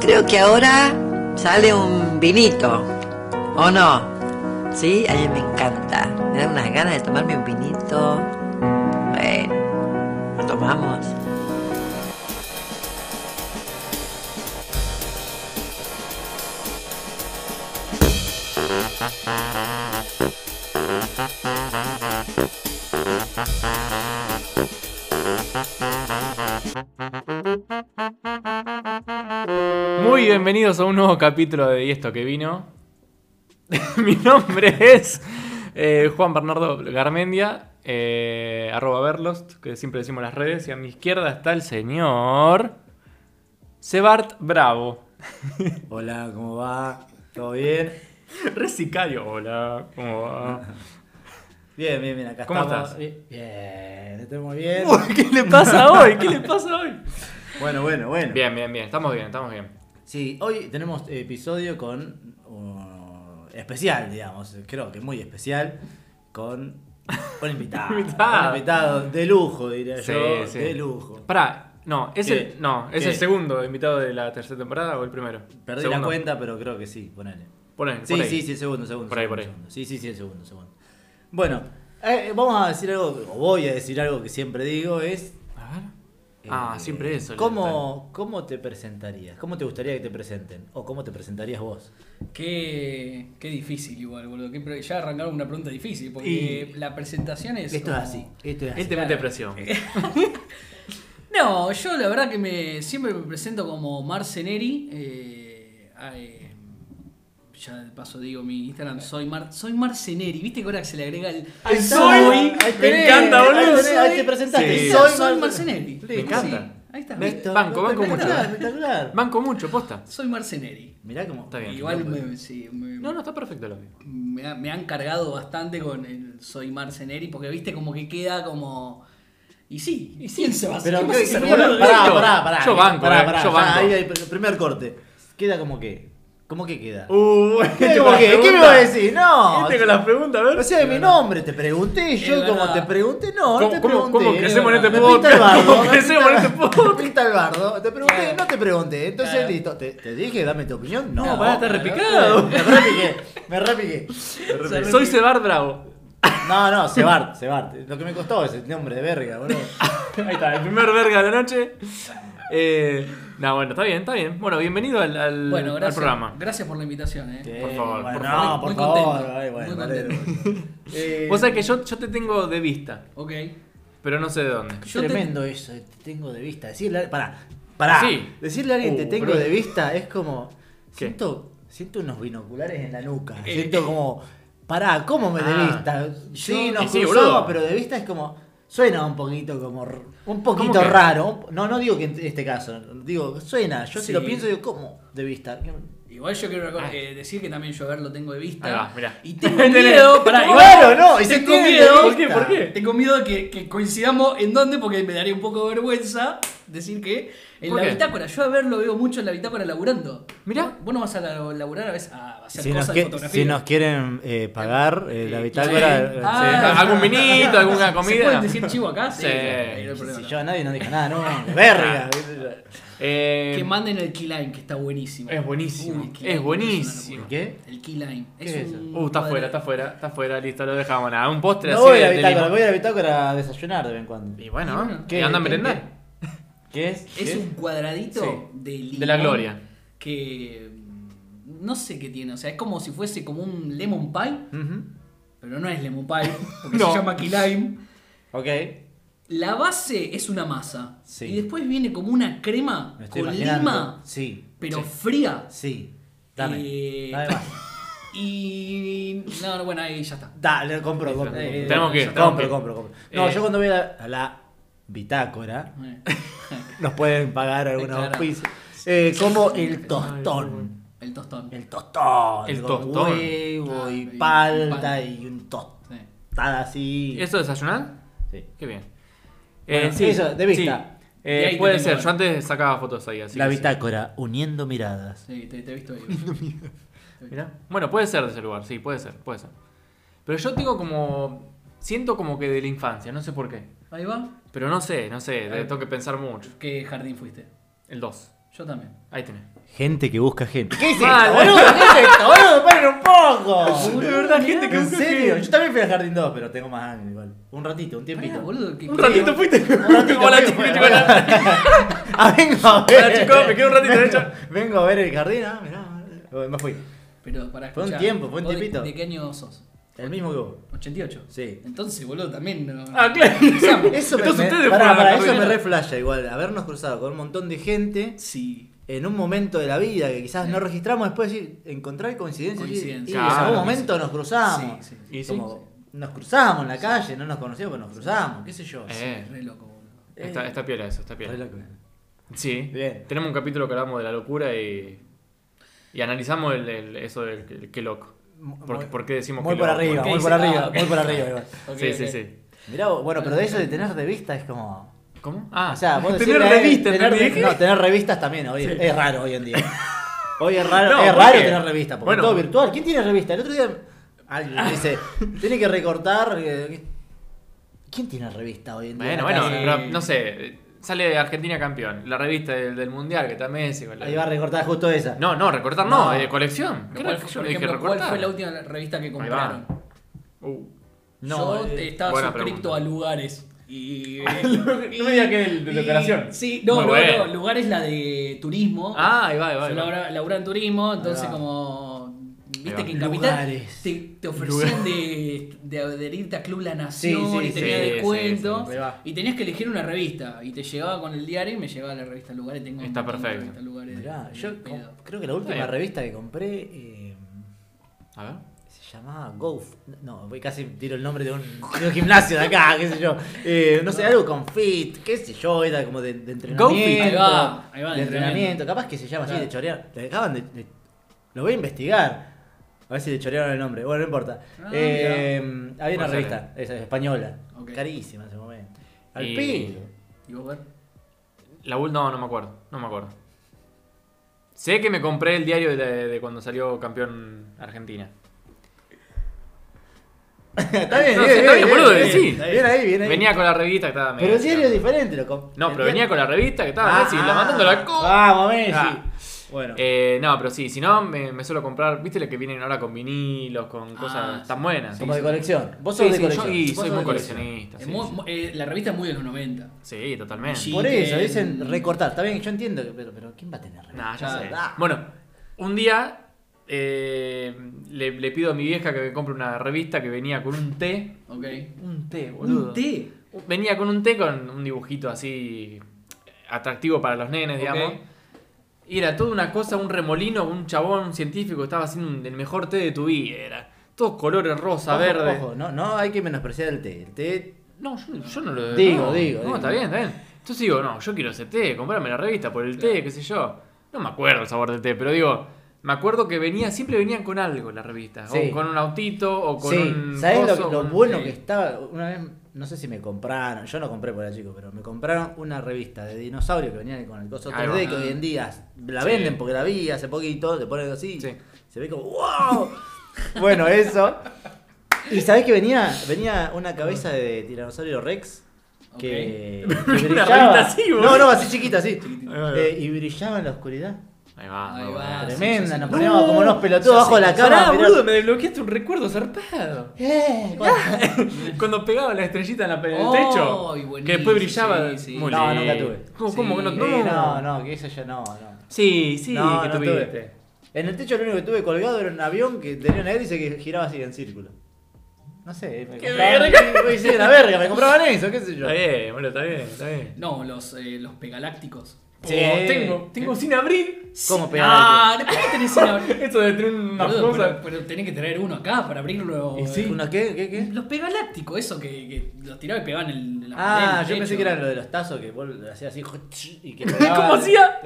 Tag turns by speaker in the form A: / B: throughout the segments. A: creo que ahora sale un vinito, ¿o no? Sí, a mí me encanta. Me da unas ganas de tomarme un vinito. Bueno, lo tomamos.
B: Muy bienvenidos a un nuevo capítulo de Y esto que vino. Mi nombre es eh, Juan Bernardo Garmendia, eh, arroba Verlost, que siempre decimos en las redes. Y a mi izquierda está el señor Sebart Bravo.
C: Hola, ¿cómo va? ¿Todo bien?
B: Recicario, hola, ¿cómo va?
C: Bien, bien, bien, acá
B: ¿Cómo
C: estamos.
B: estás?
C: Bien, Bien, estamos bien.
B: Uy, ¿Qué le pasa hoy? ¿Qué le pasa hoy?
C: Bueno, bueno, bueno.
B: Bien, bien, bien, estamos bien, estamos bien.
C: Sí, hoy tenemos episodio con. uh, especial, digamos, creo que muy especial. Con un invitado.
B: Invitado.
C: Un invitado de lujo, diría
B: Sí,
C: Eh, yo.
B: sí.
C: De lujo.
B: Pará, no, es,
C: ¿Qué?
B: el, no, ¿es
C: ¿Qué?
B: el segundo invitado de la tercera temporada o el primero?
C: Perdí la
B: Segundo.
C: cuenta, pero creo que sí, ponele.
B: Poné,
C: Sí,
B: por ahí.
C: sí, sí, el segundo, segundo.
B: Por ahí,
C: segundo,
B: por ahí.
C: segundo. Sí, sí, sí, el segundo, segundo. Bueno, eh, vamos a decir algo, o voy a decir algo que siempre digo, es...
B: A ver.
C: eh,
B: Ah, siempre eso. el detalle.
C: ¿cómo, ¿Cómo te presentarías? ¿Cómo te gustaría que te presenten? ¿O cómo te presentarías vos?
D: Qué, qué difícil igual, boludo. Qué pre- ya arrancaron una pregunta difícil, porque la presentación es...
C: Esto es
D: como-
C: así, esto es así.
B: Él te mete presión.
C: Eh,
D: No, yo la verdad que me siempre me presento como Marceneri. eh, ah, eh, ya de paso digo mi Instagram, soy, Mar, soy Marceneri. ¿Viste que ahora se le agrega el...
C: Ah,
B: Ahí está.
D: soy?
B: Ahí tenés, encanta, boludo.
C: Ahí tenés, ahí
D: Soy-
C: te presentaste.
B: Sí.
D: Soy,
C: Mar-
D: Marceneri.
C: Me
B: encanta.
D: ahí está.
B: ¿Ves?
C: Listo.
B: Banco, banco
C: espectacular,
B: mucho.
C: Espectacular.
B: Banco mucho, posta.
D: Soy Marceneri.
C: Mirá cómo...
B: Está bien.
D: Igual me, sí, me-
B: No, no, está perfecto lo mismo.
D: me, ha- me han cargado bastante con el soy Marceneri, porque viste como que queda como. Y sí, y sí, se va a hacer?
C: Pero,
D: ¿Qué vas a
C: ¿qué-
D: hacer,
C: qué-
D: boludo?
C: pará, pará, pará.
B: Yo banco, eh,
C: pará, pará,
B: yo
C: pará,
B: banco.
C: Ahí, ahí, primer corte. ¿Queda como qué? ¿Cómo que queda?
B: Uh,
C: ¿Qué, ¿Cómo qué? ¿Qué me vas a decir? No.
B: Viste con las preguntas, a ver.
C: O sea, mi nombre, te pregunté, yo
D: Es
C: como
D: verdad.
C: te pregunté, no, no
B: ¿Cómo-
C: te
B: cómo-
C: pregunté.
B: cómo crecemos
D: en este
C: Me pinta el
B: podcast?
C: bardo,
B: ¿Cómo
C: me
B: crecemos
C: pinta-
B: en este podcast?
C: me pinta el bardo, te pregunté,
D: Claro.
C: no te pregunté, entonces
D: Claro.
C: listo, te, te dije, dame tu opinión, no.
D: No,
B: pará, está repicado.
C: Me repiqué, me repiqué.
B: Soy Sebar Bravo.
C: No, no, Sebart, Sebart, lo que me costó ese nombre de verga, boludo.
B: Ahí está, el primer verga de la noche. Eh, no, bueno, está bien, está bien. Bueno, bienvenido al, al-
D: Bueno,
B: al
D: gracias.
B: programa.
D: Gracias por la invitación, eh.
B: Por favor,
C: bueno,
B: por
C: no,
D: favor.
C: por
D: Muy
C: favor,
D: contento,
C: ay, bueno,
D: muy
C: vale,
D: contento.
C: bueno. Eh,
B: Vos sabés que yo, yo te tengo de vista,
D: Ok.
B: pero no sé de dónde.
D: Yo te-
C: Tremendo eso, eh, te tengo de vista. Decirle a pará, pará.
B: Sí.
C: Decirle a alguien te
B: Uh,
C: tengo
B: bro.
C: de vista es como.
B: ¿Qué?
C: Siento, siento unos binoculares en la nuca.
D: Eh.
C: Siento como. Pará, ¿cómo me de
B: Ah.
C: vista? Sí,
B: Yo-
C: nos
B: sí,
C: cruzamos,
B: boludo.
C: pero de vista es como. Suena un poquito como. r- Un poquito
B: ¿Cómo que?
C: raro. un- No, no digo que en este caso. Digo, suena. Yo si
D: Sí.
C: lo pienso, digo, ¿cómo de vista?
D: Igual yo quiero reco-
B: Ah.
D: eh, decir que también yo a ver lo tengo de vista.
B: Ahí va, mirá.
D: Y tengo
B: Tenés-
D: miedo. pará,
B: Claro,
D: igual-
C: no, y se
D: tengo
C: tiene de
D: miedo.
B: ¿Por qué?
C: vista.
B: ¿Por qué?
D: Tengo miedo que, que coincidamos en dónde, porque me daría un poco de vergüenza decir que en
B: ¿Por
D: la
B: qué?
D: bitácora. Yo a ver lo veo mucho en la bitácora laburando.
B: Mirá.
D: Vos no vas a la- laburar a veces a hacer
C: Si nos,
D: cosas
C: que-
D: de fotografía.
C: si nos quieren eh, pagar eh, la
B: Sí.
C: bitácora. eh,
B: Sí,
D: Ah,
B: algún vinito, alguna
D: ¿Se
B: comida.
D: pueden decir chivo acá?
B: Sí.
D: ahí no hay
C: Si
D: problema.
C: yo a nadie no dije nada, no, verga.
B: Eh,
D: Que manden el keyline, que está buenísimo.
B: Es buenísimo,
D: el key line
B: es buenísimo.
D: una locura.
C: ¿Qué?
D: El keyline.
C: ¿Qué es eso?
B: Uh, está fuera, está fuera, está fuera, listo, lo dejamos. Nada, un postre
C: No
B: así
C: voy
B: de-
C: a la
B: de
C: bitácora,
B: limón.
C: voy a la bitácora a desayunar de vez en cuando.
B: Y bueno,
D: Y
B: ¿qué?
C: bueno,
B: anda a
C: ¿qué-
B: merendar.
C: ¿Qué es?
D: Es
C: ¿Qué
D: un cuadradito
B: Sí.
D: de limón.
B: De la gloria.
D: Que mm, no sé qué tiene. O sea, es como si fuese como un lemon pie,
C: Ujú.
D: pero no es lemon pie, porque
B: No.
D: se llama key lime.
C: Ok.
D: La base es una masa.
C: Sí.
D: Y después viene como una crema
C: Me estoy
D: con
C: imaginando.
D: lima,
C: Sí,
D: pero
B: Sí.
D: fría.
C: sí. Dame.
D: Eh,
C: Dame más.
D: Y. No, no, bueno, ahí ya está.
C: Dale, compro, compro.
D: Eh,
C: compro.
B: tenemos que ir,
C: Compro,
B: tenemos que ir.
C: compro, compro. No,
B: Eh,
C: yo cuando voy a la, a la bitácora,
D: Eh,
C: nos pueden pagar algunos
D: Claro.
C: auspicios. Eh, como el tostón.
D: El tostón.
C: El tostón.
B: El
C: con
B: tostón.
C: Huevo y
D: Ah, y
C: palta
D: palta.
C: y un
D: Sí.
C: tostada así.
B: ¿Eso desayunar?
C: Sí.
B: Qué bien. Eh,
C: Bueno, eso, de vista.
B: sí. Eh,
D: De ahí te
B: puede
D: tengo
B: ser,
D: ganas.
B: yo antes sacaba fotos ahí, así.
C: la
B: que sí.
C: bitácora, uniendo miradas.
D: Sí, te, te he visto ahí.
B: Mirá. Bueno, puede ser de ese lugar, sí, puede ser, puede ser. Pero yo tengo como. Siento como que de la infancia, no sé por qué.
D: Ahí va.
B: Pero no sé, no sé, de- tengo que pensar mucho.
D: ¿Qué jardín fuiste?
B: El 2.
D: Yo también.
B: Ahí tenés.
C: Gente que busca gente. ¿Qué es
B: Mal.
C: esto, boludo? ¿Qué es esto, boludo? Paren un poco.
B: De verdad, gente que
C: ¿En
B: busca
C: serio?
B: gente.
C: Yo también fui al jardín 2, pero tengo más años igual. Un ratito, un tiempito.
D: Pará, boludo, que-
B: Un ratito fuiste.
C: Un ratito,
B: Hola,
C: bueno,
B: chicos,
C: bueno,
B: chicos.
C: bueno. Ah, vengo a ver.
B: Hola, chicos, me quedo un ratito, de
C: vengo,
B: hecho.
C: vengo a ver el jardín, ah, mirá. Bueno, Me fui.
D: Pero para
C: Fue un tiempo, fue un tiempito.
D: ¿De qué año sos?
C: El mismo que vos.
D: 88.
C: Sí.
D: Entonces, boludo, también. no-
B: Ah, claro.
C: Eso me,
B: Entonces
C: me-
B: ustedes
C: pará,
B: fueron a
C: pará,
B: la
C: eso me
B: cordillera.
C: reflasha igual. Habernos cruzado con un montón de gente
D: Sí.
C: en un momento de la vida que quizás no registramos, después decir, encontrar coincidencias.
D: Coincidencia.
C: Y,
B: Claro,
C: en algún
B: sí.
C: momento nos cruzamos.
D: Sí, sí,
B: Y sí.
C: Como, Nos cruzamos en la calle, no nos conocíamos, pero nos cruzamos, qué sé yo.
B: Eh,
D: Re loco, boludo.
B: está, está piola eso, está
C: Re
B: piola.
C: loco.
B: Sí.
C: Bien.
B: Tenemos un capítulo que hablamos de la locura y. Y analizamos el, el- eso del que- qué loco. ¿Por,
C: Muy-
B: por qué decimos
C: Muy
B: qué
C: por
B: loco?
C: arriba,
D: ¿Qué
C: muy por
D: dice? Ah,
C: arriba,
D: ok.
C: muy por arriba. igual.
D: Ok,
B: Sí,
D: ok.
B: sí, sí.
C: Mirá, vos, bueno, pero de eso de tener revistas es como.
B: ¿Cómo? Ah,
C: O sea, vos
B: tener
C: decirle a él,
B: revistas,
C: tener-
B: ¿entendés?
C: No, tener revistas también hoy es raro hoy en día. Hoy es raro,
B: No,
C: es
B: ¿por
C: raro
B: qué?
C: tener revistas, porque
B: Bueno.
C: todo virtual. ¿Quién tiene revista? El otro día alguien me dice, tiene que recortar. eh, ¿Quién tiene revista hoy en día?
B: Bueno,
C: en la
B: bueno,
C: casa?
B: pero, no sé. Sale Argentina campeón. La revista del, del mundial que está Messi. con la-
C: Ahí va a recortar justo esa.
B: No, no, recortar no,
C: No.
B: eh, colección.
D: Pero
B: ¿Qué
D: ¿Cuál,
B: re-
D: por
B: yo dije
D: ejemplo, ¿cuál
B: recortar?
D: fue la última revista que
B: Ahí va.
D: compraron?
B: Uh.
C: No,
D: Yo
C: eh,
D: estaba
B: buena
D: suscripto
B: pregunta.
D: a lugares. Y,
B: No me digas que el de
D: y-
B: decoración.
D: Sí, no,
B: Muy
D: no,
B: bueno.
D: no, lugares la de turismo.
B: Ah, ahí va, ahí va.
D: Yo
B: ahí va.
D: labura, labura en turismo, entonces
C: va.
D: como. Viste
B: va.
D: que en Capital
C: Lugares.
D: te, te ofrecían de, de adherirte a Club La Nación
C: Sí, sí,
D: y tenías
B: sí, sí,
D: descuento.
B: sí,
C: sí. Ahí va.
D: Y tenías que elegir una revista. Y te llegaba con el diario y me llegaba la revista Lugares. Tengo un
B: Está
D: montón de
B: perfecto.
D: revistas Lugares
C: mirá,
D: de-
C: yo
D: de pedo.
C: co- creo que la última
B: bien.
C: revista que compré eh,
B: A ver.
C: se llamaba Golf. No, voy- casi tiro el nombre de un, de un gimnasio de acá, qué sé yo. Eh, no sé, algo con fit, qué sé yo, era como de, de entrenamiento.
B: Fit,
D: ahí va, ahí va,
C: de
D: de
C: entrenamiento,
D: entrenamiento.
C: capaz que se llama así,
D: Claro.
C: de chorear. Le acaban de, de- Lo voy a investigar. A ver si le chorearon el nombre. Bueno, no importa.
D: Ah,
C: Eh, había una
B: Puede
C: revista, esa, española.
D: Ok.
C: Carísima en ese momento. Al
B: Y-
C: pelo.
D: ¿Y vos, Ber?
B: La ul- no, no me acuerdo. No me acuerdo. Sé que me compré el diario de, de cuando salió campeón Argentina.
C: está bien,
B: No, está bien, boludo, sí.
C: Bien ahí, bien ahí.
B: Venía con la revista que estaba medio
C: Pero el diario es
B: tirado.
C: diferente, lo comp-
B: No, pero
C: ¿entiendes?
B: venía con la revista que estaba Messi,
C: Ah,
B: la mandando la co.
C: Vamos, Messi.
B: Ah.
C: Bueno.
B: Eh, no, pero sí, si no, me, me suelo comprar, viste lo que vienen ahora con vinilos, con
D: Ah,
B: cosas
D: sí.
B: tan buenas.
C: como
B: Sí,
C: de colección. Vos
B: sí,
C: sos de
B: sí,
C: colección.
B: yo- y soy
C: Vos sos
B: muy
C: de colección.
B: coleccionista.
D: Es
B: Sí,
D: muy-
B: sí.
D: mu- eh, la revista es muy de los 90.
B: Sí, totalmente.
D: Sí.
C: Por eso, dicen
D: Tienen-
C: recortar. Está bien, yo entiendo, que- pero, pero ¿quién va a tener revista?
B: Nah, ya
D: Ah,
B: sé.
C: da.
B: Bueno, un día eh, le, le pido a mi vieja que me compre una revista que venía con un té.
D: Ok.
B: Un té,
D: Un té.
B: Venía con un té con un dibujito así eh, atractivo para los nenes,
D: Ok.
B: digamos. Y era toda una cosa, un remolino, un chabón, un científico, estaba haciendo un- el mejor té de tu vida. Era todos colores rosa,
C: Ojo,
B: verde.
C: ojo, no, no hay que menospreciar el té. El té.
B: No, yo, yo no lo
C: Digo,
B: no,
C: digo,
B: No,
C: digo.
B: está bien, está bien. Entonces digo, no, yo quiero ese té, comprarme la revista por el té, qué sé yo. No me acuerdo el sabor del té, pero digo, me acuerdo que venía, siempre venían con algo las revistas.
C: Sí.
B: O con un autito, o con
C: Sí,
B: un.
C: ¿sabés
B: coso,
C: lo, lo
B: con-
C: bueno
B: sí.
C: que estaba? Una vez, no sé si me compraron, yo no compré por ahí, chico, pero me compraron una revista de dinosaurio que venía con el coso
B: Ahí
C: 3D
B: va.
C: que hoy en día la
B: Sí.
C: venden porque la vi hace poquito, te ponen así,
B: Sí.
C: se ve como ¡wow! bueno, eso. ¿Y sabés que venía, venía una cabeza de tiranosaurio Rex? Que, que brillaba.
B: revista así, boludo.
C: no, no, así chiquita,
B: Ahí
C: así.
B: va, ahí va.
C: Eh, y brillaba en la oscuridad.
B: Ahí va,
D: Ahí
B: ahí va.
D: va. Ah, sí, sí,
C: Tremenda,
D: sí.
C: nos poníamos como unos pelotudos
D: Sí,
C: bajo
D: sí.
C: la cámara. a mirar-
B: boludo, me desbloqueaste un recuerdo zarpado.
C: ¡Eh! ¿cuál?
B: Cuando pegaba la estrellita en, la, en el
D: Oh,
B: techo,
D: y buenísimo,
B: que después brillaba.
D: sí, sí.
B: Muy
C: No,
B: lindo.
C: nunca tuve.
B: ¿Cómo, cómo que no,
D: Sí,
B: no?
C: Eh, no, no, que eso ya no, no.
B: Sí, sí,
C: No,
B: que
C: no tuve.
B: tuviste.
C: En el techo lo único que tuve colgado era un avión que tenía una hélice que giraba así en círculo. No sé, me
B: ¡Qué
C: compraban-
B: verga!
C: pues, Sí, la verga, me compraban eso, qué sé yo.
B: Está bien, boludo, está bien, está bien.
D: No, los, eh, los pegalácticos.
C: Sí.
B: Oh, tengo, tengo sin abrir.
C: ¿Cómo pegaban?
D: Ah, ¿por qué tenés sin abrir?
B: Esto de tener una
D: Boludo,
B: cosa.
D: pero, pero tenés que traer uno acá para abrirlo.
C: ¿Y sí?
D: eh.
C: ¿Una qué? ¿Qué? qué?
D: Los pegalácticos, eso que, que los tiraba y pegaban en la
C: Ah,
D: pared, en
C: yo
D: el
C: pensé
D: techo.
C: que eran Ah, lo de los tazos que vos lo hacías así y que
B: ¿Cómo hacía?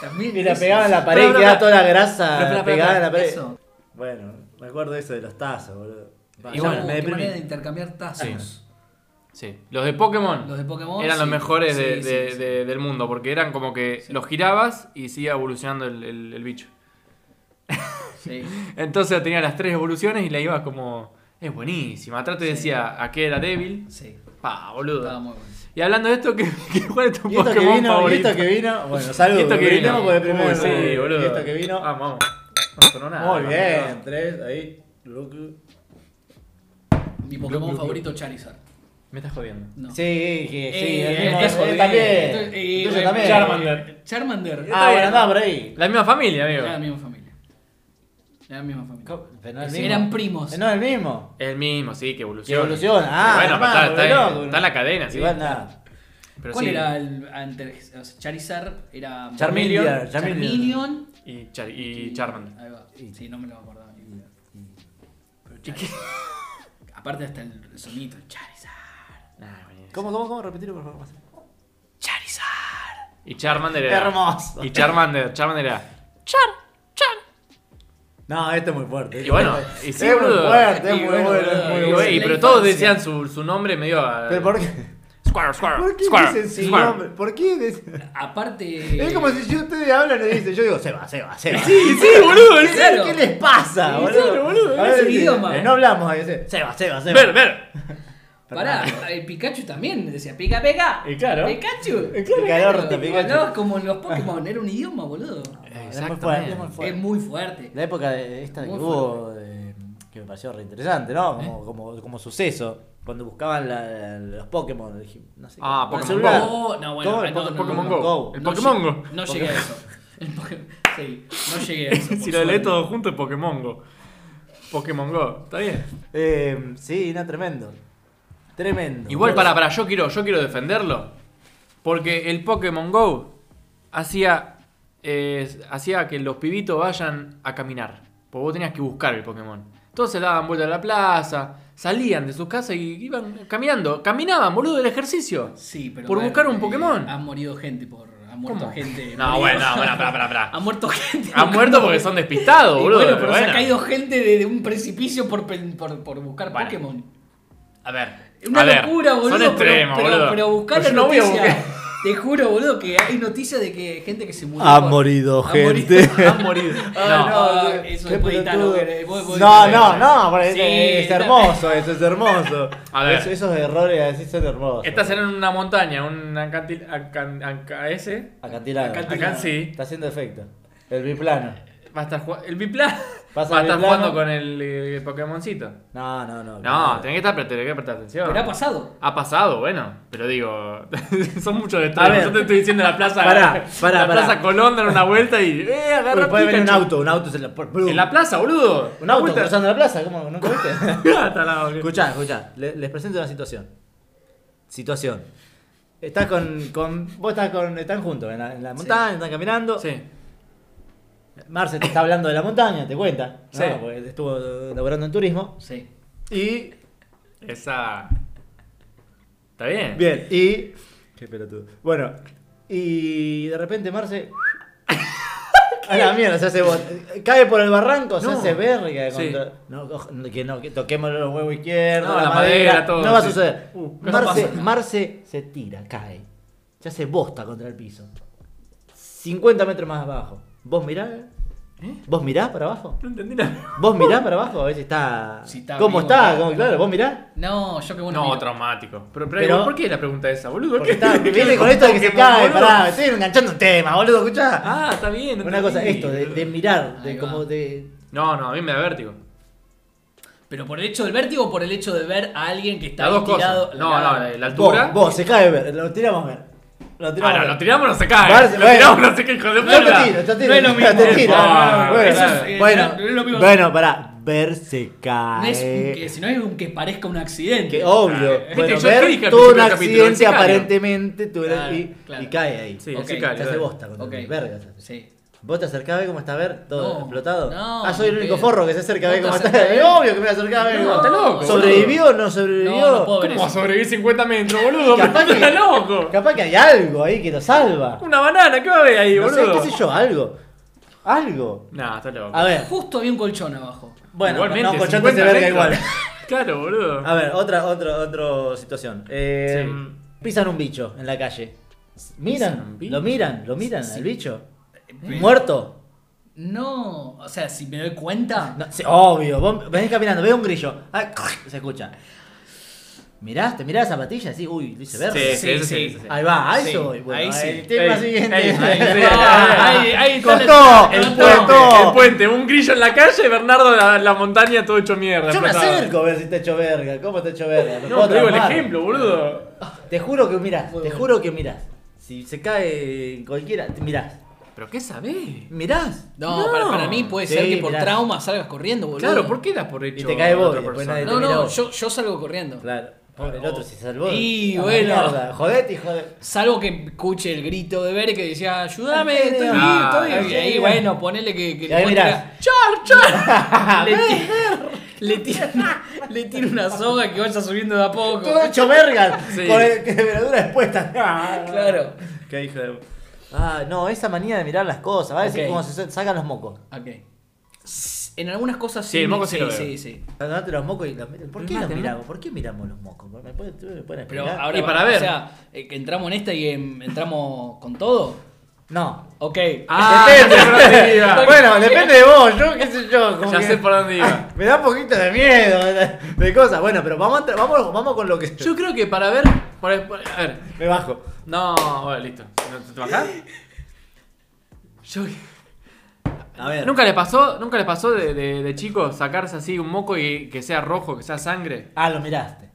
D: También
C: Y la
D: eso.
C: pegaba en la pared y
B: Pará, pará, pará.
C: quedaba toda la grasa
B: Pará, pará,
C: pegada en
B: pará,
C: la pared.
D: Eso.
C: Bueno, me acuerdo de eso de los tazos, boludo. Va,
B: Y
C: ya
B: bueno,
D: Uh,
C: me
D: qué
C: deprimí.
D: manera de intercambiar tazos.
B: Sí. Los de Pokémon.
D: Los de Pokémon,
B: Eran los
D: sí.
B: mejores
D: Sí,
B: de-
D: sí,
B: de-
D: sí.
B: de- del mundo, porque eran como que los girabas y seguía evolucionando el, el- el bicho.
D: Sí.
B: Entonces tenía las tres evoluciones y la ibas como. Es buenísima. Atrás te decía a qué era débil.
D: Sí.
B: Pa, boludo.
D: Estaba muy bueno.
B: Y hablando de esto, ¿qué, qué, ¿cuál es tu
C: Y esto que
B: Pokémon
C: vino, y
B: favorito?
C: esto que vino, bueno, saludos.
B: Y esto que vino.
C: por el primero.
B: Uy, sí, boludo.
C: Y esto que vino.
B: Ah, vamos. No sonó nada.
C: Muy
B: no
C: bien,
B: sonó nada.
C: tres, ahí. Luku.
D: Mi Pokémon favorito, Charizard.
B: Me estás jodiendo.
D: No.
C: Sí, que- sí,
D: Eh,
C: el mismo.
D: estás
C: eh,
D: jodido.
C: también.
D: Entonces, eh,
C: El tuyo
D: eh,
C: también.
B: Charmander.
D: Charmander.
C: Ah, bueno, andaba por ahí.
B: La misma familia, amigo.
D: Era la misma familia. Era la misma familia.
C: Pero no es el mismo. Eh,
D: Eran primos.
C: No, el mismo.
B: Es el mismo, sí, que
C: Que
B: evoluciona.
C: evoluciona. Ah,
B: bueno,
C: hermano,
B: pero está, está,
C: boludo, loco.
B: está en la cadena, sí.
C: Igual nada.
B: Pero
D: ¿Cuál
B: sí.
D: era el antes? o sea, Charizard era.
B: Charmeleon.
C: Charmeleon.
D: Charmeleon.
B: Y, Char- y Charmander.
D: Ahí va. Sí, no me lo acordaba ni idea. Pero Charizard. Aparte hasta el sonido, Charizard.
B: Ah, buenísimo.
C: ¿Cómo, cómo, cómo? Repetilo, por favor.
D: Charizard.
B: Y Charmander era.
C: Hermoso.
B: Y Charmander, Charmander era.
C: No, esto es muy fuerte. este
B: Y bueno, y sí,
C: es muy
B: boludo.
C: fuerte, es
D: Y
C: muy
D: bueno,
C: bueno, es muy
D: boludo,
B: Y,
D: bueno.
B: güey,
D: La
B: pero todos
D: infancia.
B: decían su, su nombre medio a.
C: Pero ¿por qué?
B: Square, Square.
C: ¿Por qué
B: Square.
C: dicen sin
B: Square.
C: nombre? ¿Por qué dicen?
D: Aparte.
C: Es como si yo, ustedes hablan y dicen, yo digo, Seba, Seba, Seba.
B: Sí, sí, boludo.
C: ¿Qué,
B: sí.
D: claro.
C: ¿Qué les pasa,
D: Sí,
C: boludo?
D: claro, boludo,
C: A
D: es
C: ver,
D: el
C: sí,
D: idioma.
C: eh, No hablamos, ahí, dice, Seba, Seba, Seba.
B: Ver, ver.
D: Pará, el Pikachu también decía pica pica.
B: Y claro.
D: Pikachu.
C: Y claro, Pica el orto,
D: Tipo,
C: Pikachu.
D: Hablabas como en los Pokémon, era un idioma, boludo.
C: Es muy fuerte, es muy fuerte.
D: Es muy fuerte.
C: La época de esta que
D: Muy
C: hubo, de- que me pareció re interesante, ¿no? Como, como, como suceso, cuando buscaban la- la- los Pokémon. dije, No sé,
B: Ah,
C: por el
B: Pokémon
C: celular.
D: Go. No, bueno,
C: Todo el
D: no,
C: Poké-
D: no,
C: Pokémon
B: no, no.
C: Go.
B: El
D: No
B: Pokémon
D: lleg-
B: Go.
D: No llegué a eso. El Poké- sí, no llegué a eso.
B: si
D: por
B: lo lees
D: suerte.
B: todo junto es Pokémon Go. Pokémon Go, está bien.
C: Eh, sí, no, tremendo. Tremendo.
B: Igual para, para, yo quiero, yo quiero defenderlo. Porque el Pokémon Go hacía, eh, hacía que los pibitos vayan a caminar. Porque vos tenías que buscar el Pokémon. Entonces daban vuelta a la plaza, salían de sus casas y iban caminando. Caminaban, boludo, del ejercicio.
D: Sí, pero.
B: Por
D: a ver,
B: buscar un
D: eh,
B: Pokémon.
D: Ha morido gente por. Ha muerto
B: ¿Cómo?
D: gente.
B: No,
D: murió.
B: bueno, no, pará, pará, pará, pará.
D: Ha muerto gente.
B: Han muerto porque son despistados,
D: Y
B: boludo.
D: bueno,
B: pero
D: pero se ha
B: bueno.
D: caído gente de, de un precipicio por, pe- por, por buscar
B: Bueno.
D: Pokémon.
B: A ver.
D: Una
B: a ver,
D: locura, boludo.
B: Son extremos, boludo.
D: pero,
B: Pues
D: Pero, pero buscar
B: Yo
D: la
B: no voy a
D: noticia.
B: buscar-
D: Te juro, boludo, que hay noticias de que gente que se murió.
C: Ha
D: por-
C: morido
D: ha
C: gente.
D: morido-
B: Han morido.
D: Ah,
B: No.
D: Ah, eso
C: qué
D: es puritano,
C: pelotudo.
D: que vos- vos
C: No,
D: dijiste-
C: no, no, porque
D: Sí,
C: es, es
D: no.
C: hermoso, eso es hermoso.
B: A ver.
C: Es- esos errores así son hermosos.
B: Estás en una montaña, un acantil, acan- anca- ese.
C: Acantilado.
D: Acantilado.
B: Acá sí.
C: Está haciendo efecto. El biplano.
B: Va a estar jugando. El biplan. Va a
C: Pasa
B: estar
C: biplano.
B: jugando con el, eh, Pokémoncito.
C: No, no, no.
B: No, tenés que estar, tenés que prestar atención.
D: Pero ha pasado.
B: Ha pasado, bueno. Pero digo. son muchos
C: A
B: detalles.
C: ver.
B: Yo te estoy diciendo la plaza.
C: Pará, pará,
B: La
C: pará.
B: plaza Colón, dar una vuelta y. ¡Eh, agarra
C: Uy, puede venir un
B: Pikachu!
C: auto, un auto se la. por-
B: En la plaza, boludo.
C: Un auto
B: Vuelta.
C: cruzando la plaza, ¿cómo? ¿Nunca viste?
B: Hasta la-
C: Escuchá, escuchá, le- les presento una situación. Situación. Estás con, con. Vos estás con. Están juntos en la, en la montaña, están caminando.
B: Sí.
C: Marce te está hablando de la montaña, te cuenta. ¿no?
B: Sí.
C: Porque estuvo laborando en turismo.
D: Sí.
C: Y.
B: Esa. Está bien.
C: Bien, y. Qué pelotudo. Bueno, y de repente Marce. A la mierda, se hace. bot- Cae por el barranco, se
B: No.
C: hace verga.
B: Sí.
C: contra- No, oj- que no, que toquemos los huevos izquierdos,
B: No,
C: la,
B: la
C: madera,
B: madera, todo,
C: No va a
B: sí.
C: suceder.
B: Uh, no
C: Marce,
D: pasa nada.
C: Marce se tira, cae. Se hace bosta contra el piso. 50 metros más abajo. ¿Vos mirás? ¿Vos mirás para abajo?
B: No entendí nada.
C: ¿Vos mirás para abajo? A ver si está.
D: Si está
C: ¿Cómo
D: vivo,
C: está?
D: está.
C: ¿Cómo- claro, ¿vos mirás?
D: No, yo que bueno.
B: No,
D: miro.
B: traumático. Pero, pero,
C: Pero-
B: ¿por qué la pregunta esa, boludo?
C: Porque
B: ¿Qué-
C: está,
B: qué-
C: viene
B: qué-
C: con esto de que se
B: Pokémon,
C: cae,
B: boludo?
C: pará, estoy enganchando un tema, boludo, escuchá.
B: Ah, está bien.
C: Una cosa,
B: entendí.
C: esto, de, de mirar,
D: Ahí
C: de
D: va.
C: como de.
B: No, no, a mí me da vértigo.
D: Pero por el hecho del vértigo o por el hecho de ver a alguien que está
B: Las
D: ahí
B: dos
D: tirado.
B: cosas. No, no, la, la
C: Vos,
B: altura.
C: vos, se cae ver, lo tiramos a ver. Lo tiramos.
B: Ah, no,
C: a ver.
B: lo tiramos no se cae.
C: Parece-
B: lo
C: bueno.
B: tiramos no se cae, hijo de
C: No te
B: puta.
C: tiro, te tiro.
D: No es lo mismo.
C: Te tiro.
B: Ah,
C: bueno,
D: eso es, eh,
C: bueno,
D: no es lo mismo.
C: bueno, pará, ver se cae.
D: No es un que, si no es un que parezca un accidente.
C: Ah, eh. Que oh, obvio.
B: Viste,
C: bueno,
B: yo te dije
C: ver,
B: al
C: tuvo un
B: principio del capítulo,
C: accidente
B: el sicario.
C: aparentemente tuvo-
D: Claro,
C: y,
D: claro.
C: y cae ahí.
B: Sí,
D: Ok,
B: así cae.
C: Se hace
B: dale.
C: bosta con
D: Ok.
C: verga. se hace.
D: Sí.
C: Vos te acercás a ver cómo está a ver todo
D: No,
C: explotado.
D: no,
C: ah, soy el
D: ni
C: único
D: pedo.
C: forro que se acerca a ver
D: No
C: cómo
D: te
C: está.
D: acercás.
C: Es obvio que me voy a acercar a ver
B: No,
C: cómo
B: está loco,
C: ¿Sobrevivió o no sobrevivió?
D: No, no puedo ver
B: ¿Cómo va a
D: eso.
B: sobrevivir 50 metros, boludo?
C: Capaz
B: Pero
C: que-
B: está loco.
C: Capaz que hay algo ahí que lo salva.
B: Una banana, ¿qué va a haber ahí,
C: No sé,
B: boludo?
C: qué sé yo, algo. Algo.
B: No, está loco.
C: A ver.
D: Justo había un colchón abajo.
C: Bueno,
B: Igualmente,
C: no, colchón
B: 50
C: se verga
B: metros.
C: igual. Ah,
B: Claro, boludo.
C: A ver, otra, otra, otra situación. Eh,
B: Sí.
C: Pisan un bicho en la calle.
B: Pisan
C: Miran,
B: un bicho.
C: lo miran, lo miran
D: Sí.
C: al bicho.
D: Pero-
C: Muerto.
D: No, o sea, si me doy cuenta.
C: No, sí, obvio, vos venís caminando, ve un grillo. Ah, se escucha. Mirás, te mirás la zapatilla así, uy, lo hice verde.
B: Sí, sí, sí, sí.
C: Ahí va, a
E: Sí,
C: eso voy. Bueno,
E: ahí sí.
C: el tema
B: Ey,
C: siguiente.
B: ey, ahí, sí.
D: Ahí- ahí está la-
B: Ah,
C: Costó,
D: el
C: el
D: puente,
C: puerto.
B: El puente, un grillo en la calle, Bernardo en la, la montaña todo hecho mierda.
C: Yo me
B: explotado.
C: acerco a ver si te hecho verga. ¿Cómo te hecho verga? Me
B: No,
C: puedo
B: te digo el
C: traumar.
B: ejemplo, boludo.
C: Te juro que mirás, te
D: bueno.
C: juro que mirás. Si se cae cualquiera, te mirás.
B: ¿Pero qué sabés?
C: Mirás.
D: No, Para, para mí puede
C: Sí,
D: ser que por
C: mirás.
D: trauma salgas corriendo, boludo.
B: Claro, ¿por qué das por hecho?
C: Y te cae
B: a
C: vos,
B: otra
C: y después
B: persona?
C: nadie
D: No,
C: Mirá
D: no,
C: vos.
D: yo, yo salgo corriendo.
C: Claro. Pobre, el otro se salvó.
D: Y
C: A la
D: bueno.
C: mierda. Jodete y jodete.
D: Salvo que escuche el grito de Bere que decía, ayúdame, estoy bien,
B: Ah,
D: estoy bien".
C: ahí
D: Y ahí,
C: sí,
D: bueno, ponele que, que
C: Y ahí
D: ponga-
C: mirás.
D: ¡Char, char! le, ti- le tira, una- le tira una soga que vaya subiendo de a poco.
C: Todo hecho verga.
B: Sí.
C: Con el, que verdura expuesta.
D: Claro.
C: Qué hijo de. Ah, no, esa manía de mirar las cosas. Va a decir
D: Ok.
C: cómo se sacan los mocos.
D: Ok. S- En algunas cosas sí.
B: Sí, el
D: me-
B: moco sí lo veo.
D: sí, sí.
C: Sacate los mocos y los meten. ¿Por qué
B: Mate,
C: los
B: ¿no?
C: miramos? ¿Por qué miramos los mocos? ¿Me pueden, me pueden
D: Pero
C: explicar?
D: ahora,
B: Y para
D: o
B: ver.
D: sea, eh, que entramos en esta y em, entramos con todo.
C: No.
D: Ok.
B: Ah, depende, por dónde iba.
C: Bueno, depende de vos. Yo qué sé yo. como
B: Ya
C: que-
B: sé por dónde iba.
C: Me da un poquito de miedo de, de cosas. Bueno, pero vamos, a entrar- vamos, vamos con lo que.
B: Yo creo que para ver. por- por- a ver.
C: Me bajo.
B: No, bueno, listo. ¿No te- ¿Te bajás? Yo.
C: A ver.
B: ¿Nunca les pasó, nunca les pasó de, de, de chicos sacarse así un moco y que sea rojo, que sea sangre?
C: Ah, lo miraste.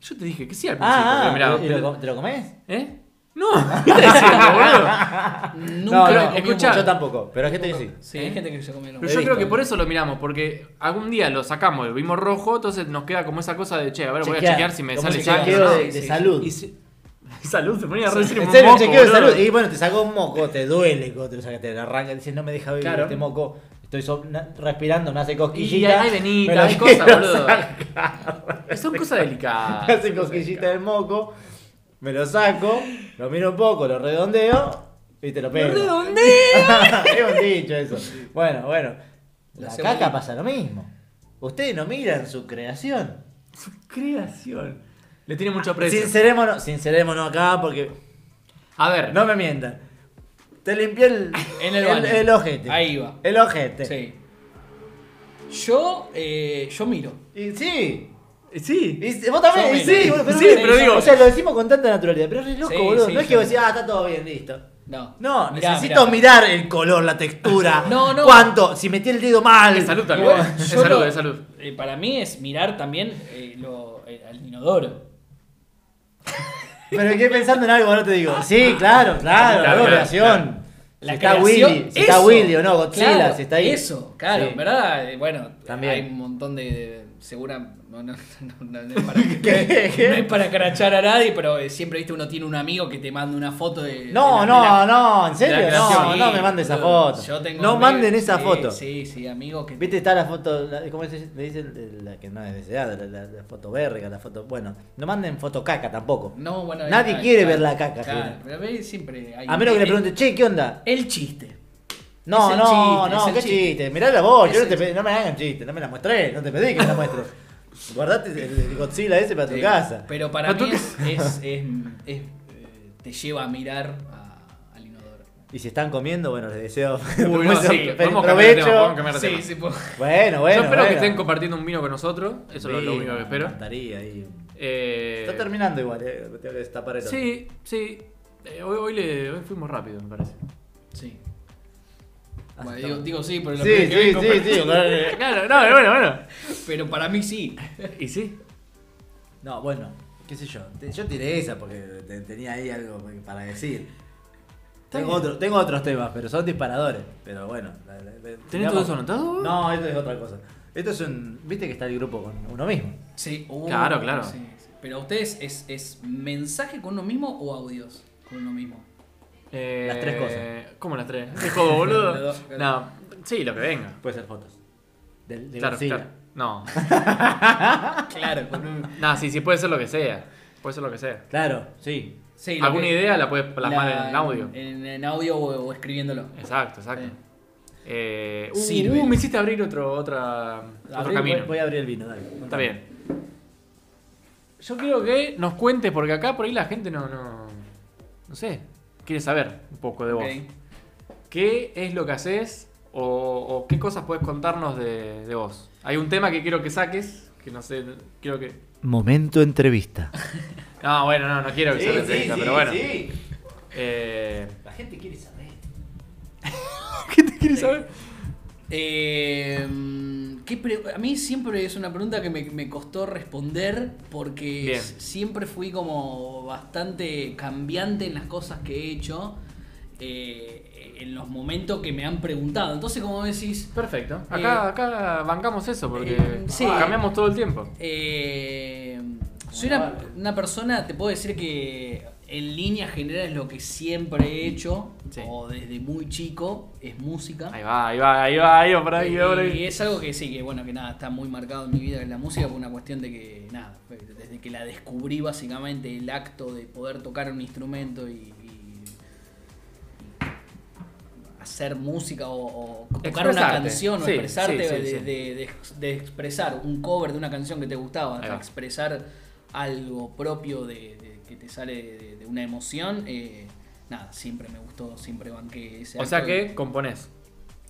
B: Yo te dije que sí al principio,
C: Ah,
B: pero
C: ah, ¿y
B: mirá,
C: lo com- ¿te lo comés?
B: ¿Eh? No, ¿qué estás diciendo, boludo?
D: Nunca
B: no,
D: me comí un
B: escuchá.
D: moco.
C: Yo tampoco, pero hay gente que sí.
D: Sí, hay gente que se come el
B: Pero
D: moco.
B: yo
C: He
B: creo que
C: visto.
B: por eso lo miramos, porque algún día lo sacamos, lo vimos rojo, entonces nos queda como esa cosa de, che, a ver, voy a
C: Chequear,
B: chequear si me
C: como
B: sale
C: un
B: sangre
C: chequeo
B: o no.
C: Ah, de- de salud.
B: Y si- Salud, se ponía a decir
C: En
B: un
C: serio,
B: moco,
C: chequeo de
B: boludo.
C: salud. Y bueno, te sacó un moco, te duele cuando te lo sacas, te lo arranca, dices, no me deja vivir
B: Claro.
C: este moco. Estoy so- na- respirando, me hace
B: Y
C: cosquillita.
B: hay
C: me lo
B: venitas, hay
C: quiero
B: cosas, boludo. Ah,
C: sacar.
B: Son cosas delicadas.
C: Me hace
B: son cosas
C: cosquillita
B: delicadas.
C: el moco, me lo saco, lo miro un poco, lo redondeo y te lo pego. es un dicho eso. Bueno, bueno.
D: La
C: La
D: cebolla.
C: caca pasa lo mismo. Ustedes no miran su creación.
B: Su creación. Le tiene mucho aprecio.
C: Sincerémonos, sincerémonos acá porque
B: A ver,
C: No me mientan. Te limpié el,
D: En el baño.
C: ojete.
D: Ahí va.
C: El ojete.
D: Sí. Yo, eh, yo miro.
C: Y sí.
B: sí.
C: Y sí, vos también.
D: Yo
C: y
D: miro.
C: sí, boludo,
B: Sí, pero digo-
C: O sea, lo decimos con tanta naturalidad. Pero es re loco,
D: Sí,
C: boludo.
D: sí,
C: no es
D: yo
C: que vos
D: miro.
C: decís, ah, está todo bien, listo.
D: No.
C: No,
D: Mirá,
C: necesito
D: mirá.
C: mirar el color, la textura.
D: No, no.
C: Cuánto, si metí el dedo mal.
B: Es salud también.
D: Igual,
B: es
D: yo
B: salud,
D: lo-
B: es salud.
D: eh, para mí es mirar también eh, lo, eh, al inodoro.
C: Pero quedé pensando en algo, ahora te digo. Sí, claro,
B: Claro,
C: claro, la
B: claro,
C: creación.
D: La
C: si está
D: creación-
C: Willy, si está
D: eso,
C: Willy o no, Godzilla,
D: claro,
C: si está ahí.
D: Eso, claro,
C: Sí.
D: ¿verdad? Eh, Bueno,
C: También.
D: hay un montón de. de- segura. No, no, no, no, no es para,
C: ¿Qué?
D: no es para crachar a nadie, pero eh, siempre viste, uno tiene un amigo que te manda una foto de.
C: No, no,
D: de la- de la-
C: no, en
B: de
C: serio.
B: la
C: No,
B: creación.
C: no me manden esa
D: boludo,
C: foto.
D: yo tengo
C: no
D: amigos-
C: manden esa
D: sí,
C: foto.
D: Sí, sí, amigos que.
C: Viste, está la foto, la- ¿cómo se le dicen? eh, La que no es deseada, la, la- la foto verga, la foto. Bueno, no manden foto caca tampoco.
D: No, bueno, ahí
C: Nadie
D: está,
C: quiere
D: claro,
C: ver la caca,
D: Claro,
C: Julián.
D: pero ve, siempre hay.
C: A menos que le pregunte, che, ¿qué onda?
D: El chiste.
C: No,
D: el
C: no,
D: chiste, es
C: no,
D: el
C: qué
D: chiste.
C: chiste. Mirá la voz,
D: Es
C: yo no,
D: el
C: te pedí- no me hagan chiste, no me la mostré, no te pedí que me la muestres. Guardate el- el Godzilla ese para tu
D: Sí,
C: casa.
D: Pero para
B: Para
D: mí
B: tu
D: es, es- es- es, eh, te lleva a mirar a- al inodoro.
C: Y si están comiendo, bueno, les deseo
B: Uy, no, sí,
C: feliz
B: podemos cambiar de tema, podemos cambiar de tema.
D: Sí, sí, po-
C: Bueno, bueno.
B: Yo espero que
C: bueno.
B: estén compartiendo un vino con nosotros. Eso es lo- lo
C: Sí,
B: único que
C: me
B: espero.
C: encantaría ahí un-
B: Eh,
C: Está terminando igual, eh, tengo que destapar el otro.
B: Sí, sí. Eh, hoy, hoy le, hoy fuimos rápido, me parece.
D: sí.
B: Ah,
D: Bueno, digo, digo sí, pero, lo
C: Sí,
D: primero que
C: sí,
D: vengo,
C: sí, sí.
B: Eh, claro, no, bueno, bueno.
D: pero- pero para mí sí.
B: Y sí.
C: No, bueno, qué sé yo. Te- Yo tiré esa porque te- tenía ahí algo para decir. Tengo, otro- tengo otros temas, pero son disparadores. Pero bueno. la- la- la-
B: ¿Tenés
C: digamos-
B: todo eso anotado? vos?
C: No, esto es otra cosa. Esto es un. Viste que está el grupo con uno mismo.
D: Sí. oh,
B: Claro, claro.
D: sí, sí. Pero a ustedes es, es mensaje con uno mismo o audios con uno mismo.
B: Eh,
C: Las tres cosas.
B: ¿Cómo las tres? ¿Qué juego,
D: Las
B: boludo?
D: dos, claro.
B: no. Sí, lo que venga.
C: Puede ser fotos. Del, de
B: Claro,
C: Godzilla.
B: claro. No.
D: Claro, con un-
B: No, sí, sí, puede ser lo que sea. Puede ser lo que sea.
C: Claro, sí.
D: sí, lo
B: Alguna
D: que-
B: idea la puedes plasmar
D: la-
B: en audio.
D: En, en audio o, o escribiéndolo.
B: Exacto, exacto.
D: Sí.
B: Eh,
D: Sí,
B: uh,
D: Luis.
B: me hiciste abrir otro, otra, otro
C: Abrí-
B: camino.
C: voy, voy a abrir el vino, dale.
B: Está bien. Yo creo que nos cuentes, porque acá por ahí la gente no, no, no sé, quiere saber un poco de vos.
D: Ok.
B: ¿Qué es lo que haces o, o qué cosas puedes contarnos de, de vos? Hay un tema que quiero que saques, que no sé, creo que.
C: Momento entrevista.
B: No, bueno, no, no quiero que sea la entrevista, pero bueno.
C: sí.
B: Eh,
C: La gente quiere saber esto.
B: ¿Qué te quieres saber?
D: Eh, ¿qué pre- a mí siempre es una pregunta que me, me costó responder porque
B: Bien.
D: s- siempre fui como bastante cambiante en las cosas que he hecho, eh, en los momentos que me han preguntado. Entonces, como decís,
B: Perfecto. Acá,
D: Eh,
B: acá bancamos eso porque
D: eh, sí.
B: cambiamos todo el tiempo.
D: Eh, soy una, una persona, te puedo decir que en línea general es lo que siempre he hecho,
B: Sí.
D: o desde muy chico, es música.
B: Ahí va, ahí va, ahí va, ahí va, por ahí,
D: Y,
B: por
D: y
B: ahí.
D: Eh, es algo que sí, que bueno, que nada, está muy marcado en mi vida en la música por una cuestión de que, nada, desde que la descubrí básicamente el acto de poder tocar un instrumento y, y- y hacer música o, o tocar una
B: Expresarte.
D: canción o
B: Sí,
D: expresarte,
B: sí, sí,
D: de,
B: sí.
D: de- de ex- de expresar un cover de una canción que te gustaba,
B: Ahí
D: a
B: va.
D: expresar algo propio de, de- que te sale de, de una emoción, eh, nada, siempre me gustó, siempre banqué ese
B: O sea
D: acto y-
B: que componés.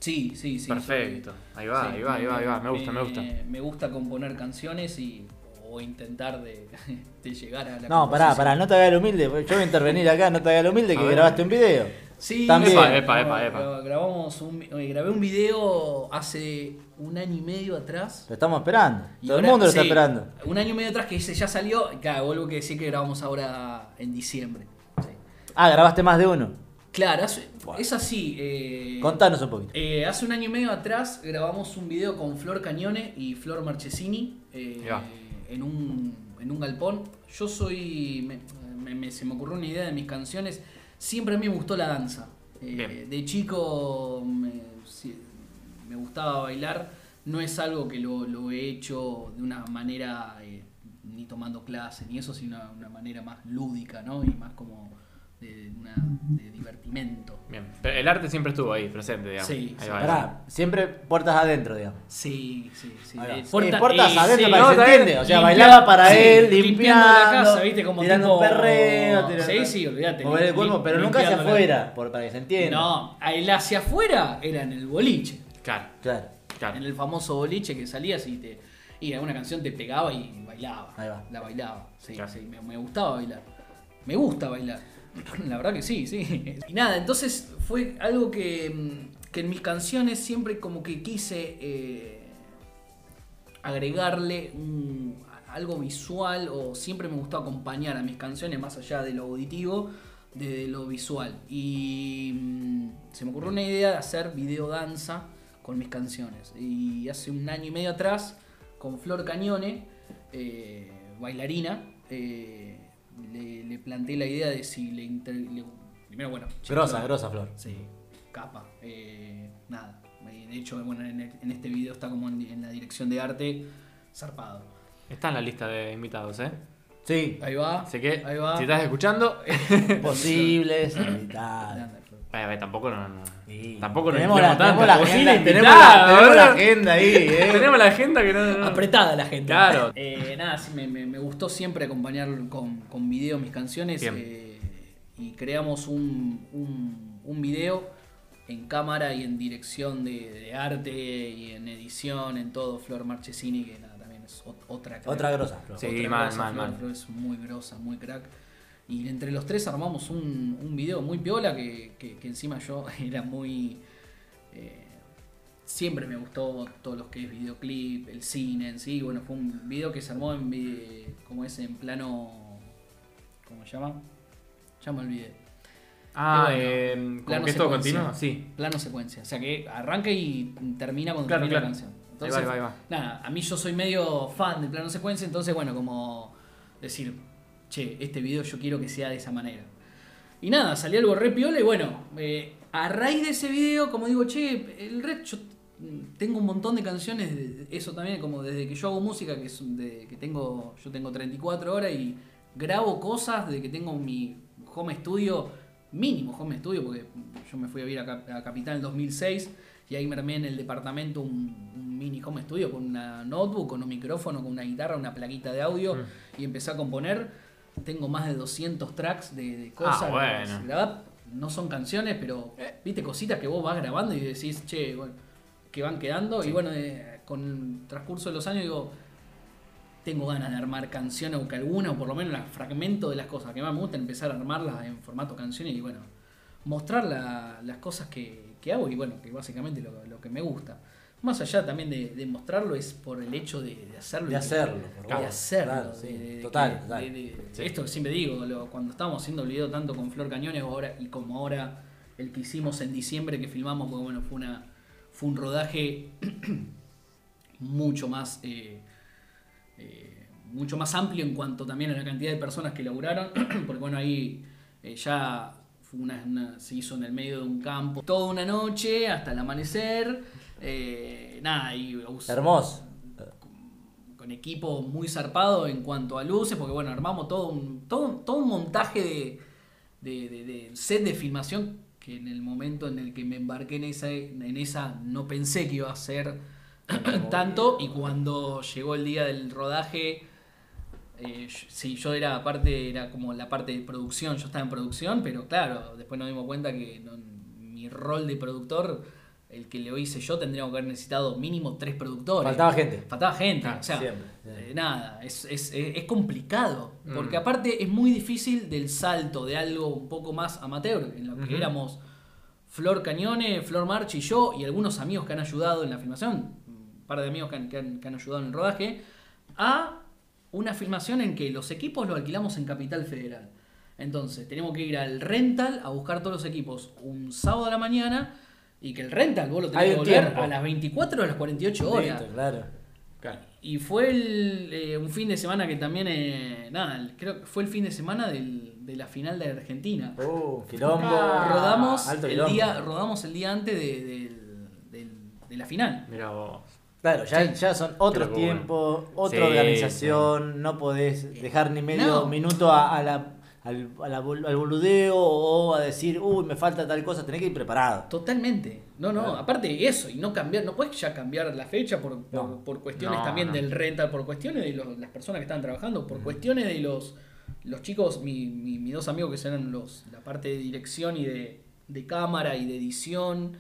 D: Sí, sí, sí.
B: Perfecto.
D: soy-
B: Ahí va, ahí va, ahí va, ahí va. Me gusta, me gusta.
D: Me gusta componer canciones y o intentar de, de llegar a la
C: No, pará,
D: composición.
C: pará, no te hagas el humilde. Yo voy a intervenir acá, no te hagas el humilde
B: A
C: que
B: ver.
C: grabaste un video.
D: Sí,
C: También.
B: Epa, epa, epa,
D: gra-
B: epa.
D: Grabamos un, eh, grabé un video hace un año y medio atrás.
C: Lo estamos esperando.
D: Y
C: Todo el
D: ahora-
C: mundo lo está
D: sí,
C: esperando.
D: Un año y medio atrás que ese ya salió. Y claro, vuelvo que decir que grabamos ahora en diciembre. Sí.
C: Ah, grabaste más de uno.
D: Claro, hace- es así. eh,
C: Contanos un poquito.
D: Eh, hace un año y medio atrás grabamos un video con Flor Cañone y Flor Marchesini eh,
B: Ahí va.
D: en, un, en un galpón. Yo soy. me- me- me- se me ocurrió una idea de mis canciones. Siempre a mí me gustó la danza. Eh,
B: Bien.
D: de chico me, sí, me gustaba bailar. No es algo que lo, lo he hecho de una manera eh, ni tomando clase ni eso, sino una, una manera más lúdica, ¿no? Y más como de, una, de divertimento.
B: Bien. Pero el arte siempre estuvo ahí, presente, digamos.
D: Sí,
B: ahí
D: sí.
B: va, ahí va.
C: Pará, siempre puertas adentro, digamos.
D: Sí, sí, sí.
C: Ahí va.
D: Eh,
C: Sí,
D: porta-
C: puertas
D: eh,
C: adentro
D: sí,
C: para que
B: no,
C: se
B: está bien.
C: entiende. O sea,
D: Limpiar-
C: bailaba para
D: sí,
C: él,
D: limpiando
C: limpiando,
D: la casa, ¿viste? Como
C: tirando
D: tipo-
C: un perreo. tirando-
D: Sí, sí, olvídate.
C: Mover el
D: Lim-
C: cuerpo, pero nunca hacia
D: limpiándola.
C: afuera, por, para que se entienda.
D: No, el hacia afuera era en el boliche.
B: Claro,
C: Claro.
B: claro.
D: En el famoso boliche que salías y te. Y alguna canción te pegaba y bailaba.
C: Ahí va.
D: La bailaba. Sí,
B: Claro.
D: sí, me, me gustaba bailar. Me gusta bailar. La verdad que sí, sí. Y nada, entonces fue algo que, mm, que en mis canciones siempre como que quise eh, agregarle un- algo visual o siempre me gustó acompañar a mis canciones más allá de lo auditivo, de, lo visual. Y mm, se me ocurrió una idea de hacer video danza con mis canciones. Y hace un año y medio atrás, con Flor Cañone, eh, bailarina, eh, le, le planteé la idea de si le... inter- le- primero, bueno... che,
C: Grosa,
D: Flor,
C: grosa flor.
D: Sí, capa. Eh, nada. De hecho, bueno, en, el- en este video está como en, en la dirección de arte, zarpado.
B: Está en la lista de invitados, ¿eh?
C: Sí.
D: Ahí va.
B: Así que,
D: ahí va. Eh,
B: si estás escuchando.
C: Posibles, invitados.
B: Eh, a ver, tampoco no, no-
C: Sí.
B: Tampoco nos
C: tenemos la,
B: inflemos tanto.
C: tenemos la
B: Posible
C: agenda, tenemos, la,
B: invitada,
C: tenemos la
B: boludo.
C: agenda ahí, eh.
B: Tenemos la agenda que no. no- no.
D: Apretada la gente.
B: Claro.
D: Eh, nada, sí, me, me- me gustó siempre acompañar con, con video mis canciones.
B: Bien.
D: eh, y creamos un, un- un video en cámara y en dirección de, de arte y en edición, en todo. Flor Marchesini, que nada, también es ot- otra crack.
C: Otra grosa flor.
B: Sí,
D: Otra
B: mal,
D: grosa,
B: mal,
D: Flor,
B: mal.
D: Flor es muy grosa, muy crack. Y entre los tres armamos un, un video muy piola que, que- que encima yo era muy... eh, siempre me gustó todos los que es videoclip, el cine en sí. Bueno, fue un video que se armó en, vi- como es, en plano... ¿Cómo se llama? Llama el video.
B: Ah,
D: Y bueno,
B: eh, como
D: plano
B: que esto
D: secuencia.
B: continúa, sí.
D: Plano secuencia. O sea que arranca y termina cuando
B: Claro, claro.
D: termina la canción.
B: Ahí va, ahí va, ahí va.
D: Nada, a mí yo soy medio fan del plano secuencia, entonces bueno, como decir, che, este video yo quiero que sea de esa manera. Y nada, salió algo re piola y bueno, eh, a raíz de ese video, como digo, che, el red, yo mm, tengo un montón de canciones, de- de- eso también, como desde que yo hago música, que, es un- de, que tengo, yo tengo 34 horas y grabo cosas de que tengo mi home studio, mínimo home studio, porque yo me fui a vivir a, Cap- a Capital en 2006 y ahí me armé en el departamento un, un mini home studio con una notebook, con un micrófono, con una guitarra, una plaquita de audio y empecé a componer. Tengo más de 200 tracks de, de cosas
B: Ah, bueno.
D: grabás, no son canciones, pero viste cositas que vos vas grabando y decís, che, bueno, que van quedando. Y bueno, eh, con el transcurso de los años digo, tengo ganas de armar canción o que alguna, o por lo menos la fragmento de las cosas que más me gusta, empezar a armarlas en formato canciones y bueno, mostrar la- las cosas que, que hago y bueno, que básicamente lo, lo que me gusta. Más allá también de, de mostrarlo es por el hecho de, de hacerlo.
C: De
D: y-
C: hacerlo, por
D: de
C: favor.
D: hacerlo. eh,
C: Claro, sí.
D: de- de-
C: Total,
D: de-
C: total.
D: de- de-
B: Sí.
D: Esto siempre digo, lo- cuando estábamos haciendo el video tanto con Flor Cañones ahora, y como ahora el que hicimos en diciembre que filmamos, porque bueno, fue, una, fue un rodaje mucho más... eh, eh, mucho más amplio en cuanto también a la cantidad de personas que laburaron, porque bueno, ahí eh, ya fue una- una- se hizo en el medio de un campo toda una noche hasta el amanecer, eh, nada, y us-
C: Hermoso.
D: con equipo muy zarpado en cuanto a luces, porque bueno, armamos todo un, todo, un- todo un montaje de, de- de- de set de filmación que en el momento en el que me embarqué en esa, en esa no pensé que iba a ser tanto y cuando llegó el día del rodaje, eh, yo- sí, yo era parte, era como la parte de producción, yo estaba en producción, pero claro, después nos dimos cuenta que no- mi rol de productor, el que lo hice yo, tendríamos que haber necesitado mínimo tres productores.
C: Faltaba gente.
D: Faltaba gente, o sea,
C: siempre, Mm.
D: eh, nada, es, es- es- es complicado, porque aparte es muy difícil del salto de algo un poco más amateur, en lo que éramos Flor Cañone, Flor March y yo, y algunos amigos que han ayudado en la filmación, un par de amigos que han, que han- que han ayudado en el rodaje, a una filmación en que los equipos los alquilamos en Capital Federal. Entonces, tenemos que ir al rental a buscar todos los equipos un sábado a la mañana y que el rental vos lo tenés
C: Hay
D: que
C: un
D: volver
C: tiempo.
D: a las 24 o a las 48 horas.
C: Listo, claro.
D: Y fue el, eh, un fin de semana que también, eh, nada, el- creo que fue el fin de semana del- de la final de Argentina.
C: Uh, quilombo.
D: Ah. rodamos,
C: Alto
D: el
C: quilombo.
D: día, rodamos el día antes de, del- del- de la final.
B: Mira vos.
C: Claro, ya, ya son otros
B: Creo que
C: tiempos, otra
B: Sí,
C: organización, no podés dejar ni medio
D: No.
C: minuto a, a la, al, a la bol- al boludeo o a decir, uy, me falta tal cosa, tenés que ir preparado.
D: Totalmente. No, no,
C: Claro.
D: aparte eso, y no cambiar, no puedes ya cambiar la fecha por, por,
C: No.
D: por cuestiones
B: No,
D: también
B: no.
D: del rental, por cuestiones de los- las personas que estaban trabajando, por cuestiones de los, los chicos, mi- mi- mis dos amigos que eran los, la parte de dirección y de, de cámara y de edición,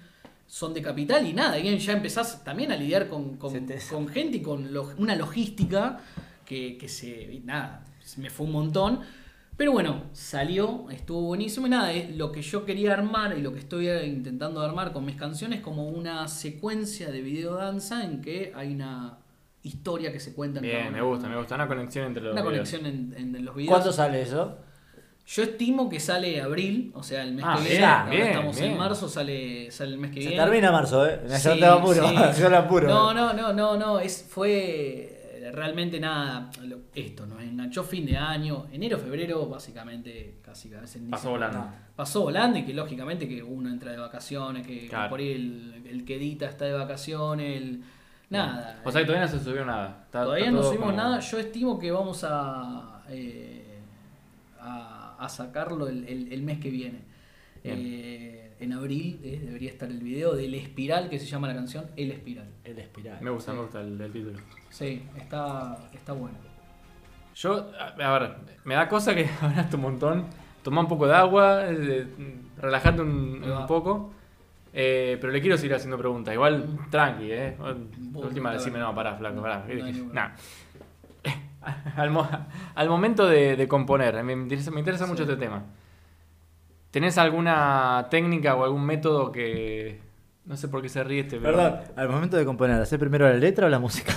D: son de capital y nada, y ya empezás también a lidiar con, con-
C: Se te-
D: con gente y con lo- una logística que, que se, y nada, se me fue un montón. Pero bueno, salió, estuvo buenísimo y nada, es lo que yo quería armar y lo que estoy eh, intentando armar con mis canciones como una secuencia de videodanza en que hay una historia que se cuenta en cada
B: Bien,
D: una.
B: me gusta, me gusta. Una conexión entre los
D: Una
B: videos.
D: conexión en, en los videos.
C: ¿Cuánto sale eso?
D: Yo estimo que sale abril, o sea, el mes
B: Ah,
D: que
B: bien,
D: viene. Ahora
B: bien,
D: estamos
B: bien.
D: en marzo, sale, sale el mes que
C: Se
D: viene.
C: termina marzo, ¿eh?
D: Sí,
C: yo te apuro,
D: sí.
C: yo lo apuro.
D: No, no, no, no, no. Es, fue eh, realmente nada. lo- Esto nos enganchó fin de año. Enero, febrero, básicamente, casi cada vez en
B: Pasó
D: diciembre.
B: volando.
C: No.
D: Pasó volando y que lógicamente que uno entra de vacaciones, que
B: Claro.
D: por ahí el, el que edita está de vacaciones, el. Nada. eh.
B: O sea que todavía no se subió nada. Está-
D: Todavía
B: está
D: no
B: todo
D: subimos
B: como-
D: nada. Yo estimo que vamos a, eh, a, a sacarlo el, el- el mes que viene.
B: Bien.
D: Eh, en abril eh, debería estar el video del Espiral, que se llama la canción El Espiral.
C: El espiral.
B: Me gusta, me gusta el, el título.
D: Sí, está, está bueno.
B: Yo, a a ver, me da cosa que hablaste un montón. Tomá un poco de agua, eh, relajate un,
D: Ahí va.
B: un poco. Eh, pero le quiero seguir haciendo preguntas. Igual,
C: Mm.
B: tranqui, ¿eh? La
D: Vos,
B: última,
D: la
B: decime,
D: verdad.
B: no, pará, flaco, pará.
D: No hay ninguna.
B: Nah. Al, mo- al momento de, de componer, me interesa, me interesa mucho
D: Sí.
B: este tema. ¿Tenés alguna técnica o algún método que.? No sé por qué se ríe este, pero-
C: Perdón, al momento de componer, ¿haces primero la letra o la música?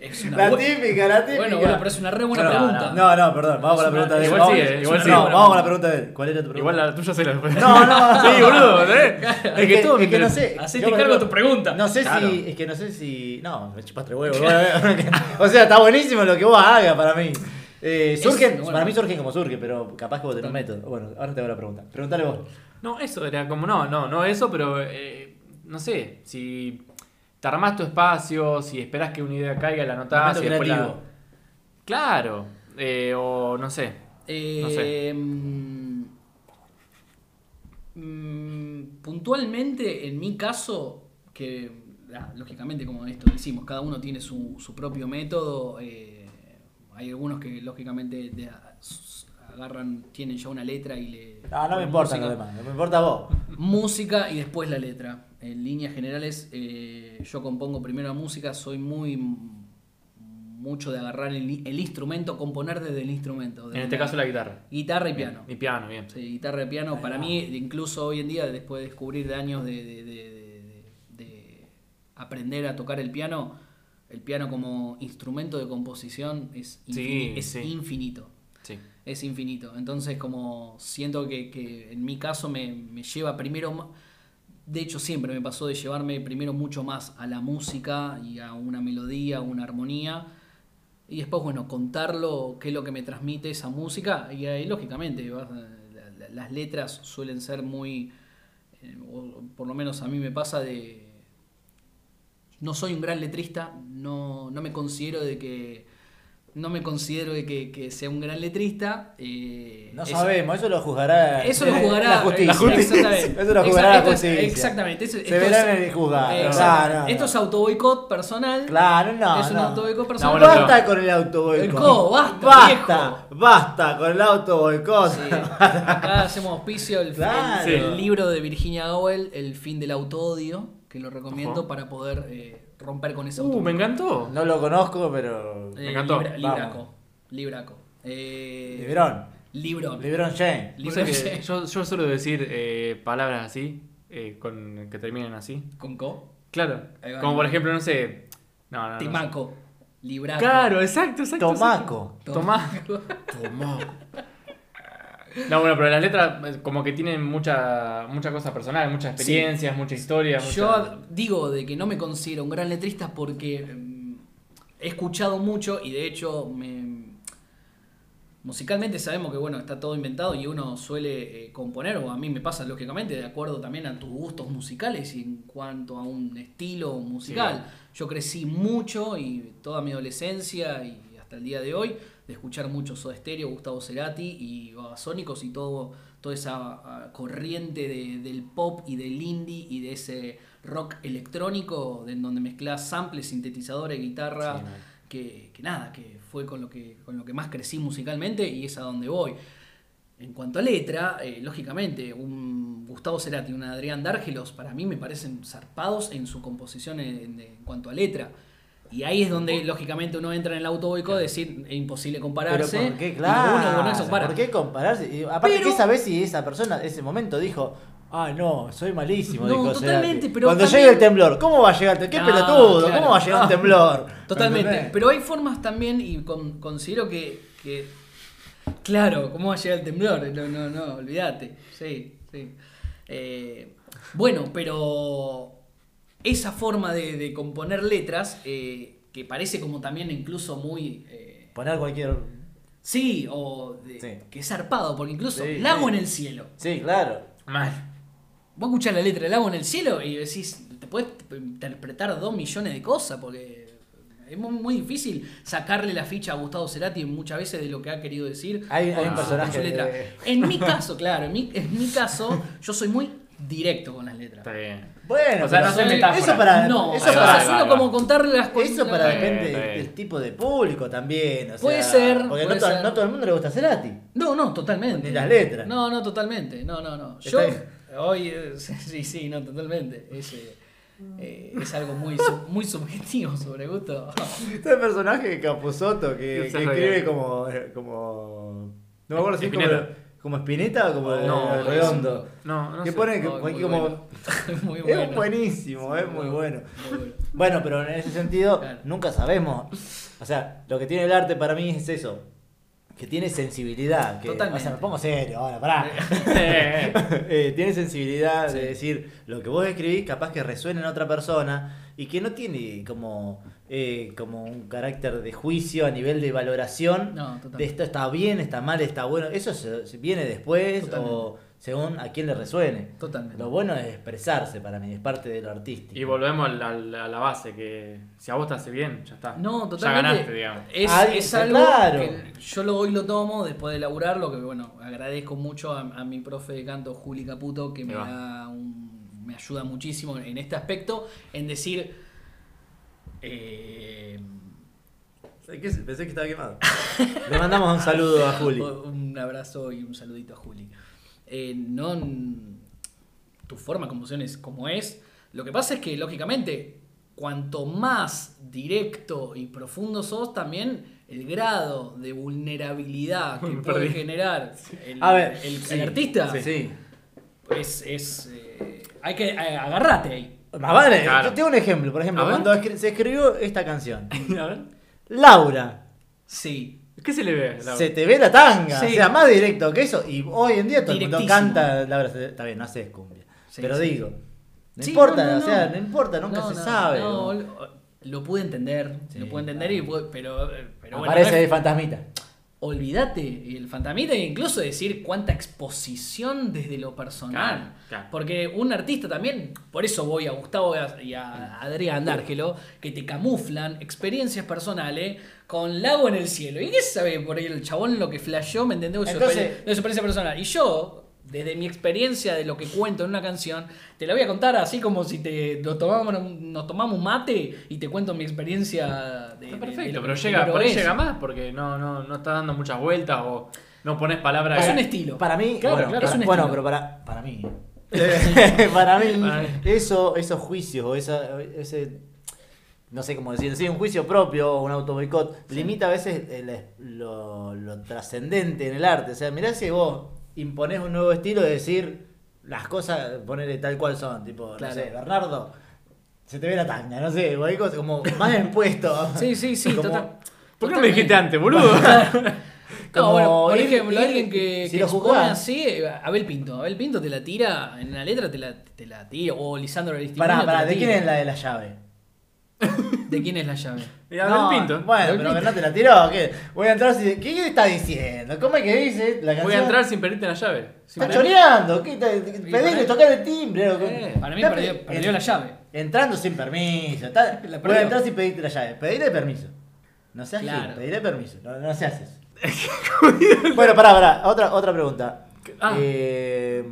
D: Es una
C: la
D: bu-
C: típica, la típica.
D: Bueno, bueno, pero es una re buena
C: Bueno,
D: pregunta.
C: No, no, perdón, vamos con la
D: Es
C: pregunta
D: una-
C: de él.
B: igual
C: vamos-
B: sí, eh, igual
C: no,
B: sí.
C: vamos con la pregunta de él. ¿Cuál era tu pregunta?
B: Igual la tuya se la
C: No, no,
B: sí,
C: no.
B: boludo, ¿eh? Es que todo me
C: es que no
B: interesa.
C: sé.
D: Hacete
C: yo, por
D: cargo
C: ejemplo,
D: de tu pregunta.
C: No sé
B: Claro.
C: si. Es que no sé si. No, me chupaste el huevo. o sea, está buenísimo lo que vos hagas para mí. Eh,
D: Es-
C: surgen,
D: bueno.
C: para mí surgen como surge, pero capaz que vos tenés un método. Bueno, ahora te hago la pregunta. Preguntale vos.
B: No, eso era como, no, no, no eso, pero eh, no sé, si te armás tu espacio, si esperás que una idea caiga, la anotás
C: Momento
B: y después la-
C: creativo.
B: Claro, eh, o no sé.
D: Eh,
B: No
D: mm, mm, puntualmente, en mi caso, que ah, lógicamente, como esto decimos, cada uno tiene su, su propio método. eh, hay algunos que lógicamente de- s- agarran, tienen ya una letra y le.
C: Ah, No, no me
D: ponen
C: importa lo
D: música.
C: demás, no me importa vos.
D: Música y después la letra. En líneas generales, eh, yo compongo primero la música, soy muy, muy mucho de agarrar el, el instrumento, componer desde el instrumento.
B: En este caso la guitarra.
D: Guitarra y piano.
B: Y piano, bien.
D: Sí, guitarra y piano. Para mí, incluso hoy en día, después de descubrir de años de, de- de- de- de aprender a tocar el piano, el piano como instrumento de composición es,
B: Sí,
D: infini- es
B: sí.
D: infinito.
B: Sí.
D: Es infinito. Entonces, como siento que, que en mi caso me, me lleva primero. ma- De hecho, siempre me pasó de llevarme primero mucho más a la música y a una melodía, a una armonía. Y después, bueno, contarlo, qué es lo que me transmite esa música. Y ahí, lógicamente, vas- eh, la- la- las letras suelen ser muy. eh, o por lo menos a mí me pasa de. No soy un gran letrista, no, no me considero de que. No me considero de que, que sea un gran letrista. eh,
C: No
D: esa-
C: sabemos, eso lo juzgará.
D: eso lo jugará eh,
C: la justicia.
D: Exactamente.
C: Eso lo jugará
D: Exa-
C: la
D: esto es-
C: justicia.
D: Exactamente. Eso-
C: Se
D: esto
C: verá
D: es-
C: en el juzgado.
D: eh,
C: No,
D: exacto.
C: no, no.
D: Esto es autoboicot personal.
C: Claro, no.
D: Es un
C: no.
D: autoboicot
C: No,
D: personal.
B: bueno,
C: basta con el autoboicot.
D: El co, basta,
C: Basta, basta con el autoboicot.
D: Sí. Acá hacemos auspicio el,
C: Claro.
D: el- el libro de Virginia Gowell, El fin del autodio, que lo recomiendo
B: Ojo.
D: para poder eh, romper con ese
B: Uh,
D: autodio.
B: me encantó.
C: No lo conozco, pero.
D: Eh,
B: me encantó.
D: libra-
C: Vamos.
D: libraco. Libraco. Eh,
C: Librón.
D: Librón.
C: Librón James.
B: Vos sabés
D: Librón.
B: que yo, yo suelo decir eh, palabras así, eh, con, que terminan así.
D: Con co.
B: Claro.
D: Ahí va.
B: Como por ejemplo, no sé. No, no, no.
D: Timaco. Libraco.
B: Claro, exacto, exacto.
C: Tomaco.
B: exacto. Tomaco. No, bueno, pero las letras eh, como que tienen mucha, mucha cosa personal, muchas experiencias, mucha historia.
D: Yo
B: mucha-
D: ad- digo de que no me considero un gran letrista porque mm, he escuchado mucho y de hecho me- musicalmente sabemos que bueno está todo inventado y uno suele eh, componer o a mí me pasa lógicamente de acuerdo también a tus gustos musicales y en cuanto a un estilo musical. Yo crecí mucho y toda mi adolescencia y hasta el día de hoy de escuchar mucho Soda Stereo, Gustavo Cerati y Babasónicos y todo, toda esa ah, corriente de- del pop y del indie y de ese rock electrónico de, en donde mezclas samples, sintetizadores, guitarra,
B: Sí, mal.
D: que, que nada, que fue con lo que, con lo que más crecí musicalmente y es a donde voy. En cuanto a letra, eh, lógicamente, un Gustavo Cerati y un Adrián Dárgelos para mí me parecen zarpados en su composición en, en- en cuanto a letra. Y ahí es donde, lógicamente, uno entra en el auto boicot, decir, es imposible
C: Pero
D: compararse.
C: ¿por qué?
D: y
C: Claro.
D: uno con eso compara.
C: ¿Por qué compararse? Y aparte,
D: Pero-
C: ¿qué sabés si esa persona, ese momento, dijo. Ah, no, soy malísimo.
D: No,
C: dijo
D: totalmente,
C: Cerati.
D: pero
C: Cuando
D: también-
C: llegue el temblor, ¿cómo va a llegar? el tem- ¿Qué
D: No,
C: pelotudo?
D: claro.
C: ¿Cómo va a llegar un temblor?
D: Totalmente.
C: ¿Entendés?
D: Pero hay formas también, y con- considero que, que- Claro, ¿cómo va a llegar el temblor? No, no, no, olvídate. Sí, sí. Eh, bueno, pero. Esa forma de, de componer letras, eh, que parece como también incluso muy. eh,
C: Poner cualquier.
D: sí, o. de-
C: Sí.
D: que es zarpado, porque incluso.
C: Sí,
D: lago
C: sí.
D: en el cielo.
C: Sí, claro.
B: Mal.
D: Vos escuchás la letra del lago en el cielo y decís, te puedes interpretar dos millones de cosas porque es muy, muy difícil sacarle la ficha a Gustavo Cerati muchas veces de lo que ha querido decir.
C: Hay- hay
D: con
C: un
D: su-
C: personaje
D: con su letra.
C: de-
D: En mi caso, claro, en mi, en mi caso, yo soy muy directo con las letras.
B: Está bien.
C: Bueno,
B: O sea,
C: pero
B: no soy
C: eso-
B: metáfora.
C: Eso para,
D: no,
C: eso
B: ahí va,
C: para,
B: ahí va.
D: solo como contar las cosas.
C: eso para depende
B: Está
C: del,
B: bien.
C: del tipo de público también. o
D: Puede
C: sea,
D: ser,
C: Porque
D: puede
C: no, to-
D: ser.
C: no todo el mundo le gusta Cerati.
D: No, no, totalmente.
C: Ni las letras.
D: No, no, totalmente. No, no, no.
C: Está
D: Yo
C: bien.
D: hoy eh, sí, sí, no, totalmente. Es, eh, eh, es algo muy, sub- muy subjetivo sobre gusto.
C: Este personaje de Capuzoto que,
B: Ese
C: que
B: es
C: escribe
B: real.
C: como, eh, como. No me acuerdo si es
B: Espineta.
C: como. Como espineta o como
B: No,
C: eh, redondo.
B: No, no
C: que
B: sé.
C: pone
D: No, es
C: cualquier
D: muy
C: como.
D: bueno. muy bueno.
C: Es buenísimo, es muy bueno.
D: Muy bueno.
C: Bueno, pero en ese sentido,
D: Claro.
C: nunca sabemos. O sea, lo que tiene el arte para mí es eso. Que tiene sensibilidad. Que, O
D: Totalmente.
C: sea, me pongo serio ahora, pará.
B: Eh,
C: Eh, tiene sensibilidad
D: Sí.
C: de decir lo que vos escribís capaz que resuena en otra persona y que no tiene como, eh, como un carácter de juicio a nivel de valoración
D: No, totalmente.
C: de esto está bien, está mal, está bueno. Eso se- se viene después o
D: Totalmente.
C: según a quién le resuene.
D: Totalmente.
C: Lo bueno es expresarse para mí, es parte de lo artístico.
B: y volvemos al- al- a la, base, que si a vos te hace bien, ya está.
D: No, totalmente.
B: Ya ganaste, digamos.
D: Es,
C: Ah,
D: es
C: está
D: algo
C: claro.
D: que yo lo, hoy lo tomo después de laburar, lo que bueno, agradezco mucho a, a mi profe de canto, Juli Caputo, que me,
B: Ahí va.
D: da un- me ayuda muchísimo en este aspecto, en decir... eh,
C: Pensé que estaba quemado. Le mandamos un saludo a Juli.
D: Un abrazo y un saludito a Juli. Eh, no, n- tu forma de composición es como es. Lo que pasa es que, lógicamente, cuanto más directo y profundo sos, también el grado de vulnerabilidad que
B: Me
D: puede
B: perdí.
D: generar el,
C: A ver,
D: el- el
C: sí,
D: artista
C: Sí.
D: es. es, eh, hay que. eh, agarrate ahí.
C: Más vale,
B: Claro.
C: yo tengo un ejemplo. Por ejemplo,
B: A ver.
C: cuando escri- se escribió esta canción,
B: A ver.
C: Laura,
D: Sí.
B: ¿Qué se le ve? Laura?
C: se te ve la tanga.
D: Sí.
C: O sea, más directo que eso. Y hoy en día todo el mundo
D: Directísimo.
C: canta Laura. se- Está bien, no haces cumbia.
D: Sí,
C: pero
D: sí,
C: digo, no
D: Sí,
C: importa,
D: no, no,
C: o sea,
D: no.
C: no importa, nunca
D: No,
C: se
D: no,
C: sabe.
D: no,
C: ¿no?
D: lo, lo pude entender.
C: Sí,
D: lo pude entender, y
C: claro.
D: pude- pero, eh, pero bueno.
C: Aparece
D: no es-
C: el fantasmita.
D: olvídate el fantamita e incluso decir cuánta exposición desde lo personal.
B: Claro, claro.
D: Porque un artista también, por eso voy a Gustavo y a, y a Adrián D'Argelo, que te camuflan experiencias personales con Lago en el cielo. ¿Y qué sabe por ahí el chabón lo que flasheó, me entendés? De su
C: Entonces-
D: experien- de su experiencia personal. Y yo, desde mi experiencia de lo que cuento en una canción, te la voy a contar así como si te lo tomamos, nos tomamos un mate y te cuento mi experiencia de,
B: Está
D: de- de
B: perfecto,
D: lo
B: pero
D: que
B: llega,
D: logro
B: por ahí
D: eso.
B: llega más porque no, no, no está dando muchas vueltas o no pones palabras.
D: Es un estilo.
C: Para mí,
D: Claro,
C: bueno, para-
D: claro, es un
C: bueno,
D: estilo.
C: pero para, para mí. eh, para mí,
B: Para mí.
C: eso, esos juicios o esa, ese. No sé cómo decir, sí, un juicio propio o un auto boicot limita a veces el- lo, lo trascendente en el arte. O sea, mirá si vos imponés un nuevo estilo de decir las cosas, ponerle tal cual son. Tipo,
D: Claro.
C: no sé, Bernardo, se te ve la tanga, no sé, cualquier cosa, como más expuesto.
D: Sí, sí, sí,
C: Como-
D: total.
B: ¿Por qué no me dijiste antes, boludo?
D: No,
C: Como
D: bueno, por
C: ir-
D: ejemplo,
C: ir-
D: alguien que,
C: si
D: que
C: lo
D: expone
C: juzgás.
D: así, eh, Abel Pinto. Abel Pinto te la tira, en la letra te la, te la tira. O Lisandro Aristimuño
C: Pará,
D: te
C: pará,
D: la
C: ¿de quién
D: tira.
C: es la de la llave?
D: ¿De quién es la llave?
B: Y Abel
C: No,
B: Pinto.
C: Bueno,
D: Abel
C: pero
D: Pinto.
C: Bernat te la tiró. ¿qué? Voy a entrar sin... ¿Qué está diciendo? ¿Cómo es que dice la canción?
B: Voy a entrar sin pedirte la llave. Sin
C: Está
B: pedir-
C: choreando. ¿Qué está... Pedirle,
D: para-
C: tocar el timbre. loco.
B: Eh,
D: Para mí
C: Está
D: perdió,
C: pe-
D: perdió
C: en-
D: la llave.
C: Entrando sin permiso. está-
D: La
C: Voy
D: perdió.
C: a entrar sin pedirte la llave. Pedirle permiso. No seas
D: Claro.
C: gil, pedirle permiso. No, no seas eso. bueno, pará, pará. Otra, otra pregunta.
B: Ah.
C: Eh,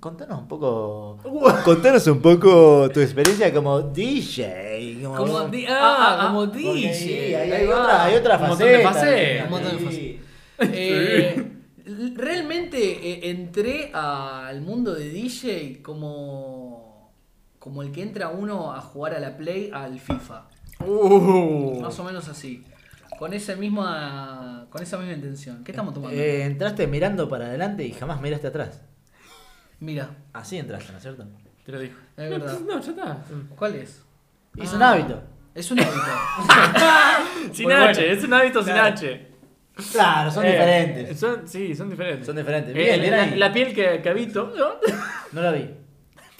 C: Contanos un poco. Contanos un poco tu experiencia como DJ. Como,
D: Como, di- ah,
B: Ah, ah,
D: como
B: ah.
C: Porque
D: DJ.
C: ahí- ahí
B: ahí
C: hay,
B: va.
C: otra, hay otra
B: Un montón de
C: faceta,
B: facetas.
D: Un montón de
C: Sí.
D: facetas. Eh, l- realmente eh, entré al mundo de DJ como, como el que entra uno a jugar a la Play al FIFA.
B: Uh.
D: Más o menos así. Con esa misma. Con esa misma intención. ¿Qué estamos tomando?
C: Eh, entraste mirando para adelante y jamás miraste atrás.
D: Mira,
C: Así entraste, ¿no es cierto?
D: Ah.
B: Te lo dijo.
D: es verdad.
B: No, ya está.
C: Mm.
D: ¿Cuál es?
C: Es
D: Ah,
C: un hábito.
D: Es un hábito.
B: Sin
D: Muy
B: H,
D: bueno.
B: es un hábito
C: Claro.
B: sin H.
C: Claro, son
B: Eh,
C: diferentes.
B: Son, sí, son diferentes.
C: Son
B: Eh,
C: diferentes. Bien, bien
B: la,
C: ahí.
B: la piel que, que habito, ¿no?
C: No lo vi.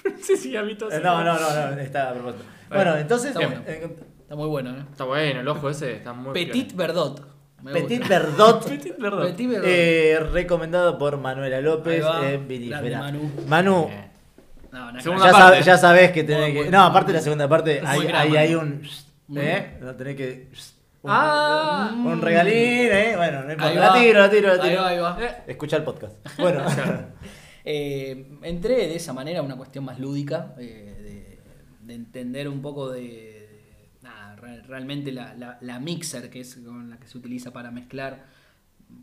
B: no sé si habito.
C: Eh, No, no, no, no, está a propósito.
B: Bueno,
C: Bueno, entonces.
D: está bueno.
C: eh,
D: Está muy bueno, ¿eh?
B: Está bueno, el ojo ese está muy.
D: Petit Verdot. Me
C: Petit
D: gusta.
C: Verdot.
B: Petit, perdón.
D: Petit Verdot.
C: eh, recomendado por Manuela López
D: Ahí va.
C: en Vinifera.
D: Grande, Manu.
C: Manu,
B: Eh,
D: No, no,
B: Segunda
C: ya,
B: parte.
C: sab- ya sabés que
D: Muy
C: tenés que.
D: bueno.
C: No, aparte de la segunda parte,
D: Muy
C: ahí
D: gran
C: ahí
D: Manu.
C: hay un.
D: Muy
C: ¿Eh? No tenés que. un-
B: Ah.
C: Un regalín, ¿eh? Bueno, no importa.
D: Ahí
C: La
D: va.
C: tiro, la tiro, la
D: Ahí
C: tiro.
D: va, ahí va.
B: Eh,
C: Escucha el podcast. Bueno,
D: Eh, entré de esa manera a una cuestión más lúdica, eh, de, de entender un poco de, de- nada, re- realmente la, la- la mixer, que es con la que se utiliza para mezclar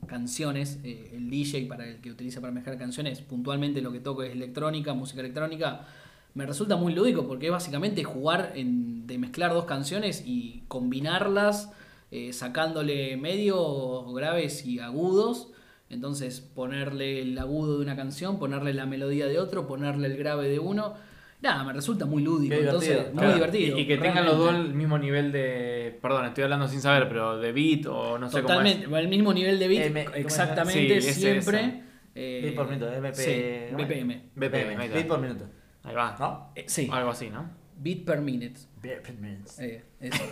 D: canciones, eh, el DJ para el que utiliza para mezclar canciones, puntualmente lo que toco es electrónica, música electrónica, me resulta muy lúdico porque es básicamente jugar en- de mezclar dos canciones y combinarlas eh, sacándole medios graves y agudos. Entonces ponerle el agudo de una canción, ponerle la melodía de otro, ponerle el grave de uno. Nada, me resulta muy lúdico.
C: Qué divertido.
D: Entonces, muy
B: claro.
D: divertido.
B: Y, y que tengan los dos
D: realmente.
B: el mismo nivel de. Perdón, estoy hablando sin saber, pero de beat o no sé
D: Totalmente, el mismo nivel de beat,
C: M- Eh, ¿cómo era?
D: exactamente,
B: Sí, es
D: siempre.
B: esa.
D: eh,
C: Bit por minuto, BPM.
D: sí,
C: Bueno.
D: BPM.
B: BPM, ahí está.
C: Bit por minuto.
B: cómo es. Ahí va.
C: ¿No?
D: Eh, sí,
B: Algo así, ¿no?
D: beat per minute.
C: Bit por minuto.
D: eh, eso.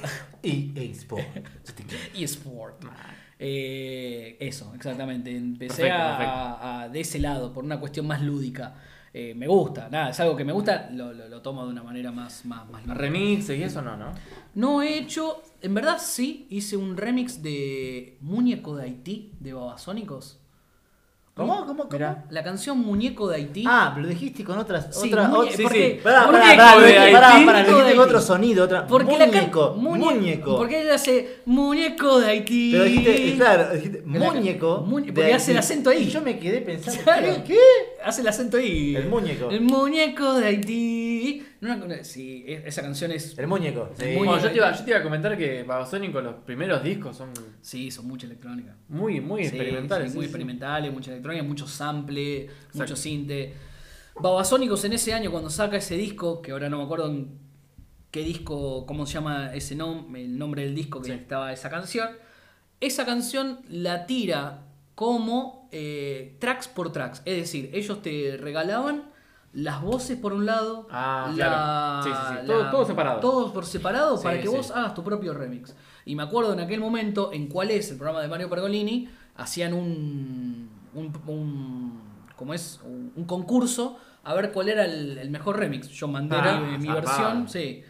C: EA Sport.
D: eSport. Eh, eso, exactamente. Empecé
B: Perfecto,
D: a-
B: perfecto.
D: a- a- de ese lado, por una cuestión más lúdica. Eh, me gusta, nada, es algo que me gusta, lo, lo- lo tomo de una manera más, más, más lúdica.
B: Remixes y eso no, ¿no?
D: No he hecho, en verdad sí, hice un remix de Muñeco de Haití, de Babasónicos.
C: ¿Cómo? ¿Cómo? ¿Cómo?
B: Mirá.
D: La canción Muñeco de Haití.
C: Ah, pero dijiste con otras.
D: Sí,
C: otra,
D: muñe-
C: otra-
B: sí,
D: porque-
B: sí.
C: Pará,
D: porque-
C: pará, pará,
B: Muñeco
C: lo
B: de
C: dijiste- pará,
B: Haití.
C: pará, lo dijiste
D: Muñeco de
C: con otro
D: Haití.
C: sonido, otra.
D: Porque la can-
C: muñeco,
D: muñe-
C: muñeco.
D: Porque él hace muñeco de Haití.
C: Pero dijiste, claro, dijiste
D: La-
C: muñeco.
D: muñe-
C: de
D: porque hace el
C: Haití.
D: acento ahí.
C: Y yo me quedé pensando,
D: Claro.
C: ¿qué? ¿qué?
D: Hace el acento ahí.
C: El muñeco.
D: El muñeco de Haití. en una- sí, e- esa canción es.
C: El muñeco.
D: El
C: Sí.
D: muñeco.
B: Bueno, yo, te iba, yo te iba a comentar que Babasónico los primeros discos son
D: Sí, son mucha electrónica.
B: muy, muy
D: Sí,
B: experimentales.
D: sí,
B: sí,
D: muy
B: sí.
D: experimentales, mucha electrónica, mucho sample, mucho sinte. Babasónicos en ese año, cuando saca ese disco, que ahora no me acuerdo en qué disco, cómo se llama ese nombre, el nombre del disco que estaba esa canción, esa canción la tira como eh, tracks por tracks. Es decir, ellos te regalaban las voces por un lado,
B: Ah,
D: la-
B: claro. Sí, sí, sí. Todo- todo separado.
D: Todos por separado para
B: Sí,
D: que
B: sí.
D: vos hagas tu propio remix. Y me acuerdo en aquel momento, en cuál es el programa de Mario Pergolini, hacían un. un, un- ¿cómo es? Un, un concurso a ver cuál era el, el mejor remix. Yo mandé
B: Ah,
D: mi, mi
B: zarpado.
D: versión, sí.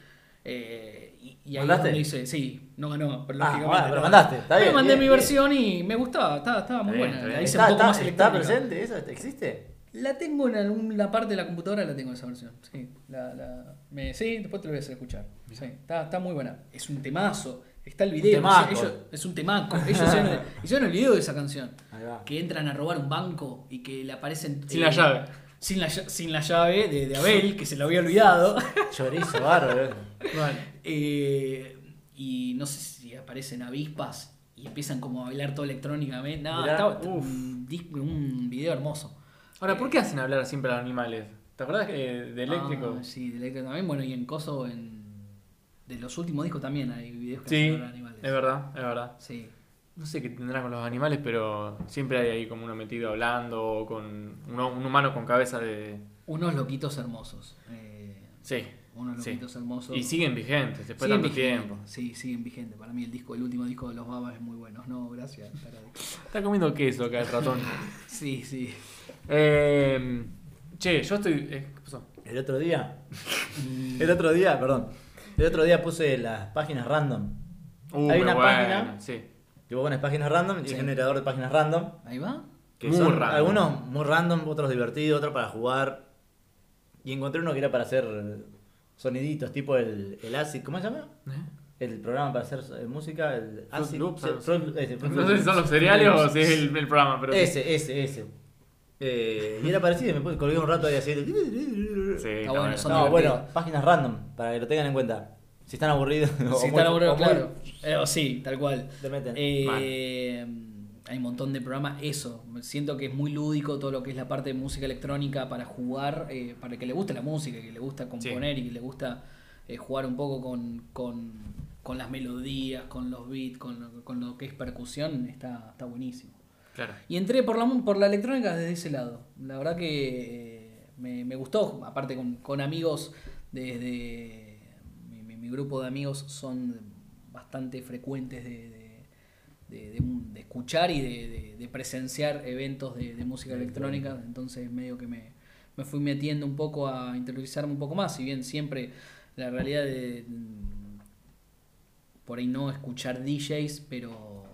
D: Eh, y, y ahí es
C: ¿Mandaste?
D: donde hice, sí, no ganó, pero
C: Ah,
D: lógicamente.
C: bueno, pero
D: no.
C: mandaste, está
D: Pero
C: bien,
D: mandé
C: bien,
D: mi
C: bien.
D: versión y me gustaba, estaba, estaba muy
B: Está bien,
D: buena.
B: está
D: La
B: bien.
D: hice
C: ¿Está,
D: un poco
C: está-
D: más
C: está
D: electrónica.
C: presente eso? ¿Existe?
D: La tengo en alguna parte de la computadora, la tengo esa versión. Sí, la, la- me- sí, después te lo voy a hacer escuchar. Sí, está, está muy buena. Es un temazo. Está el video.
C: temaco.
D: ellos- es un temaco. Ellos hicieron, el- hicieron el video de esa canción.
C: Ahí va.
D: Que entran a robar un banco y que le aparecen. eh,
B: Sin la llave.
D: Sin la, lla- sin la llave de, de Abel, que se lo había olvidado.
C: Chorizo, bárbaro.
B: Vale.
D: Eh, y no sé si aparecen avispas y empiezan como a bailar todo electrónicamente. No,
C: Mirá,
D: estaba-
B: uf.
D: un, dis- un video hermoso.
B: Ahora, ¿por qué hacen hablar siempre a los animales? ¿Te acuerdas de Eléctrico?
D: Ah, sí, de eléctrico también. Bueno, y en Coso, en... de los últimos discos también hay videos que
B: sí,
D: hacen hablar animales.
B: es verdad, es verdad.
D: Sí.
B: No sé qué tendrá con los animales, pero siempre hay ahí como uno metido hablando o con uno- un humano con cabeza de...
D: Unos loquitos hermosos. eh,
B: Sí.
D: unos
B: sí.
D: loquitos hermosos.
B: Y siguen vigentes después
D: Siguen
B: de tanto
D: vigentes,
B: tiempo.
D: Sí, siguen vigentes. Para mí el disco, el último disco de los babas es muy bueno. No, gracias. tarado.
B: Está comiendo queso acá el ratón.
D: Sí, sí.
B: Eh, che, yo estoy... eh, ¿Qué pasó?
C: El otro día. El otro día, perdón. El otro día puse las páginas random.
B: Uh,
C: Hay
B: pero
C: una página-
B: Sí.
C: Yo pones páginas random y
D: Sí.
C: el generador de páginas random.
D: Ahí va.
C: Que
B: Muy
C: son
B: random.
C: algunos muy random, otros divertidos, otros para jugar. Y encontré uno que era para hacer soniditos, tipo el, el acid, ¿cómo se llama?
B: ¿Eh?
C: El programa para hacer eh, música, el
B: Fruit Loops,
C: sí,
B: algo así.
C: Fruit- ese, Fruit
B: No sé
C: Loops.
B: si son los cereales o si es el, el programa, pero... sí.
C: Ese, ese, ese. Eh, y era parecido, y me puse, colgué un rato ahí así.
B: Sí,
D: Está
B: está
D: Ah, bueno,
B: bueno.
D: son-
C: No,
D: divertidos.
C: bueno, páginas random, para que lo tengan en cuenta. Si están aburridos. o muy-
D: Sí, está laburado,
C: o muy-
D: claro. Eh, o sí, tal cual.
C: Te meten.
D: Eh, hay un montón de programas, eso. Siento que es muy lúdico todo lo que es la parte de música electrónica para jugar, eh, para el que le guste la música, que le gusta componer y que le gusta eh, jugar un poco con, con, con las melodías, con los beats, con lo, con lo que es percusión, está, está buenísimo.
B: Claro.
D: Y entré por la, mu- por la electrónica desde ese lado. La verdad que eh, me, me gustó, aparte con, con amigos, desde mi, mi- mi grupo de amigos son bastante frecuentes de, de- de- de un- de escuchar y de, de- de presenciar eventos de, de música electrónica, entonces medio que me, me fui metiendo un poco a interiorizarme un poco más, si bien siempre la realidad de... Por ahí no escuchar DJs, pero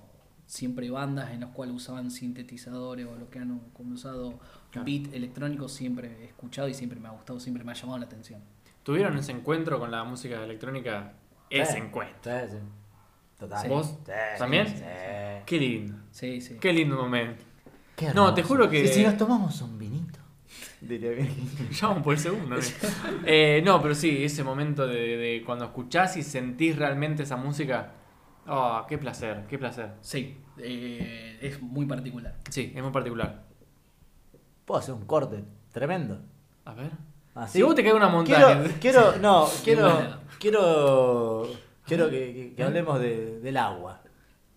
D: siempre bandas en las cuales usaban sintetizadores o lo que han como usado beat electrónico, siempre he escuchado y siempre me ha gustado, siempre me ha llamado la atención.
B: ¿Tuvieron ese encuentro con la música electrónica? Ese
C: Sí.
B: encuentro.
C: Sí, sí. Total.
B: ¿Vos
C: Sí,
B: también?
C: sí.
B: Qué lindo.
D: Sí, sí.
B: Qué lindo momento.
C: Qué
B: No,
C: hermoso.
B: te juro que-
C: Y si nos tomamos un vinito. Diría bien.
B: Ya vamos por el segundo. ¿eh? Eh, no, pero sí, ese momento de, de cuando escuchás y sentís realmente esa música. Oh, qué placer, qué placer.
D: Sí, eh, es muy particular.
B: Sí, es muy particular.
C: Puedo hacer un corte tremendo.
B: A ver.
C: Así.
B: Si vos te caes una montaña.
C: ¿Ah, quiero, quiero, no, quiero,
D: Bueno.
C: quiero, quiero que, que- que hablemos de- del agua.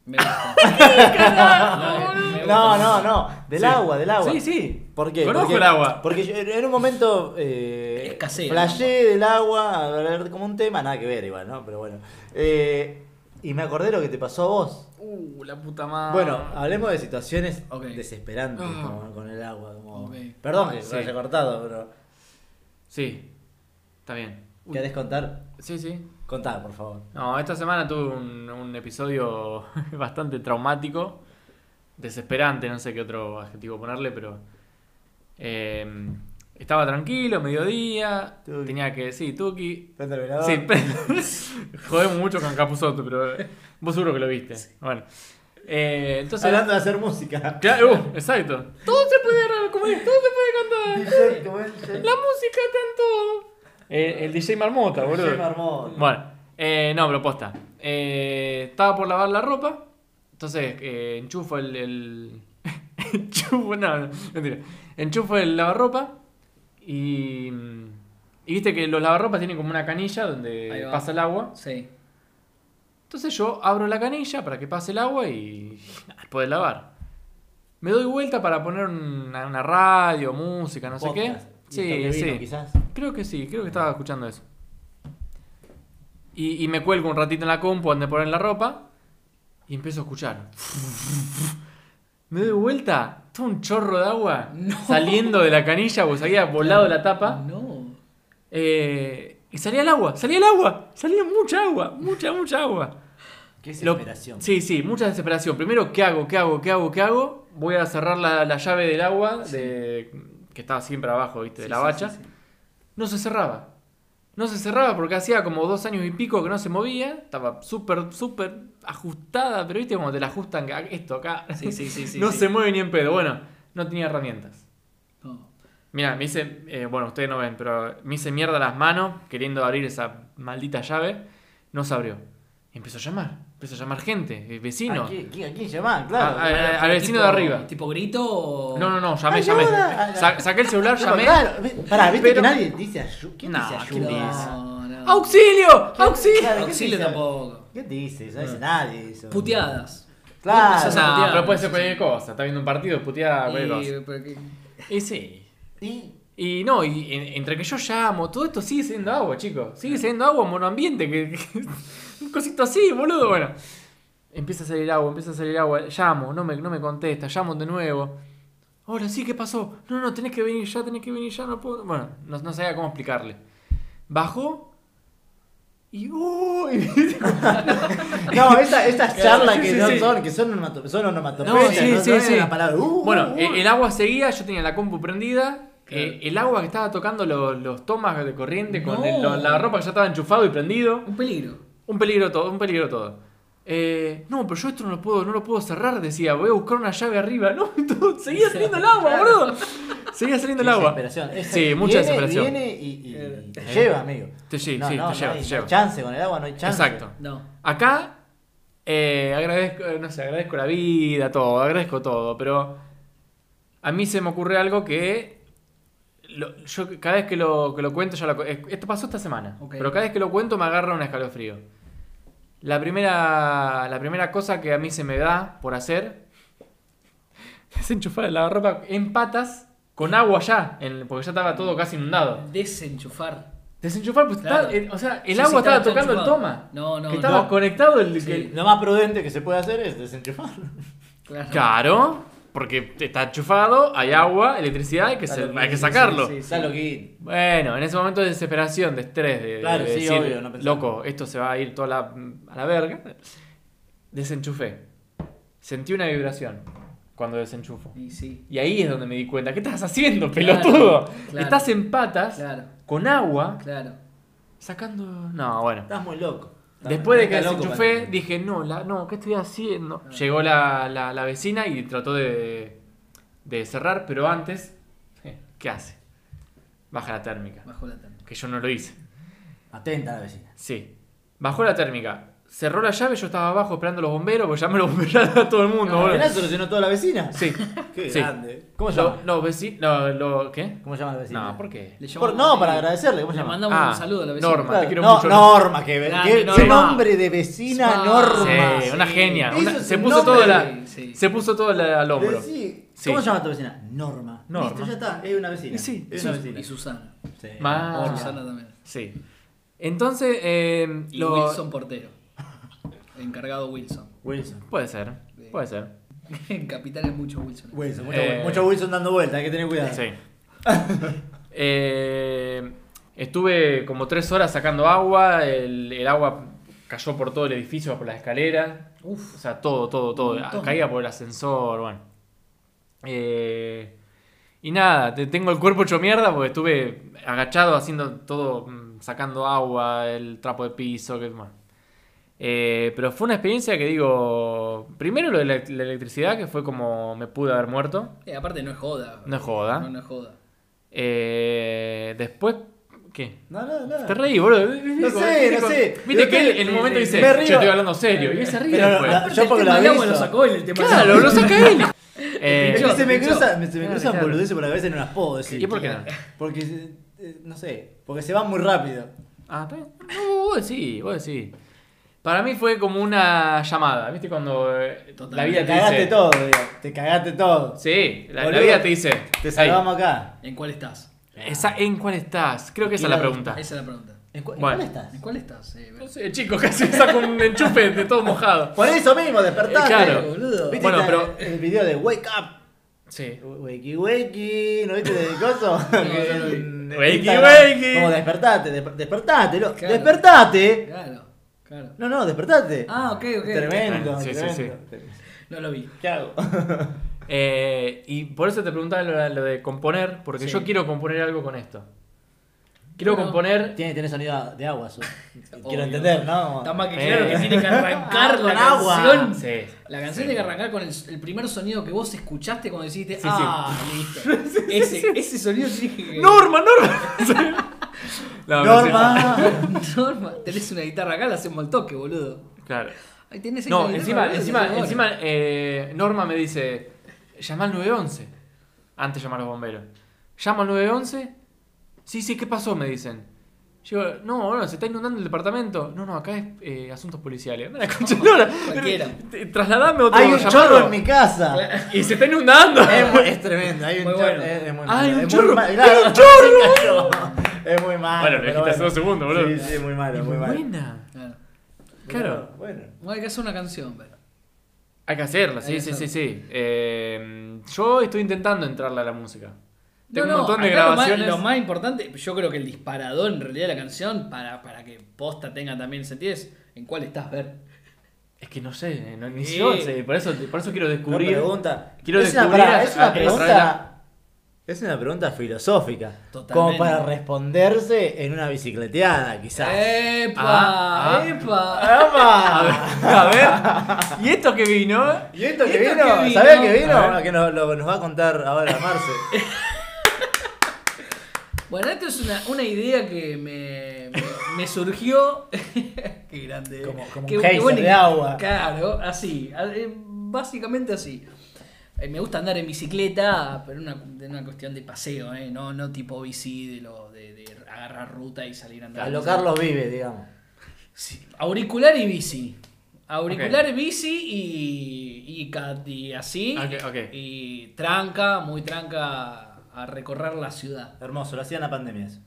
D: Me gusta. Me gusta.
C: No, no, no, del
B: Sí.
C: agua, del agua.
B: Sí, sí.
C: ¿Por qué?
B: Conozco
C: Porque-
B: el agua.
C: Porque yo en un momento eh,
D: Escasea el
C: flasheé del agua, a ver, como un tema, nada que ver igual, ¿no? Pero bueno. Eh, y me acordé lo que te pasó a vos.
B: Uh, la puta madre.
C: Bueno, ah. hablemos de situaciones
D: Ok.
C: desesperantes
B: Ah.
C: como con el agua. como-
D: Ok.
C: Perdón que
B: Sí.
C: se haya cortado, pero
B: Sí, está bien. Uy,
C: ¿querés contar?
B: Sí, sí.
C: Contá, por favor.
B: No, esta semana tuve un, un episodio bastante traumático, desesperante, no sé qué otro adjetivo ponerle, pero eh, estaba tranquilo, mediodía,
C: Tuki. Ah.
B: tenía que, sí, Tuki.
C: Prende el velador.
B: Sí, pero- jodemos mucho con Capuzoto, pero eh, vos seguro que lo viste. Bueno, eh, entonces...
C: Hablando de hacer música.
B: Claro, uh, exacto. Todo se puede, como es, todo se puede contar.
C: DJ, ¿cómo es?
B: La música está en todo. El, el DJ Marmota, boludo.
C: DJ Marmota.
B: Bueno, eh, no, pero posta. Eh, estaba por lavar la ropa, entonces eh, enchufo el. el- enchufo, no, no, mentira. Enchufo el lavarropa y. Y viste que los lavarropas tienen como una canilla
D: Ahí
B: donde
D: va.
B: pasa el agua.
D: Sí.
B: Entonces yo abro la canilla para que pase el agua y nada, poder lavar. Me doy vuelta para poner una, una radio, música, no sé
C: Podcast.
B: qué. Sí,
C: Listo, que vino,
B: sí.
C: Quizás.
B: Creo que sí, creo que estaba escuchando eso. Y, y me cuelgo un ratito en la compu donde ponen la ropa y empiezo a escuchar. Me doy vuelta, todo un chorro de agua
D: No.
B: saliendo de la canilla, pues había volado la tapa.
D: No.
B: eh, y salía el agua, salía el agua, salía mucha agua, mucha, mucha agua.
C: Qué
B: Lo-
C: desesperación.
B: sí, sí, mucha desesperación. Primero, ¿qué hago? ¿Qué hago? ¿Qué hago? ¿Qué hago? Voy a cerrar la, la llave del agua de, que estaba siempre abajo, ¿viste? De
D: Sí,
B: la
D: sí,
B: bacha.
D: sí, sí.
B: No se cerraba. No se cerraba porque hacía como dos años y pico que no se movía. Estaba súper, súper ajustada. Pero viste como te la ajustan acá- esto acá.
D: Sí, sí, sí, sí,
B: no
D: sí.
B: se Eh, mueve ni en pedo. Bueno, no tenía herramientas.
D: No.
B: Mira, me hice. eh, bueno, ustedes no ven, pero me hice mierda las manos queriendo abrir esa maldita llave. No se abrió. Y empezó a llamar. Empezó a llamar gente, eh,
C: ¿A
B: vecinos.
C: quién, quién- a quién llamás? Claro.
B: Ah, ah, Al- al vecino de arriba.
D: ¿Tipo grito o.?
B: No, no, no, llamé,
C: Ayuda.
B: llamé. Sa- saqué el celular,
C: Pero,
B: llamé.
C: claro, vi- pará, ¿viste
B: Pero-
C: que nadie dice ayuda? ¿Quién
B: No,
C: dice
B: ¿quién
C: ayuda?
D: No, no.
B: ¡Auxilio! ¡Auxilio!
C: Claro, ¿qué
D: Auxilio
C: dice?
D: tampoco.
C: ¿Qué dice? No dice nadie eso.
D: Puteadas.
C: Claro.
D: Esas
B: No,
D: puteadas,
B: pero puede ser
D: sí,
B: cualquier cosa. Está viendo un partido, puteada,
D: Y-
B: cualquier cosa.
D: pero que-
B: Y sí.
C: Y
B: Y no, y en- entre que yo llamo, todo esto sigue siendo agua, chicos. Sigue siendo agua monoambiente, que, que- un cosito así, boludo. Bueno, empieza a salir agua, empieza a salir agua. Llamo, no me, no me contesta, llamo de nuevo. Ahora sí, ¿qué pasó? No, no, tenés que venir ya, tenés que venir ya, no puedo. Bueno, no, no sabía cómo explicarle. Bajó y. ¡Uy!
C: No, esta- estas charlas
B: sí,
C: que
B: sí,
C: no
B: sí.
C: son, que son onomato- son onomatopeyas,
B: No, sí,
C: no,
B: sí,
C: no es
B: sí.
C: la palabra. uh,
B: Bueno,
C: uh,
B: e- el agua seguía, yo tenía la compu prendida.
D: Claro.
B: eh, el agua que estaba tocando los, los tomas de corriente con
D: No.
B: el- lo- la ropa que ya estaba enchufado y prendido.
D: Un peligro.
B: Un peligro todo, un peligro todo. Eh, no, pero yo esto no lo puedo, no lo puedo cerrar, decía, voy a buscar una llave arriba. No, todo- seguía saliendo el agua, boludo. Seguía saliendo el
C: Qué
B: agua.
C: desesperación. Es-
B: Sí, mucha
C: viene-
B: desesperación. Eh,
C: Viene y, y- y te lleva, amigo.
B: Te lle-
C: no,
B: sí,
C: no,
B: te
C: no
B: lleva,
C: hay,
B: te
C: no
B: lleva.
C: hay chance con el agua, no hay chance.
B: Exacto.
D: No.
B: Acá eh, agradezco, eh, no sé, agradezco la vida, todo, agradezco todo, pero a mí se me ocurre algo que lo- yo cada vez que lo, que lo cuento, ya lo cu- es- esto pasó esta semana,
D: Ok.
B: pero cada vez que lo cuento me agarra un escalofrío. La primera, la primera cosa que a mí se me da por hacer es enchufar la ropa en patas con agua ya, en- porque ya estaba todo casi inundado.
D: Desenchufar.
B: Desenchufar, pues
D: Mm. Claro.
B: está- eh, o sea, el
D: Sí, sí,
B: agua
D: estaba
B: estaba tocando el
D: enchufado.
B: toma.
D: No, no,
B: que estaba
D: no.
B: conectado el,
D: Sí.
B: el-
C: Lo más prudente que se puede hacer es desenchufarlo.
D: Claro.
B: Claro, porque está enchufado, hay agua, electricidad, hay que, se- hay que sacarlo.
D: sí, sí.
C: Está loquín.
B: Bueno, en ese momento de desesperación, de estrés, de,
C: Claro,
B: de
C: sí,
B: decir,
C: obvio, no pensaba.
B: loco, esto se va a ir toda la, a la verga, desenchufé. Sentí una vibración cuando desenchufo.
D: Y sí.
B: Y ahí es donde me di cuenta, ¿qué estás haciendo,
D: Claro,
B: pelotudo?
D: claro.
B: Estás en patas,
D: Claro.
B: con agua,
D: Claro.
B: sacando... No, bueno.
C: Estás muy loco.
B: Después de que
C: Estás loco,
B: desenchufé,
C: parece.
B: dije, no, la, no, ¿qué estoy
D: Ah.
B: haciendo? Llegó la, la- la vecina y trató de, de cerrar, pero antes, eh, ¿qué hace? Baja la térmica,
D: Bajo la tanda.
B: que yo no lo hice.
C: Atenta a la vecina.
B: Sí, bajó la térmica, cerró la llave, yo estaba abajo esperando a los bomberos, porque ya me los bomberos a todo el
D: Ah,
B: mundo,
C: Al
B: boludo.
C: final solucionó toda la vecina.
B: Sí,
C: Qué
B: sí.
C: grande. ¿Cómo se
B: Lo-
C: llama?
B: los vecinos, no, lo, ¿qué?
C: ¿Cómo se llama la vecina?
B: No, ¿por qué?
D: Le
C: Por-
D: llamamos-
C: no, para agradecerle. ¿Cómo se
D: Le
C: llama?
D: mandamos
B: Ah,
D: un saludo a la vecina.
B: Norma. te quiero
C: no,
B: mucho.
C: Norma, que,
D: Grande,
C: qué, qué
D: Norma.
C: nombre de vecina
D: Ah,
C: Norma.
B: Sí,
D: sí.
B: una genia. una-
C: Eso es
B: se,
C: un
B: puso todo
C: nombre,
B: la,
D: sí.
B: se puso todo la- al hombro.
C: Decí,
B: Sí.
C: ¿Cómo se llama tu vecina? Norma.
B: Norma.
C: Listo, ya está, es una vecina.
B: Y sí,
C: es
D: Su-
C: una vecina.
D: Y Susana.
C: Sí.
B: Ma- Ah.
D: Susana también.
B: Sí. Entonces, eh,
D: Y
B: lo-
D: Wilson portero. Encargado Wilson.
C: Wilson.
B: Puede ser, puede ser.
D: En Capital es mucho Wilson.
C: Wilson, mucho,
B: Eh.
C: Wilson. Mucho Wilson dando vueltas, hay que tener
D: Ah.
C: cuidado.
B: Sí. Eh, estuve como tres horas sacando agua, el, el agua cayó por todo el edificio, por las escaleras, o
D: Uf.
B: sea, todo, todo,
D: Un
B: todo.
D: montón.
B: Caía por el ascensor, bueno. Eh, y nada, te- tengo el cuerpo hecho mierda porque estuve agachado haciendo todo, mm, sacando agua, el trapo de piso, que bueno. Eh, pero fue una experiencia que digo, primero lo de la, la electricidad, que fue como me pude haber muerto,
D: Eh, aparte no es joda.
B: no es joda.
D: No, no es joda.
B: Eh, después, ¿Qué?
C: No, no, no.
B: Te reí, boludo.
C: No sé, no sé.
B: Viste que él en un
C: Me
B: momento dice,
C: río.
B: yo estoy hablando serio. Y él se ríe
C: Pero no,
B: después.
C: la- Yo
D: el
C: porque
D: tema
C: lo
D: del agua
C: aviso.
D: lo sacó él, el tema del
B: Claro,
D: agua.
B: lo saca él. Eh,
C: Es que se me
D: Pinchó,
C: cruzan, me- se me
B: pinchó.
C: cruzan
B: Claro.
C: boludeces por la cabeza y no las puedo decir.
B: ¿Y por qué no?
C: Porque, eh, eh, no sé, porque se van muy rápido.
B: Ah, pe- no, vos decís, vos decís. Para mí fue como una llamada, ¿viste? Cuando eh,
D: Total.
B: la vida
C: Te
B: te dice...
C: cagaste todo, digo. Te cagaste todo.
B: Sí, la, la
C: Boludo,
B: vida te dice...
C: Te
B: "Ey,
C: salvamos acá.
D: ¿En cuál estás?
B: esa- ¿En cuál estás? Creo que esa es
C: Quiero-
B: la pregunta.
D: Esa es la pregunta.
C: ¿En, cu- en
B: Bueno.
C: cuál estás?
D: ¿En cuál estás? eh,
B: No sé, chico, casi saco un enchufe de todo mojado.
C: Por eso mismo, despertaste.
B: Eh, Claro.
C: boludo. ¿Viste
B: Bueno,
C: esta-
B: pero-
C: el video de Wake Up?
B: Sí.
C: Wakey wakey, ¿no viste de coso?
D: no lo vi.
C: En
B: Wakey,
C: Instagram.
B: wakey.
C: Como despertate, desper- despertate, lo-
D: Claro.
C: despertate.
D: Claro, claro.
C: No, no, despertate.
D: Ah, ok, ok.
C: Tremendo,
B: Sí, sí,
C: tremendo.
D: No lo vi.
C: ¿Qué hago?
B: Eh, y por eso te preguntaba lo, lo de componer, porque
C: Sí.
B: yo quiero componer algo con esto. Quiero
D: Bueno,
B: componer...
C: Tiene, tiene sonido de agua, su.
D: Obvio.
C: Quiero entender, ¿no?
D: Está más que
B: Eh.
D: claro que tiene que arrancar
C: Con
D: la
C: agua.
D: canción.
B: Sí.
D: La canción tiene que arrancar con el, el primer sonido que vos escuchaste cuando dijiste,
B: sí.
D: ah, listo. ese, ese sonido tiene que.
B: ¡Norma, Norma! No, no, sí.
C: Norma.
D: Norma, tenés una guitarra acá, la hacemos al toque, boludo.
B: Claro.
D: Ahí tenés ahí
B: No,
D: la guitarra,
B: encima,
D: boludo,
B: encima,
D: bueno.
B: encima eh, Norma me dice, llama al 911. Antes de llamar a los bomberos. Llamo al 911. Sí, sí, ¿qué pasó? Me dicen. Yo, no, boludo, se está inundando el departamento. No, no, acá es eh, asuntos policiales. Anda, la concha de lora.
D: Cualquiera.
B: Te- Trasladame a otro
C: Hay un
B: llamado.
C: chorro en mi casa.
B: Y se está inundando.
C: Es, muy- es tremendo, hay un
D: Muy
C: chorro.
D: bueno.
C: Es, es muy
B: Hay
C: malo,
B: un
C: es muy
B: chorro,
C: ma-
B: hay
C: claro,
B: un chorro.
C: se cayó. Es muy malo.
B: Bueno, lo
C: pero
B: dijiste hace dos segundos, boludo.
C: Sí, sí, muy malo,
B: Es
C: muy
B: muy
C: malo.
B: buena.
D: Claro.
B: Claro.
C: Bueno.
D: Bueno, hay que hacer una canción, pero.
B: Hay que hacerla, sí,
D: Hay que
B: sí, sí,
D: hacerla.
B: sí. Eh, yo estoy intentando entrarle a la música. Tengo
D: No, no,
B: un montón de
D: acá lo más-
B: grabaciones.
D: Lo más, importante, yo creo que el disparador en realidad de la canción, para, para que posta tenga también sentido, es en cuál estás, ver.
B: Es que no sé, no- ni
D: Sí.
B: yo sé, por eso, por eso quiero
C: Una
B: descubrir.
C: pregunta.
B: Quiero
C: es una,
B: descubrir
C: pará,
B: a-
C: es una
B: a-
C: pregunta. Es una pregunta filosófica.
D: Totalmente.
C: Como para responderse en una bicicleteada, quizás.
D: ¡Epa!
B: Ah, ah.
D: ¡Epa!
C: ¡Apa!
B: A ver, ¿y esto que vino?
C: ¿Y esto que
D: ¿Y esto
C: vino?
D: que vino?
C: ¿Sabés que vino?
B: A ver.
C: Ah, Que nos, lo- nos va a contar ahora Marce.
D: Bueno, esto es una, una idea que me, me, me surgió. ¡Qué grande! eh.
C: Como- como
D: Qué-
C: un
D: qué
C: geyser
D: buena
C: de
D: idea.
C: agua.
D: Claro, así. a- eh, Básicamente así. Eh, me gusta andar en bicicleta, pero una, de una cuestión de paseo, ¿eh? No, no tipo bici, de, lo, de, de agarrar ruta y salir a andar.
C: A lo Carlos vive, digamos.
D: Sí, auricular y bici. Auricular, bici y, y, ca- y así.
B: Ok, ok.
D: Y tranca, muy tranca a recorrer la ciudad.
C: Hermoso, lo hacía en la pandemia. eso.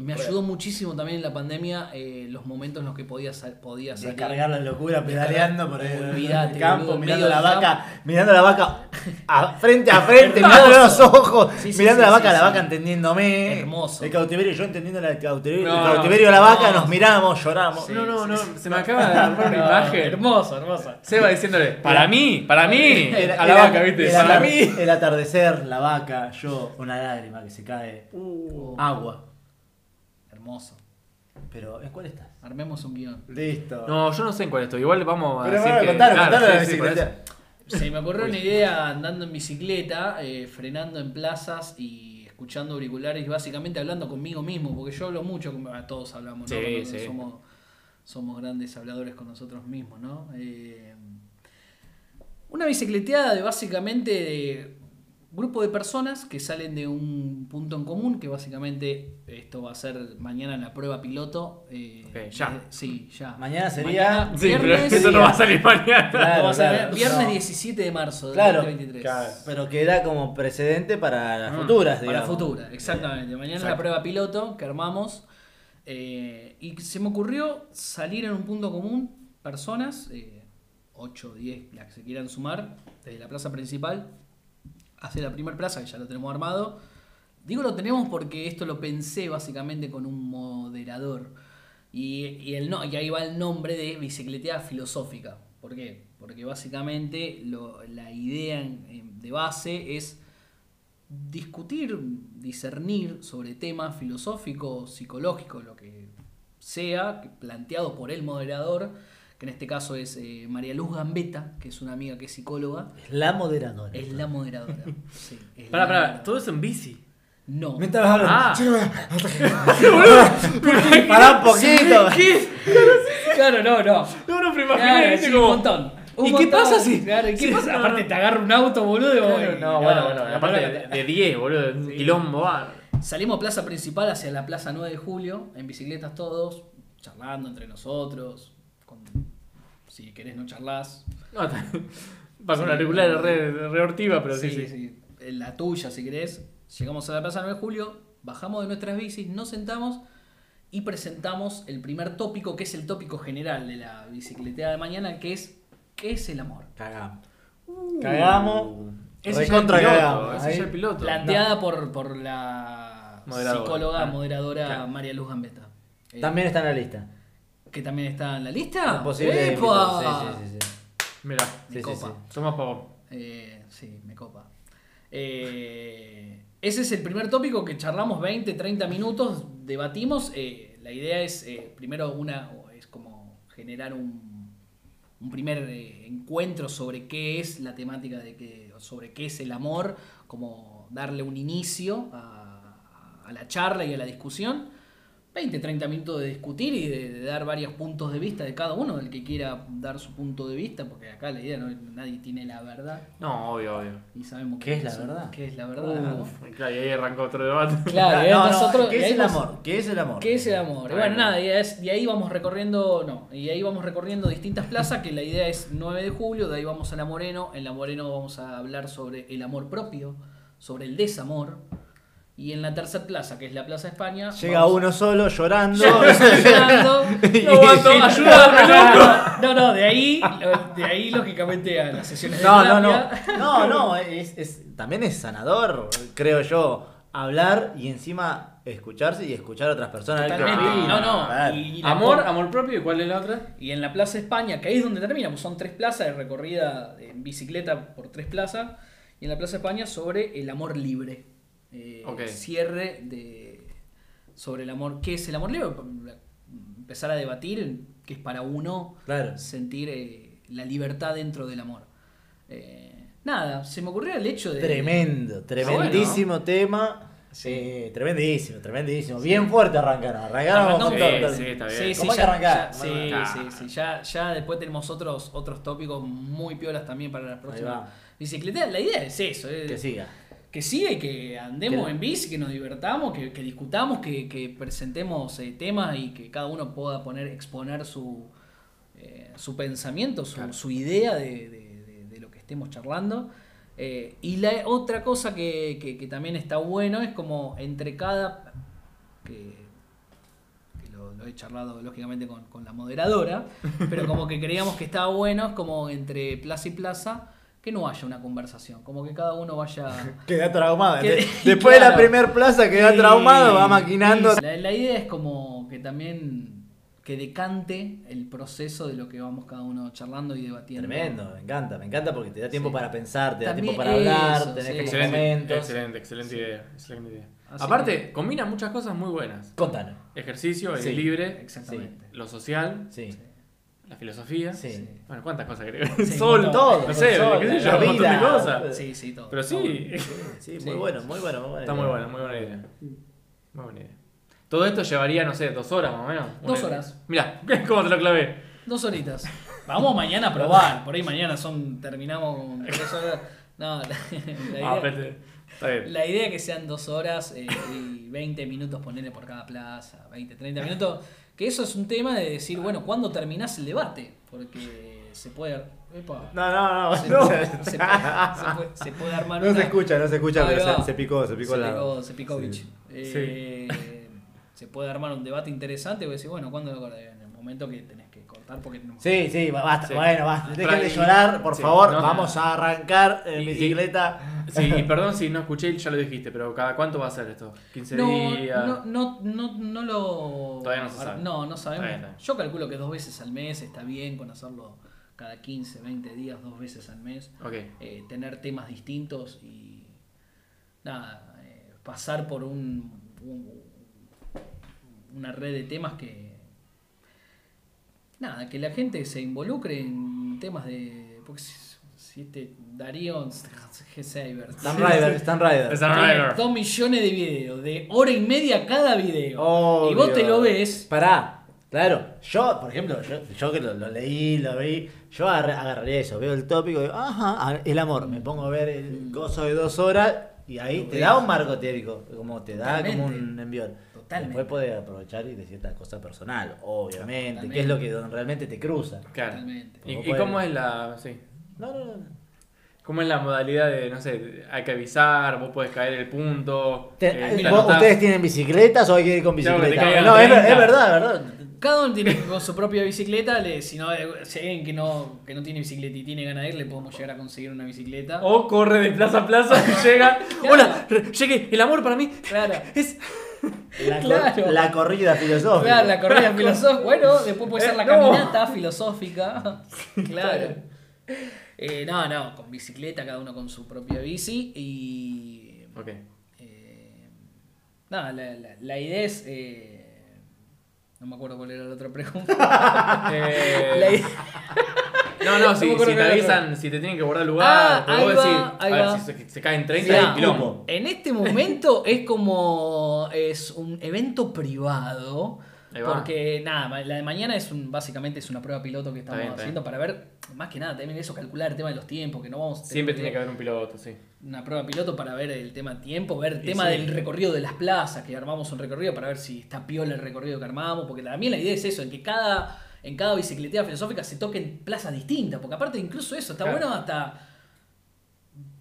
D: Me ayudó muchísimo también en la pandemia eh, los momentos en los que podía, sal- podía salir.
C: Descargar la locura pedaleando por el,
D: Olvídate,
C: el campo,
D: boludo,
C: mirando
D: medio
C: la
D: del
C: vaca, mirando la vaca a- frente a frente, mirando los ojos,
D: Sí, sí,
C: mirando
D: sí,
C: la vaca,
D: sí,
C: la
D: sí.
C: vaca entendiéndome.
D: Hermoso.
C: El cautiverio, yo entendiendo la- el cautiverio,
B: No,
C: el cautiverio de la
B: no,
C: vaca,
D: no.
C: nos miramos, lloramos.
D: Sí.
B: no, no, no, se me acaba de armar una imagen.
D: Hermosa, hermosa.
B: Seba diciéndole, para mí, para mí.
C: Era-
B: a la
C: era-
B: vaca, viste,
C: el
B: para
C: atar-
B: mí.
C: El atardecer, la vaca, yo, una lágrima que se cae.
D: Uh.
C: Agua.
D: Hermoso.
C: Pero, ¿en cuál estás?
D: Armemos un guión.
C: Listo.
B: No, yo no sé en cuál estoy, igual vamos a
C: Pero
B: decir
C: bueno,
B: que...
C: contaron,
B: claro,
C: contaron la
B: sí, sí, por
C: bicicleta.
B: eso.
D: Se me ocurrió una idea andando en bicicleta, eh, frenando en plazas y escuchando auriculares y básicamente hablando conmigo mismo, porque yo hablo mucho, con- ah, todos hablamos, ¿no?
B: Sí,
D: Cuando
B: sí.
D: Somos, somos grandes habladores con nosotros mismos, ¿no? Eh, una bicicleteada de básicamente de grupo de personas que salen de un punto en común, que básicamente esto va a ser mañana en la prueba piloto. eh,
B: Ok, ya.
D: Sí, ya.
C: Mañana sería-
D: Mañana,
B: Sí, pero
D: viernes-
B: eso no va a salir mañana.
C: Claro,
D: no, o sea,
C: claro.
D: viernes
C: No.
D: 17 de marzo del
C: Claro,
D: 2023.
C: pero queda como precedente para las
B: Mm,
C: futuras,
D: Ah, Para
C: digamos.
D: la futura, exactamente. Mañana es la
B: Exacto.
D: prueba piloto que armamos. eh, y se me ocurrió salir en un punto común, personas, 8 o 10, las que se quieran sumar, desde la plaza principal hacia la primer plaza, que ya lo tenemos armado. Digo lo tenemos porque esto lo pensé básicamente con un moderador. Y, y el no, y ahí va el nombre de bicicleteada filosófica. ¿Por qué? Porque básicamente lo- la idea en- en- de base es discutir, discernir sobre temas filosóficos, psicológicos, lo que sea, que- planteado por el moderador, que en este caso es eh, María Luz Gambetta, que es una amiga que es psicóloga.
C: Es la moderadora.
D: Es la moderadora. Sí, es
B: Pará,
D: la
B: pará,
D: moderadora.
B: todo eso en bici.
D: No.
E: Me estabas hablando.
D: Ah.
E: Sí,
C: Pará un poquito.
B: ¿Qué?
D: Claro, no, no.
B: No, no, pero
D: Claro,
B: imaginé,
D: sí,
B: viste
D: un
B: como.
D: montón. Un
B: ¿Y qué
D: montón,
B: pasa si-
D: Claro, ¿y qué
B: si- no,
D: pasa?
B: no.
D: Aparte te agarra un auto, boludo. y
B: Claro,
D: voy.
B: no, bueno, bueno,
D: no,
B: aparte de 10, boludo, un quilombo, va.
D: Salimos a Plaza Principal hacia la Plaza 9 de Julio, en bicicletas todos, charlando entre nosotros. con- si querés no charlás.
B: No, está- va con auriculares re, re hortiva, pero sí, sí.
D: sí. La tuya, si querés. Llegamos a la Plaza 9 de Julio, bajamos de nuestras bicis, nos sentamos y presentamos el primer tópico, que es el tópico general de la bicicleteada de mañana, que es ¿qué es el amor?
C: Cagamos. Uh. Cagamos.
B: Ese ya
C: Recontra
B: el piloto,
C: cagamos,
B: ese
C: ahí.
B: ya el piloto.
D: Planteada por, por la
B: Moderadora.
D: psicóloga
B: Ah,
D: moderadora
B: claro.
D: María Luz Gambetta. Eh,
C: También está en la lista.
D: Que también está en la lista.
C: Posible.
D: Ah, ¡Epa!
C: Sí, sí, sí, sí.
B: Mirá,
D: Me
C: Sí, sí,
D: copa.
C: sí.
B: toma pavo.
D: Eh, sí, me copa. Eh, ese es el primer tópico que charlamos 20, 30 minutos, debatimos. eh, la idea es, eh, primero, una es como generar un, un primer eh, encuentro sobre qué es la temática de que, sobre qué es el amor, como darle un inicio a, a la charla y a la discusión. 20, 30 minutos de discutir y de, de dar varios puntos de vista de cada uno, del que quiera dar su punto de vista, porque acá la idea no nadie tiene la verdad
B: No, obvio, obvio.
D: y sabemos
C: ¿Qué es la verdad?
D: ¿Qué es la verdad? ¿no?
B: Y Claro, y ahí arrancó otro debate.
D: Claro, y
C: No, no,
D: nosotros- y
C: ¿Qué es
D: ahí
C: el
D: nos-
C: amor? ¿Qué es el amor?
D: ¿Qué es el amor? Y
B: Bueno.
D: bueno, nada, y, es- y ahí vamos recorriendo, no, y ahí vamos recorriendo distintas plazas, que la idea es 9 de julio, de ahí vamos a La Moreno, en La Moreno vamos a hablar sobre el amor propio, sobre el desamor, y en la tercera plaza, que es la Plaza España,
C: Llega
D: vamos-
C: uno solo llorando.
D: Llorando.
B: No aguanto, ayúdame, loco.
D: No, no, de ahí, de ahí lógicamente a las sesiones de
C: No, no, no.
D: terapia.
C: No, no, es, es- también es sanador, creo yo, hablar y encima escucharse y escuchar a otras personas. a ver qué
D: Totalmente.
C: opinan.
D: No, no.
C: Claro.
D: Y, y la
B: Amor,
D: por-
B: amor propio, ¿y cuál es la otra?
D: Y en la Plaza España, que ahí es donde terminamos, son tres plazas de recorrida en bicicleta por tres plazas. Y en la Plaza España sobre el amor libre. Eh,
B: Ok.
D: Cierre de sobre el amor. ¿Qué es el amor libre? Empezar a debatir qué es para uno
C: Claro.
D: sentir eh, la libertad dentro del amor. Eh, nada, se me ocurrió el hecho de.
C: Tremendo, tremendísimo tema. Eh, tremendísimo, tremendísimo. Bien fuerte arrancaron. Arrancaron
D: Arrancamos
C: con
B: bien,
C: todo.
B: sí, está bien.
D: Sí, sí,
C: ¿Cómo hay
D: ya-
C: que arrancar?
D: ya- sí,
C: Bueno,
B: está.
D: sí, sí, ya, ya después tenemos otros, otros tópicos muy piolas también para las próximas
C: va.
D: bicicletas. La idea es eso, es-
C: Que siga.
D: que siga y que andemos
C: Que-
D: en bici, que nos divertamos, que, que discutamos, que, que presentemos eh, temas y que cada uno pueda poner, exponer su, eh, su pensamiento, su, su idea de, de- de- de lo que estemos charlando. Eh, y la otra cosa que, que- que también está bueno es como entre cada, que, que lo, lo he charlado lógicamente con, con la moderadora, pero como que creíamos que estaba bueno, es como entre plaza y plaza, que no haya una conversación, como que cada uno vaya...
C: Queda traumado.
D: Que-
C: De- Después de la
D: claro.
C: primer plaza queda
D: Y-
C: traumado, va maquinando.
D: y La, la idea es como que también que decante el proceso de lo que vamos cada uno charlando y debatiendo.
C: Tremendo, me encanta, me encanta porque te da tiempo
D: Sí.
C: para pensar, te da
D: También
C: tiempo para hablar,
D: eso, sí.
C: tenés que
B: Excelente,
C: momentos.
B: excelente, excelente idea. Excelente idea.
D: Así
B: Aparte, combina muchas cosas muy buenas.
C: Contanos.
B: Ejercicio, el
C: Sí.
B: libre,
D: Exactamente.
B: lo social,
C: Sí.
B: la filosofía.
C: Sí.
B: Bueno, cuántas cosas que
D: Sí,
B: Sol,
D: un
B: todo.
C: montón.
B: No sé,
C: Sol,
B: qué sé yo,
C: la
B: un montón de
C: vida.
B: cosas.
D: Sí, sí, todo.
B: Pero
D: Todo.
B: sí,
C: Sí,
D: Sí.
C: muy bueno, muy bueno, muy bueno.
B: está muy buena, muy buena idea. Muy buena idea. Todo esto llevaría, no sé, dos horas más o menos.
D: Dos
B: Una-
D: horas.
B: Mirá, cómo te lo clavé.
D: Dos horitas. Vamos mañana a probar. Por ahí mañana son terminamos con tres horas. No, la, la
B: Ah,
D: idea,
B: espérate. Está bien.
D: la idea es que sean dos horas eh, y 20 minutos ponerle por cada plaza, 20, 30 minutos. Que eso es un tema de decir, bueno, ¿cuándo terminás el debate? Porque se puede... Epa.
C: No, no, no.
D: se,
C: Ah, no.
D: se- se puede, se puede armar
C: No
D: una-
C: se escucha, no se escucha,
D: Ahí
C: pero
D: va.
C: se, se picó, se picó
D: se
C: la.
D: picó, se picó,
C: Sí.
D: bitch. Eh, Se puede armar un debate interesante. Voy a decir, bueno, ¿cuándo lo cortas? En el momento que tenés que cortar porque tenemos que-
C: Sí, sí, basta,
B: Sí.
C: bueno, basta. Dejen de
B: Y-
C: llorar, por
B: sí,
C: favor.
B: no,
C: Vamos a arrancar en
B: Y-
C: bicicleta.
B: Sí, y perdón si no escuché, ya lo dijiste, pero ¿cada cuánto va a ser esto? ¿15
D: No,
B: días?
D: no, no, no, no lo.
B: Todavía no se sabe.
D: No, no sabemos.
B: Está bien, está bien.
D: Yo calculo que dos veces al mes está bien con hacerlo cada 15, 20 días, dos veces al mes.
B: Ok.
D: eh, tener temas distintos y nada, eh, pasar por un, un- una red de temas que nada, que la gente se involucre en temas de porque si- Si te Darío G. Seibert.
C: Stan Rider, Stan Rider.
B: Stan Rider.
D: Dos millones de videos, de hora y media cada video. Y vos
C: Obvio.
D: te lo ves.
C: Pará, claro. Yo, por ejemplo, yo, yo que lo, lo leí, lo vi, yo agarré, agarré eso, veo el tópico, digo, ajá, ah, el amor. Me pongo a ver el gozo de dos horas y ahí
D: Lo
C: te
D: ves.
C: da un marco teórico, como te da como un
D: Totalmente.
C: envión.
D: Totalmente.
C: Después podés aprovechar y decir esta cosa personal, obviamente,
D: Totalmente.
C: que es lo que don- realmente te cruza.
B: Claro.
D: Totalmente.
B: ¿Y,
C: Como
B: y cómo
C: pueden.
B: es la. Sí.
C: No, no, no.
B: Eh, ¿Cómo es la modalidad de, no sé, hay que avisar, vos podés caer el punto?
C: Te-
B: eh,
C: ¿vos-
B: la notás?
C: ¿Ustedes tienen bicicletas o hay que ir con
B: Claro, que te
C: bicicleta?
B: caigan
C: No, es, ver-
B: 30.
C: es verdad, verdad.
D: Cada uno tiene con su propia bicicleta, le- si, no, eh, si hay alguien que no, que no tiene bicicleta y tiene ganas de ir, le podemos llegar a conseguir una bicicleta.
B: O corre de plaza a plaza y llega.
D: Claro.
B: Hola, re- llegué, el amor para mí.
D: Claro.
B: Es.
C: La, cor-
D: Claro.
C: la corrida filosófica.
D: Claro, la corrida filosófica. Bueno, después puede ser la
B: Eh, no.
D: caminata filosófica. Claro. Eh, no, no, con bicicleta, cada uno con su propia bici. Y.
B: Ok.
D: eh, nada, la, la- la idea es. eh, no me acuerdo cuál era la otra pregunta.
B: Eh,
D: La idea-
B: No, no,
D: No me
B: si,
D: acuerdo
B: si
D: qué
B: te
D: era.
B: avisan, si te tienen que guardar el lugar,
D: Ah,
B: porque vos
D: ahí
B: decís,
D: va, ahí
B: a ver,
D: va.
B: si se, se caen 30
C: Sí,
B: hay
C: hay
B: quilombo.
C: cupo.
D: ah, En este momento es como es un evento privado.
B: Ahí va.
D: Porque nada, ma- la de mañana es un, básicamente es una prueba piloto que estamos
B: bien, está
D: haciendo para ver, más que nada, también eso, calcular el tema de los tiempos, que no vamos a tener
B: Siempre tiene que haber un piloto, sí.
D: una prueba piloto para ver el tema tiempo, ver el
B: Y
D: tema
B: sí.
D: del recorrido de las plazas, que armamos un recorrido para ver si está piola el recorrido que armamos, porque también la idea es eso, en que cada, en cada bicicletea filosófica se toquen plazas distintas, porque aparte incluso eso, está
B: Claro.
D: bueno hasta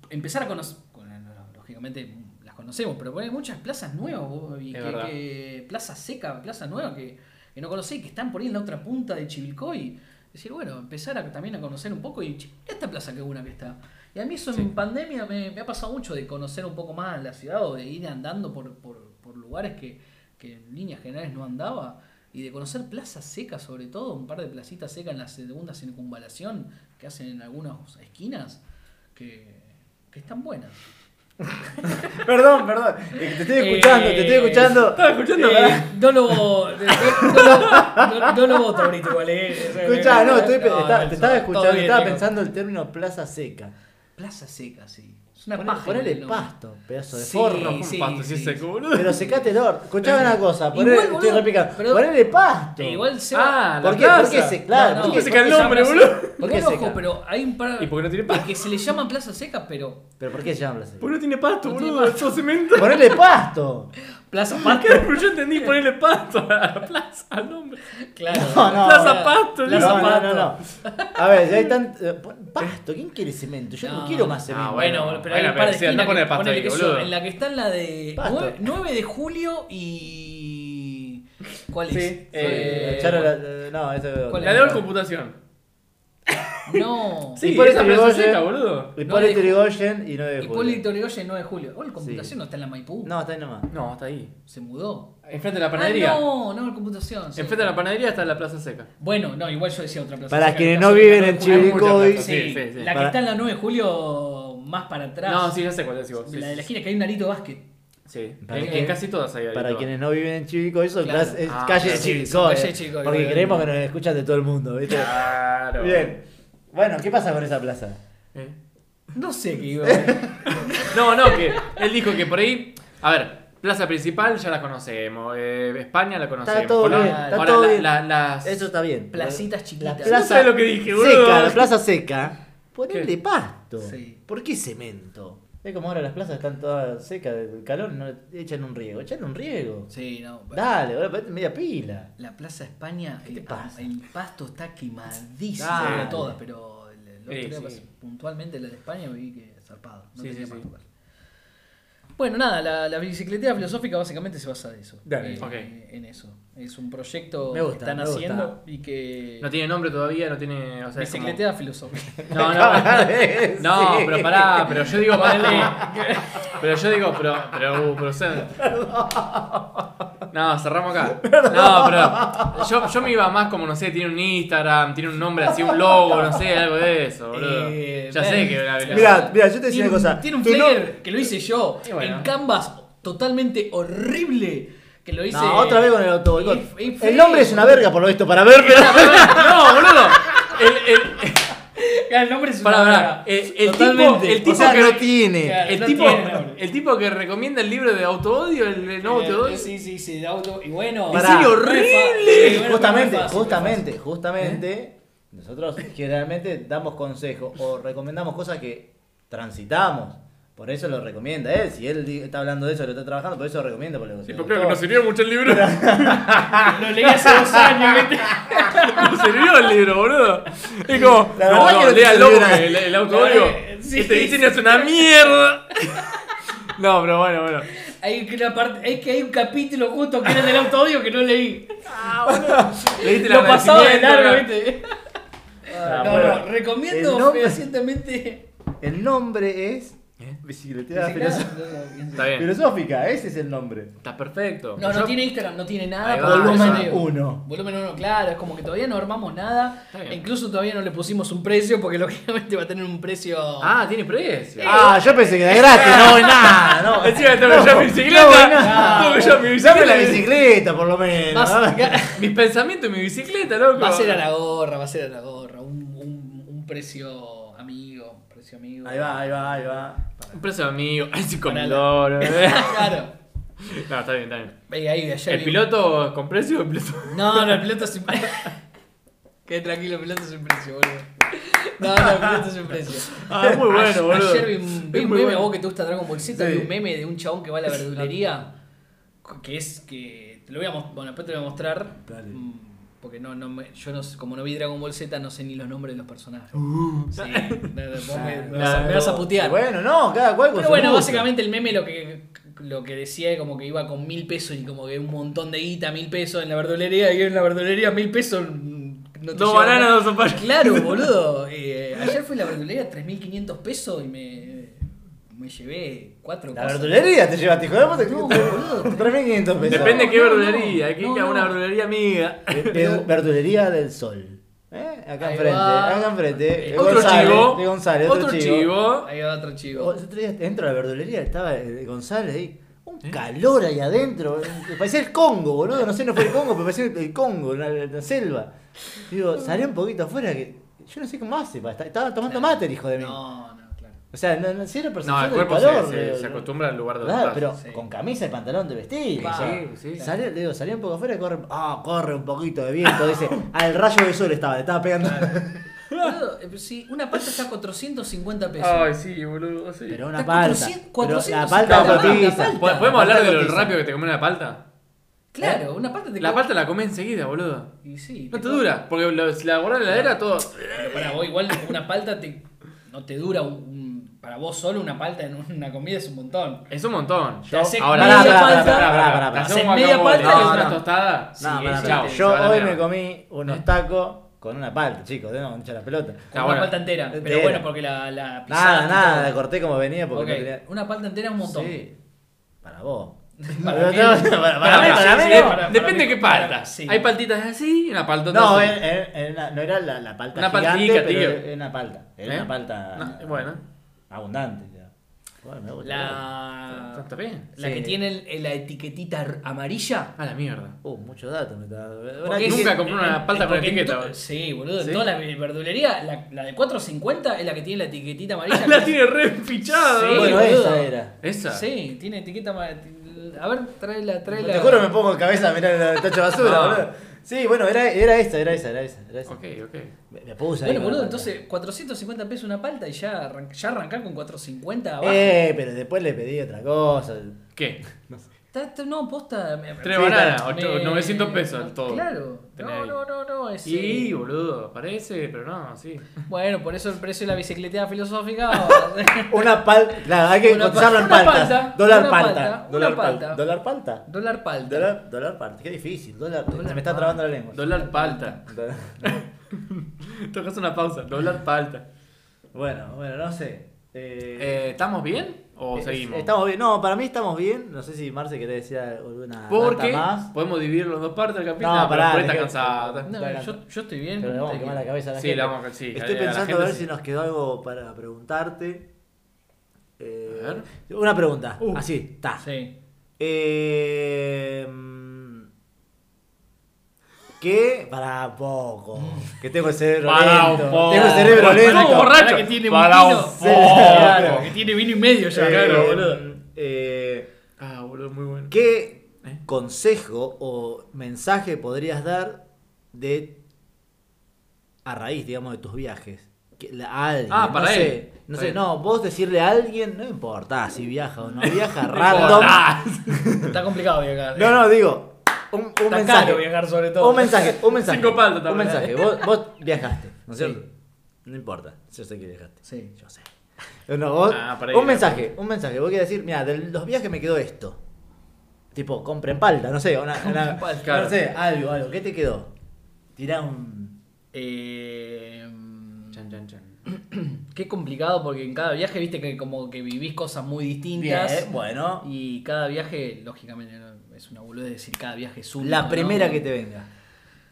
D: empezar a conocer, con- lógicamente las conocemos, pero hay muchas plazas nuevas, vos, y
B: Es
D: que,
B: verdad.
D: que- plaza seca, plaza nueva que, que no conocéis, que están por ahí en la otra punta de Chivilcoy. Decir, bueno, empezar a- también a conocer un poco y che, mirá esta plaza que buena que está. Y a mí eso en pandemia me, me ha pasado mucho de conocer un poco más la ciudad o de ir andando por, por- por lugares que, que en líneas generales no andaba y de conocer plazas secas sobre todo, un par de placitas secas en la segunda circunvalación que hacen en algunas esquinas que, que están buenas.
C: Perdón, perdón. Es que Te estoy escuchando,
D: Eh,
C: te estoy escuchando.
B: Estaba escuchando,
D: Eh,
B: ¿verdad?
D: no lo, no, no- no- no lo voto ahorita igual, eh.
C: Escuchá, no, estoy, pe- está-
D: no,
C: te estaba
D: todo
C: escuchando,
D: bien,
C: estaba
D: digo,
C: pensando el término plaza seca.
D: Plaza seca, sí. Es una
C: Ponele,
D: paja.
C: ponele
D: el nombre.
C: pasto, pedazo de
D: Sí.
B: No,
C: forro.
B: un
D: sí,
B: pasto, si
D: sí,
B: es seco,
D: sí.
B: boludo.
C: Pero secate el orto. Escuchame una cosa, ponele,
D: Igual, boludo,
C: estoy replicando.
D: pero-
C: Ponele pasto.
D: Eh, igual se
B: Ah,
C: ¿Por
D: va.
B: la
C: qué? ¿Por
B: plaza.
C: qué se, claro,
B: No,
C: ¿por qué
B: no,
C: se-
B: seca el nombre, boludo?
C: ¿Por
D: ¿Por
C: qué
D: qué
C: seca?
D: pero hay un par.
B: ¿Y por qué no tiene pasto?
D: Porque se le llaman plaza seca, pero.
C: ¿Pero por qué se llama plaza seca?
B: Porque no tiene pasto,
D: No tiene
B: boludo, es
D: pasto.
B: todo cemento.
C: Ponele pasto.
D: Plaza pasto.
B: Claro, pero yo entendí ponerle pasto a la plaza, al nombre.
D: Claro.
C: No, no,
B: Plaza
D: no.
B: Pasto,
C: No,
B: Plaza
D: Plaza
C: no, no,
D: Pasto.
C: no. A ver, si hay tanto. eh, pon- Pasto, ¿quién quiere cemento? Yo no,
D: No.
C: quiero más cemento.
B: Ah,
D: Bueno,
B: Bueno,
D: pero hay
B: bueno,
D: un par de
B: pero sí,
D: esquinas
B: no pone
D: que-
B: pasto
D: ponele
B: ahí,
D: que yo,
B: boludo.
D: En la que está en la de
C: Pasto.
D: 9, de julio y. ¿Cuál es?
B: Sí,
C: Eh,
B: eh,
C: Charo, la- la- no, eso es otro.
D: ¿Cuál
B: La de
D: era?
B: la computación.
D: No.
B: Sí,
C: por
B: esa
C: eso
B: plaza
C: Irigoyen-
B: seca, boludo.
C: Hipólito
D: No le-
C: Yrigoyen y 9 de julio.
D: Hipólito Yrigoyen 9 de julio. Oh, el computación
C: Sí.
D: no está en la Maipú.
C: No, está ahí nomás.
B: No, está ahí.
D: Se mudó.
B: Enfrente de la
D: Ah,
B: panadería.
D: no, no, el computación. sí.
B: Enfrente de la panadería está la plaza seca.
D: Bueno, no, igual yo decía otra plaza.
C: Para
D: seca,
C: quienes
D: la
C: no
D: plaza
C: viven
D: seca,
C: en
D: no, hay mucha-
B: Chivilcoy.
C: Chiricoy.
B: plaza,
D: Sí,
B: sí, sí, sí.
D: La que
C: Para-
D: está en la 9 de julio más para atrás.
B: No, sí, ya sé cuál decís vos. Sí,
D: La de la
B: sí,
D: esquina que hay un arito básquet.
B: sí. En,
C: Para
B: en
C: que-
B: casi todas hay
C: Para
B: Arito.
C: quienes no viven en Chivico, eso
D: Claro.
C: es- es
B: Ah, claro.
C: calle de
B: Sí,
C: Chivico.
D: son
C: eh,
D: calle de Chivico,
C: Porque
D: igual.
C: creemos que nos escuchan de todo el mundo, ¿viste?
B: Claro.
C: Bien. Bueno, ¿qué pasa con esa plaza?
B: Eh.
D: No sé qué iba.
B: No, no, que él dijo que por ahí. A ver, plaza principal ya la conocemos. eh, España la conocemos.
C: todo
B: Por ahora-
D: bien, está
B: ahora
C: todo
B: la-
C: bien.
B: la- las.
C: Eso está bien.
D: Placitas
C: La
D: chiquitas.
C: plaza
B: sabes lo que dije, boludo.
C: seca, la plaza seca, ponele
B: ¿Qué?
C: pasto.
D: Sí.
C: ¿Por qué cemento? Es como ahora las plazas están todas secas, el calor no le- echan un riego, echan un riego.
D: Sí, no.
C: Dale, ahora ponete media pila.
D: La Plaza España,
C: te
D: eh,
C: pasa?
D: el pasto está quemadísimo.
B: Dale.
D: No todas, pero el, el otro
B: Sí,
D: día
B: sí.
D: pasé- puntualmente la de España vi que zarpado. No
B: Sí,
D: tenía
B: sí,
D: más
B: sí.
D: lugar. Bueno, nada, la, la bicicletea filosófica básicamente se basa de eso.
C: Dale.
D: eh,
B: Ok.
D: En eso. Es un proyecto
C: Me gusta,
D: que están
C: me gusta.
D: haciendo y que.
B: No tiene nombre todavía, no tiene. O sea, es como-
D: bicicletea filosófica.
B: No, no.
C: Sí.
B: No, pero pará, pero yo digo ponele. Pero yo digo, pero. Pero, uh, pero usted- No, cerramos acá. No, pero. Yo, yo me iba más como, no sé, tiene un Instagram, tiene un nombre así, un logo, no sé, algo de eso, boludo.
D: Eh,
B: ya
D: bueno.
B: sé que la- la-
C: Mirá, mirá, yo te decía
D: Tiene
C: una
D: un-
C: cosa.
D: Tiene un
C: Tu
D: flyer que lo hice yo
B: Y bueno.
D: en Canvas totalmente horrible. Que lo hice.
C: No, otra vez con el autoboicot.
D: Y- y
C: El nombre es una verga por lo visto para ver, pero.
B: No, boludo. El, el,
D: El nombre es una
B: Pará, pará.
D: verga.
B: Eh, el
D: Totalmente.
B: tipo- el tipo
D: O sea,
B: que-
A: no tiene.
D: Claro.
B: El,
D: No
B: tipo,
D: tiene nombre.
B: el tipo que recomienda el libro de autoodio, el de no
D: Eh,
B: autoodio.
D: Sí, sí, sí, de auto. Y bueno.
A: Pará. Diseño
D: re fa-
B: horrible.
D: sí, bueno,
C: justamente,
D: no es fácil, ¿Eh?
C: justamente, justamente, nosotros generalmente damos consejos o recomendamos cosas que transitamos. Por eso lo recomienda él. Si él di- está hablando de eso, lo está trabajando, por eso lo recomienda. Porque lo-
B: Sí, pero creo que no sirvió mucho el libro.
D: Lo leí hace dos años. ¿viste?
B: No sirvió el libro, boludo. Es como,
C: La
B: no,
C: verdad que
B: no,
C: no te
B: lea el,
C: sirvió nada.
B: el, el autoodio.
D: Eh, sí,
B: este
D: sí.
B: diseño es una mierda. No, pero bueno, bueno.
D: Hay una parte, es que hay un capítulo justo que era del auto odio que no leí.
B: Leíste
D: Lo pasaba de
B: agradecimiento,
D: largo,
B: ¿no?
D: ¿viste?
C: Ah,
D: No,
C: bueno.
D: no, recomiendo
C: El nombre-
D: fehacientemente.
C: El nombre es.
B: ¿Eh?
C: Bicicleteada filoso-
B: Está bien.
C: filosófica, ese es el nombre.
B: Está perfecto.
D: No, no
B: Yo-
D: tiene Instagram, no tiene
B: Ahí
D: nada.
B: va,
D: por eso
B: volumen
D: digo.
C: uno.
D: Volumen 1, claro, es como que todavía no armamos nada.
B: Está bien.
D: E incluso todavía no le pusimos un precio porque lógicamente va a tener un precio.
B: Ah, tiene precio.
D: Eh.
C: Ah, yo pensé que era gratis, no, nada, no.
B: Encima tengo yo mi
C: no,
B: bicicleta.
C: nada.
B: Tengo yo mi
C: Dame la
B: bicicleta.
C: bicicleta, por lo menos.
D: Vas- va
B: Mis pensamientos y mi bicicleta, loco.
D: a ser a la gorra, va a ser a la gorra. Un, un- un precio amigo, un precio amigo.
C: Ahí va, ahí va, ahí va.
B: Un precio de amigo. Ay, sí, con
D: Pará.
B: el oro. No,
D: claro.
B: está bien, está bien.
D: Ahí, ahí, ayer
B: ¿El
D: vi-
B: piloto con precio o el piloto?
D: No, no, el piloto sin precio. Qué tranquilo, el piloto sin precio, boludo. No, no, el piloto sin precio.
B: Ah, muy bueno,
D: Ayer-
B: boludo.
D: Ayer vi un, vi
B: Es
D: un
B: muy
D: meme,
B: bueno.
D: a vos que te gusta Dragon Ball Z,
C: Sí.
D: vi un meme de un chabón que va a la verdulería, que es que... Te lo voy a mos- bueno, después te lo voy a mostrar,
C: Dale.
D: mm, porque no, no me- yo no, sé- como no vi Dragon Ball Z no sé ni los nombres de los personajes. Sí, Uh, no, no, vos me, me vas a- me vas a putear.
C: Bueno, no, cada cual con
D: Pero
C: su
D: bueno,
C: gusto.
D: básicamente el meme lo que, lo que decía es como que iba con mil pesos y como que un montón de guita, mil pesos en la verdulería y en la verdulería mil pesos. mm, No te
B: Dos
D: lleva
B: bananas,
D: nada.
B: dos zapallos.
D: Claro, boludo. Eh, ayer fui a la verdulería 3.500 pesos y me, me llevé cuatro
C: La
D: cosas.
C: verdulería te llevaste, hijo de puta.
D: No, boludo.
C: 3.500 pesos.
B: Depende
D: No,
B: qué
D: no,
B: verdulería.
D: no.
B: Aquí
D: No,
B: que
D: no.
B: una verdulería amiga.
C: De- de- verdulería del sol. ¿Eh? Acá
D: Ahí
C: enfrente,
D: va.
C: acá enfrente. De
B: Otro
C: González,
B: chivo.
C: De González, otro, chivo.
D: Ahí va otro chivo.
C: Otro día entro a la verdulería, estaba eh, de González ahí. Un calor ahí adentro. eh, Parecía el Congo, boludo. No sé, no fue el Congo, pero parecía el Congo, la, la- la selva. Digo, salí un poquito afuera que. Yo no sé cómo hace, pa, está- estaba tomando mate el hijo de mí.
D: No, no, claro.
C: O sea, no, no, cero percepción
B: No, el
C: del
B: cuerpo
C: calor.
B: se, se-
C: digo,
B: se
C: ¿no?
B: acostumbra al lugar donde
C: Claro,
B: estás.
C: pero
D: sí.
C: con camisa y pantalón de vestir.
D: Sí,
C: o sea,
B: sí, sí.
C: salió- le digo, salí un poco afuera y corre. Ah, corre un poquito de viento. Dice, al rayo del sol estaba, le estaba pegando.
D: Boludo, eh, sí, una pasta está a 450 pesos.
B: Ay, sí, boludo. Sí.
C: Pero una
D: Está
C: palta.
D: 400,
C: Pero la
D: 450
C: palta
B: la
C: cotiza.
D: palta.
B: ¿Po- ¿Podemos
C: La
B: hablar de lo
C: cotiza.
B: rápido que te come una palta?
D: Claro, una parte te
B: La
D: co-
B: palta la come enseguida, boludo.
D: Y sí,
B: No te
D: co-
B: dura, porque lo- si la guardás en la heladera, todo.
D: Pero para vos, igual una palta te, no te dura. un- un- para vos solo una palta en una comida es un montón.
B: Es un montón.
D: Te hace
B: Ahora,
D: media
B: pará, pará,
D: palta.
B: pará, pará, pará,
D: Te
B: pará.
D: hace
B: Hacemos
D: media
B: guacamole,
D: palta y
B: ¿no?
D: es
B: una
D: una-
B: tostada.
C: No,
B: Sí,
C: pará,
B: es-
C: pará.
B: chau, se
C: Yo
B: va a la
C: hoy
B: mierda.
C: me comí unos tacos con una palta, chicos. De no manchar la pelota.
B: Está
D: una
B: Ah, bueno.
D: palta entera. Pero
C: Entera.
D: bueno, porque la, la pisaste
C: Nada,
D: y
C: nada,
D: todo.
C: la corté como venía porque
D: Ok,
C: no tenía.
D: Una palta entera es un montón.
C: Sí. Para vos.
D: Para mí-
C: No, no, para- para mí, para mí
B: Dep-
C: no.
D: para-
B: Depende
D: para-
B: qué palta.
D: para- sí.
B: Hay paltitas así y una palta
C: No,
B: así.
C: era- era- era- no era la, la palta
B: Una
C: gigante,
B: paltica,
C: pero
B: tío.
C: era una palta. Era
B: ¿Eh?
C: una palta
B: No, bueno.
C: abundante. ya. Bueno, me gusta.
D: La,
B: Está bien.
D: la
C: Sí.
D: que tiene el- el- la etiquetita r- amarilla.
B: A la mierda.
C: Uh, mucho dato me está.
D: Porque
C: Ahora,
D: es-
B: Nunca compré una
D: eh,
B: palta con
D: porque en
B: etiqueta,
D: to-
B: boludo.
D: Sí, boludo.
B: Sí.
D: En toda la verdulería, la, la de 4.50 es la que tiene la etiquetita amarilla.
B: La tiene re fichada.
D: Sí,
C: bueno,
D: boludo.
C: esa era.
B: Esa.
D: Sí, tiene etiqueta amarilla. A ver, tráela, tráela.
C: Te juro, me pongo en cabeza a mirar el tacho de basura,
B: No.
C: boludo. Sí, bueno, era, era esa, era esa, era esa. Era esa.
B: Ok, ok.
C: Me, me puse ahí
D: Bueno,
C: con
D: boludo,
C: la palta.
D: entonces 450 pesos una palta y ya, arran- ya arrancar con 450 abajo.
C: Eh, pero después le pedí otra cosa.
B: ¿Qué?
D: Ta- ta- no, posta. me-
B: Tres
D: me-
B: bananas,
D: me-
B: ocho- 900 pesos al todo.
D: Claro.
B: Tenés
D: No,
B: ahí.
D: no, no, no. es,
B: Sí,
D: eh,
B: boludo, parece, pero no, sí.
D: Bueno, por eso el precio de la bicicleteada filosófica. ahora-
C: Una palta. Claro, hay que
D: Una pa-
C: cotizarlo en
D: una
C: paltas.
D: palta,
C: dólar
D: una
C: palta.
D: palta,
C: Dólar
D: una palta.
C: Dólar palta.
D: Dólar palta.
C: Dólar, dólar palta. Qué difícil. Dólar,
D: Dólar
C: se me está
D: palta.
C: trabando la lengua.
B: Dólar palta.
C: Dólar-
B: Tocas una pausa, dólar palta.
C: Bueno, bueno, no sé. Eh,
B: Eh, ¿Estamos bien o
C: es-
B: seguimos?
C: Estamos bien. No, para mí estamos bien. No sé si Marce quería decir alguna
B: Porque
C: data más.
B: podemos dividirlo en dos partes del capítulo,
C: No,
B: pero
C: pará,
B: después está
C: dejé-
B: cansada.
D: No,
C: Dólar.
D: yo, yo estoy bien.
C: Pero le vamos a quemar la cabeza a la
B: Sí,
C: gente.
B: le vamos a- sí, a
C: Estoy
B: la- a la
C: pensando
B: gente
C: a ver
B: sí.
C: si nos quedó algo para preguntarte. Eh,
B: A ver.
C: Una pregunta.
B: Uh.
C: Así, está.
D: Sí.
C: Em, Eh, mm, que. Para poco. Que tengo el cerebro
B: Para un
C: lento.
B: poco.
C: Tengo el cerebro
B: Para
C: lento.
B: un poco.
D: Pará
B: borracho.
D: que tiene
B: Pará
D: un
B: un
D: vino.
B: poco.
D: Claro, que tiene vino y medio ya.
C: Eh,
D: Claro, boludo.
C: eh,
B: Ah, boludo, muy bueno.
C: ¿Qué
B: ¿Eh?
C: consejo o mensaje podrías dar de a raíz, digamos, de tus viajes? Que la- A alguien,
B: Ah, para
C: no
B: él.
C: Sé, no
B: Está
C: sé,
B: bien.
C: no, vos decirle a alguien, no importa si viaja o no viaja,
B: Por-
C: random.
B: Ah,
D: Está complicado viajar.
C: No, no, digo, un, un
D: Está
C: mensaje.
D: caro viajar sobre todo.
C: Un mensaje, un mensaje.
B: Cinco palos,
C: Un
B: también. ¿eh?
C: mensaje. Vos, vos viajaste, ¿no es
D: Sí.
C: cierto? No importa, yo sé que viajaste.
D: Sí.
C: Yo sé. No, vos-
B: Ah, para ahí
C: un
B: era.
C: mensaje, un mensaje. Vos querés decir, mira, de los viajes me quedó esto. Tipo, compren palta, no sé, una, una-
B: palta, claro.
C: no sé, algo, algo. ¿Qué te quedó? Tirá un.
D: Eh, Qué complicado porque en cada viaje, viste, que como que vivís cosas muy distintas.
C: Bien, bueno.
D: Y cada viaje, lógicamente, no, es una boludez decir cada viaje es único.
C: La
D: ¿no?
C: primera que te venga.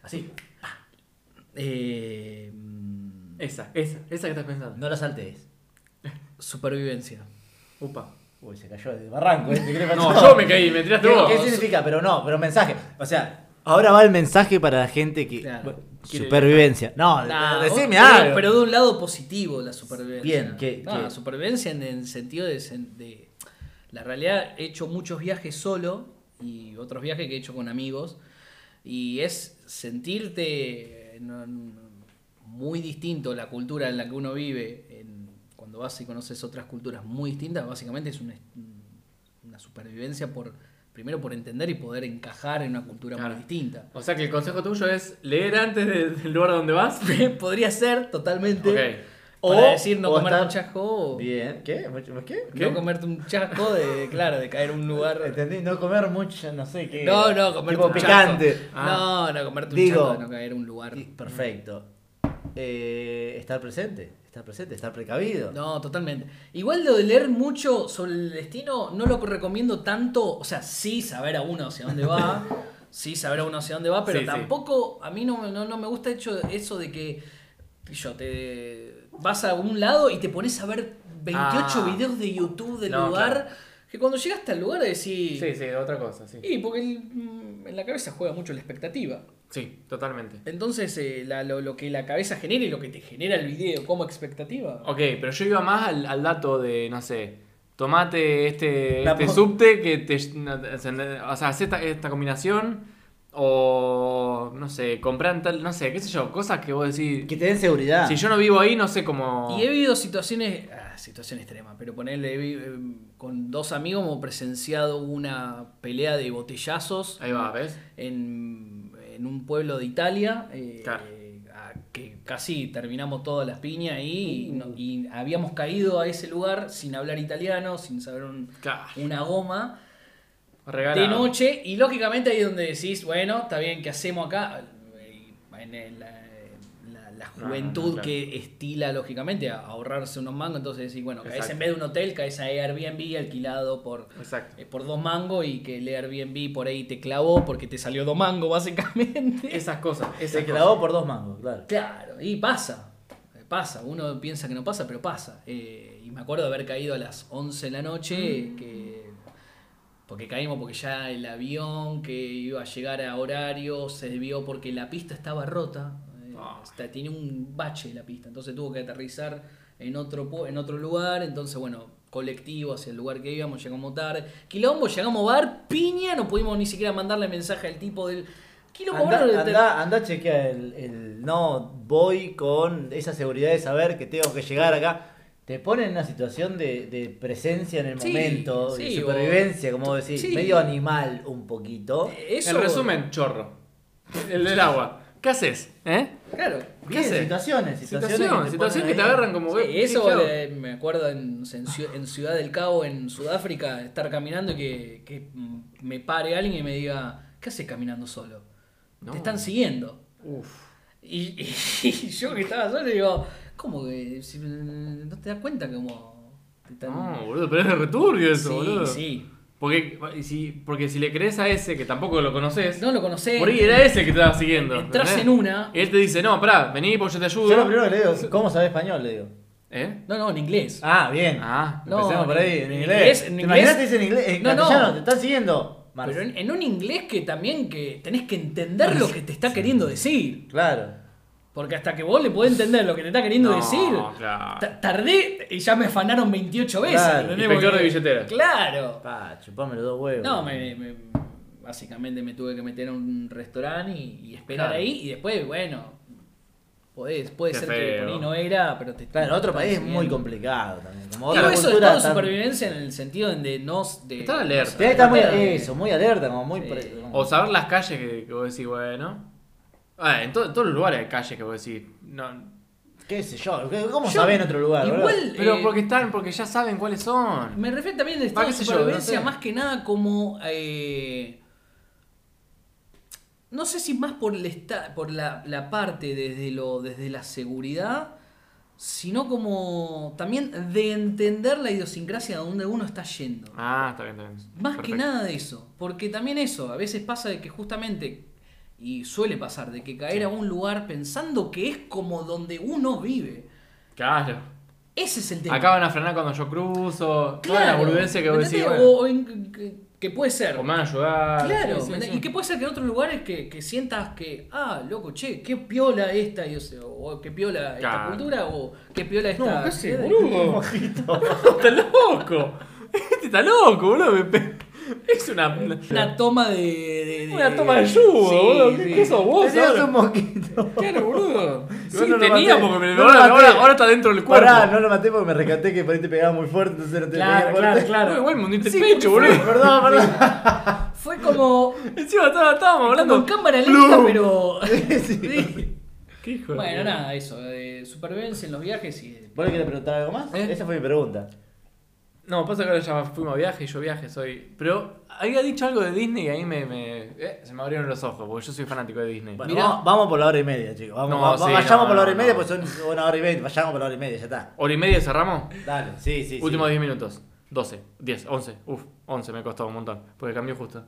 C: Así.
B: Ah.
D: Eh, mm,
B: Esa, esa, esa que estás pensando.
C: No la saltees.
D: supervivencia.
B: Upa.
C: Uy, se cayó del barranco. este, ¿qué le pasó?
B: No, yo me caí, me tiraste
C: ¿Qué,
B: vos.
C: qué significa? Pero no, pero mensaje. O sea, ahora va el mensaje para la gente que.
D: Claro.
C: bueno,
B: Quiere
C: Supervivencia. No,
D: Nah,
C: decime
D: o-
C: algo.
D: Pero de un lado positivo la supervivencia.
C: Bien, ¿qué-
D: No,
C: qué?
D: la supervivencia en el sentido de, sen- de- La realidad, he hecho muchos viajes solo y otros viajes que he hecho con amigos. Y es sentirte eh, no- no- muy distinto la cultura en la que uno vive. en- cuando vas y conoces otras culturas muy distintas, básicamente es una, una supervivencia por... Primero por entender y poder encajar en una cultura
B: Claro.
D: muy distinta.
B: O sea que el consejo tuyo es leer antes de- del lugar donde vas.
D: Podría ser totalmente.
B: Ok.
D: O
C: Para
D: decir no
C: o
D: comer
C: estar-
D: un chasco o
C: Bien, ¿qué? ¿Mucho- ¿Qué?
B: ¿Qué? Este,
D: no comerte un chasco de, claro, de caer en un lugar.
C: Entendí, no comer mucho, no sé qué.
D: No, no, comerte
C: Tipo
D: un
C: picante.
D: chasco.
B: Ah.
D: No, no, comerte un
C: Digo-
D: chasco de no caer en un lugar.
C: Sí, Perfecto. Eh, estar presente, estar presente, estar precavido.
D: No, totalmente. Igual lo de leer mucho sobre el destino, no lo recomiendo tanto. O sea, sí saber a uno hacia dónde va. sí saber a uno hacia dónde va, pero
B: Sí, sí.
D: tampoco a mí no, no, no me gusta hecho eso de que qué sé yo te vas a un lado y te pones a ver 28
B: Ah.
D: videos de YouTube del
B: No,
D: lugar.
B: claro.
D: Que cuando llegaste al lugar decís.
B: Sí, sí, otra cosa, sí.
D: Y porque el- mm, en la cabeza juega mucho la expectativa.
B: Sí, totalmente.
D: Entonces, eh, la- lo, lo que la cabeza genera y lo que te genera el video como expectativa.
B: Ok, pero yo iba más al, al dato de, no sé, tomate este,
C: La
B: este
C: po-
B: subte que te... O sea, haz esta, esta combinación o, no sé, compran tal, no sé, qué sé yo, cosas que vos decís...
C: Que te den seguridad.
B: Si yo no vivo ahí, no sé cómo...
D: Y he vivido situaciones, ah, situación extrema, pero ponerle he vi- eh, con dos amigos hemos presenciado una pelea de botellazos
B: Ahí va, ¿ves?
D: en, en un pueblo de Italia, eh,
B: Claro.
D: a- que casi terminamos todas las piñas ahí y,
B: Uh.
D: no- y habíamos caído a ese lugar sin hablar italiano, sin saber un-
B: Claro.
D: una goma.
B: Regala.
D: de noche y lógicamente ahí es donde decís, bueno, está bien, ¿qué hacemos acá? En el- la, la- la
B: No, no, no,
D: juventud
B: claro.
D: que estila lógicamente a ahorrarse unos mangos, entonces decís, bueno, caes
B: Exacto.
D: en vez de un hotel, caes a Airbnb alquilado por,
B: Exacto.
D: eh, por dos mangos y que el Airbnb por ahí te clavó porque te salió dos mangos básicamente.
B: Esas cosas. Esas
C: Se clavó por dos mangos, claro.
D: Claro, y pasa, eh, pasa, uno piensa que no pasa, pero pasa. Eh, y me acuerdo de haber caído a las 11 de la noche, que porque caímos porque ya el avión que iba a llegar a horario se debió porque la pista estaba rota, eh,
B: Ah.
D: está- tiene un bache la pista, entonces tuvo que aterrizar en otro, pu- en otro lugar, entonces bueno, colectivo hacia el lugar que íbamos, llegamos tarde, quilombo, llegamos a bar, piña, no pudimos ni siquiera mandarle mensaje al tipo del... Quilombo,
C: Andá,
D: boludo, te-
C: andá, andá a chequear el, el no voy con esa seguridad de saber que tengo que llegar acá. Te pone en una situación de, de presencia en el
D: Sí,
C: momento, de
D: sí,
C: supervivencia, como
D: o-
C: decir,
D: sí. Eh,
C: medio animal un poquito.
D: Eso,
B: En resumen, chorro. El del agua. ¿Qué haces? ¿Eh?
D: Claro.
B: ¿Qué haces?
C: Situaciones, situaciones.
B: Situación,
C: te
B: situación
C: ponen
B: que te
C: ahí.
B: agarran como...
D: Sí,
B: "Eh, ¿qué- qué
D: eso
B: hago?".
D: eh, me acuerdo en, no sé, en Ciu- en Ciudad del Cabo, en Sudáfrica, estar caminando y que, que, mm, me pare alguien y me diga, ¿qué haces caminando solo?
B: No.
D: Te están siguiendo.
B: Uf.
D: Y, y- y yo que estaba solo digo, ¿cómo que si- no te das cuenta que como te están...
B: No, boludo, pero es returbio eso,
D: sí,
B: boludo.
D: sí.
B: Porque y si, porque si le crees a ese que tampoco lo conoces,
D: No lo conocés.
B: por ahí era ese que te estaba siguiendo.
D: Entrás
B: ¿entendés?
D: en una.
B: Y él te dice, no, pará, vení, pues yo te
C: Yo lo
B: ayudo.
C: primero que le digo, ¿cómo sabes español? Le digo.
B: ¿Eh?
D: No, no, en inglés.
C: Ah, bien.
B: Ah.
D: No,
C: Empecemos por ahí,
D: en-
C: en,
D: en
C: inglés.
D: inglés- en
C: ¿Te
D: inglés-
C: imaginas que dice en inglés? En
D: No, no.
C: castellano, te están siguiendo. Marce.
D: Pero en, en un inglés que también que tenés que entender lo que te está queriendo decir.
C: Claro.
D: Porque hasta que vos le podés entender lo que te está queriendo
B: No,
D: decir,
B: claro.
D: ta- tardé y ya me afanaron 28 veces.
C: Claro,
D: ¿entendés?
B: inspector
D: Porque-
B: de billetera.
D: Claro.
C: Pa, chupame los dos huevos.
D: No, me, me- básicamente me tuve que meter a un restaurante y, y esperar
C: Claro.
D: ahí. Y después, bueno, podés, puede
B: Qué
D: ser que
B: feo.
D: por ahí no era, pero te está.
C: Claro, otro
D: está
C: país es
D: bien.
C: muy complicado también. Como
D: Claro,
C: otra
D: eso es
C: cultura
D: todo
C: tan-
D: supervivencia en el sentido de no. De,
B: Estar alerta.
C: Sí, está muy,
D: de-
C: eso, muy alerta, como muy...
D: Sí.
C: pre- como-
B: O saber las calles que, que vos decís, bueno. Ah, en, to- en todos los lugares hay calles que vos decís. No,
C: ¿Qué sé yo? ¿qué- ¿Cómo
D: Yo-
C: sabés en otro lugar?
D: igual-
C: boludo?
B: pero
D: Eh,
B: porque están, porque ya saben cuáles son.
D: Me refiero también al
B: Ah,
D: estado
B: qué
D: de
B: sé yo,
D: supervivencia
B: no sé.
D: más que nada como. eh, no sé si más por, el esta- por la, la parte desde, lo, desde la seguridad, sino como también de entender la idiosincrasia de donde uno está yendo.
B: Ah, está bien, está bien.
D: Más que
B: Perfecto.
D: nada de eso, porque también eso, a veces pasa de que justamente, y suele pasar, de que caer a un lugar pensando que es como donde uno vive.
B: Claro.
D: Ese es el tema.
B: Acá van a frenar cuando yo cruzo. Toda la
D: Claro,
B: burbudencia que vos decís,
D: ¿entendés?
B: bueno.
D: O- o en- que- que puede ser.
B: O me van a ayudar.
D: Claro,
B: Sí, sí,
D: ¿me entendés?
B: sí.
D: y que puede ser que en otros lugares que, que sientas que, ah, loco, che, qué piola esta, y, o, sea, o qué piola esta
B: Claro.
D: cultura, o qué piola esta.
B: No, ¿qué haces,
D: ¿qué-
B: boludo? está loco. Este está loco, boludo. me pe- Es una.
D: Una toma de. de- de-
B: Una toma de yugo,
D: Sí,
B: boludo. ¿Qué,
D: sí.
B: qué sos vos?
C: Tenías
B: ahora?
C: un mosquito.
B: Claro, boludo. Sí,
C: no lo
B: tenía
C: maté.
B: porque me
C: No lo
B: ahora,
C: maté.
B: ahora, ahora está dentro del cuerpo.
C: Pará, no lo maté porque me rescaté que por ahí te pegaba muy fuerte, entonces no te
D: Claro,
C: pegué
D: claro,
C: fuerte.
D: claro.
B: No, igual me hundiste el pecho, boludo.
C: Perdón, perdón.
D: Fue como.
B: Encima estaba- estábamos
D: como en
B: hablando.
D: cámara lenta, pero.
C: Sí.
D: Sí.
B: ¿Qué hijo de
D: Bueno,
B: puta?
D: nada, eso, de supervivencia en los viajes y. de-
C: ¿Vos le querés preguntar algo más?
B: ¿Eh?
C: Esa fue mi pregunta.
B: No, pasa que ahora ya fuimos a viaje y yo viaje soy. Pero había dicho algo de Disney y ahí me, me- eh, se me abrieron los ojos porque yo soy fanático de Disney.
C: Bueno,
D: Mirá.
C: vamos, vamos por la hora y media, chicos. Vamos,
B: No,
C: va- va-
B: sí,
C: vayamos
B: no,
C: por la hora y
B: no,
C: media,
B: no.
C: pues son una hora y veinte. Vayamos por la hora y media, ya está.
B: ¿Hora y media cerramos?
C: Dale, sí, sí. sí.
B: Últimos 10 minutos. 12, 10, 11. Uf, 11 me costó un montón porque cambió justo.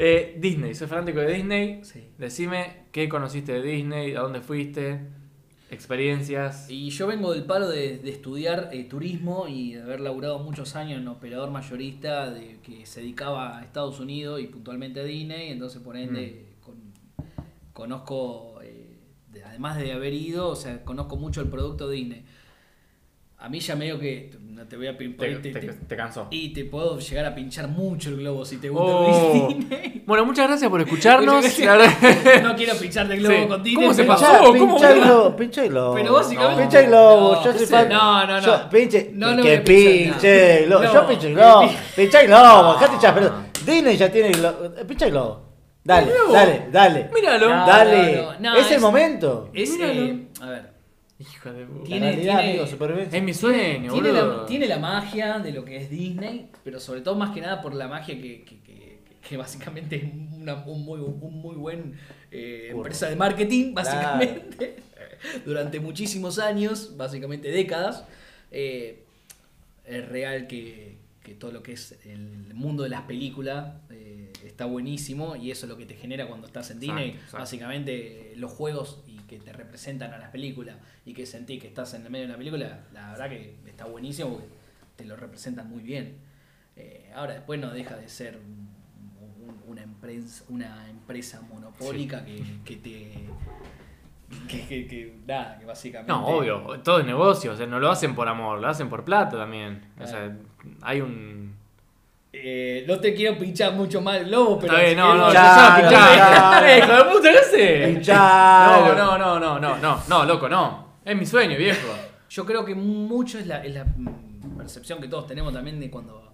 B: Eh, Disney, soy fanático de Disney.
D: Sí.
B: Decime qué conociste de Disney, a dónde fuiste, experiencias.
D: Y yo vengo del palo de, de estudiar eh, turismo y de haber laburado muchos años en operador mayorista de, que se dedicaba a Estados Unidos y puntualmente a Disney, entonces por ende
B: Mm.
D: con- conozco, eh, de- además de haber ido, o sea, conozco mucho el producto Disney. A mí ya medio que, no te voy a pin- por
B: Te,
D: ahí te-
B: te-
D: te-
B: te cansó.
D: y te puedo llegar a pinchar mucho el globo si te gusta
B: Oh.
D: Disney.
B: Bueno, muchas gracias por escucharnos.
D: Muchas
B: La verdad-
D: no quiero pincharte el globo
B: Sí.
D: con Disney.
B: ¿Cómo se
D: pero-
B: pasó?
C: Pinchá,
B: ¿Cómo
C: pinchá el
B: va?
C: globo, pinchá el globo.
D: Pero básicamente-
C: Pinchá el globo,
D: No,
C: yo
D: ¿qué
C: soy
D: sé?
C: fan.
D: No, no, no.
C: Yo, pinche,
D: No lo voy
C: que
D: a pinchar,
C: pinche el
D: no.
C: globo. Yo
D: No.
C: pinche el globo. Pinchá el globo, dejate ya, pero Disney ya tiene el globo. eh, Pinchá el globo. Dale,
B: Mirá vos.
C: dale, dale.
B: Míralo.
D: No,
C: Dale.
D: no, no,
C: es el
D: es-
C: momento.
D: Es,
B: Míralo.
D: eh, a ver,
B: Hijo de puta.
D: Tiene-
C: la realidad,
D: tiene-
C: amigo, supervivencia.
B: Es mi sueño,
D: tiene
B: boludo.
D: la, tiene la magia de lo que es Disney, pero sobre todo más que nada por la magia que, que- que- que básicamente es una- un, muy, un muy buen eh,
C: Curro.
D: empresa de marketing,
C: Claro.
D: básicamente, durante muchísimos años, básicamente décadas. Eh, es real que, que todo lo que es el mundo de las películas eh, está buenísimo y eso es lo que te genera cuando estás en
B: Exacto,
D: Disney,
B: exacto.
D: básicamente eh, los juegos y que te representan a las películas y que sentís que estás en el medio de la película, la verdad que está buenísimo porque te lo representan muy bien. Eh, ahora después no deja de ser un- un- una, empresa, una empresa monopólica que, que te... Que, que- que nada, que básicamente...
B: No, obvio, todo es negocio, o sea, no lo hacen por amor, lo hacen por plata también. O
D: Claro.
B: sea, hay un.
D: Eh, no te quiero pinchar mucho más el globo, pero...
B: Está bien,
D: si
B: no,
D: querés-
B: no, yo
C: pinchalo,
B: ya pinchá.
C: pinchalo.
B: Eh, Hijo de puta, ¿qué haces?
C: Pinchalo.
B: No, no, no, no, no, no, no, loco, no. Es mi sueño, viejo.
D: Yo creo que mucho es la, es la mm, percepción que todos tenemos también de cuando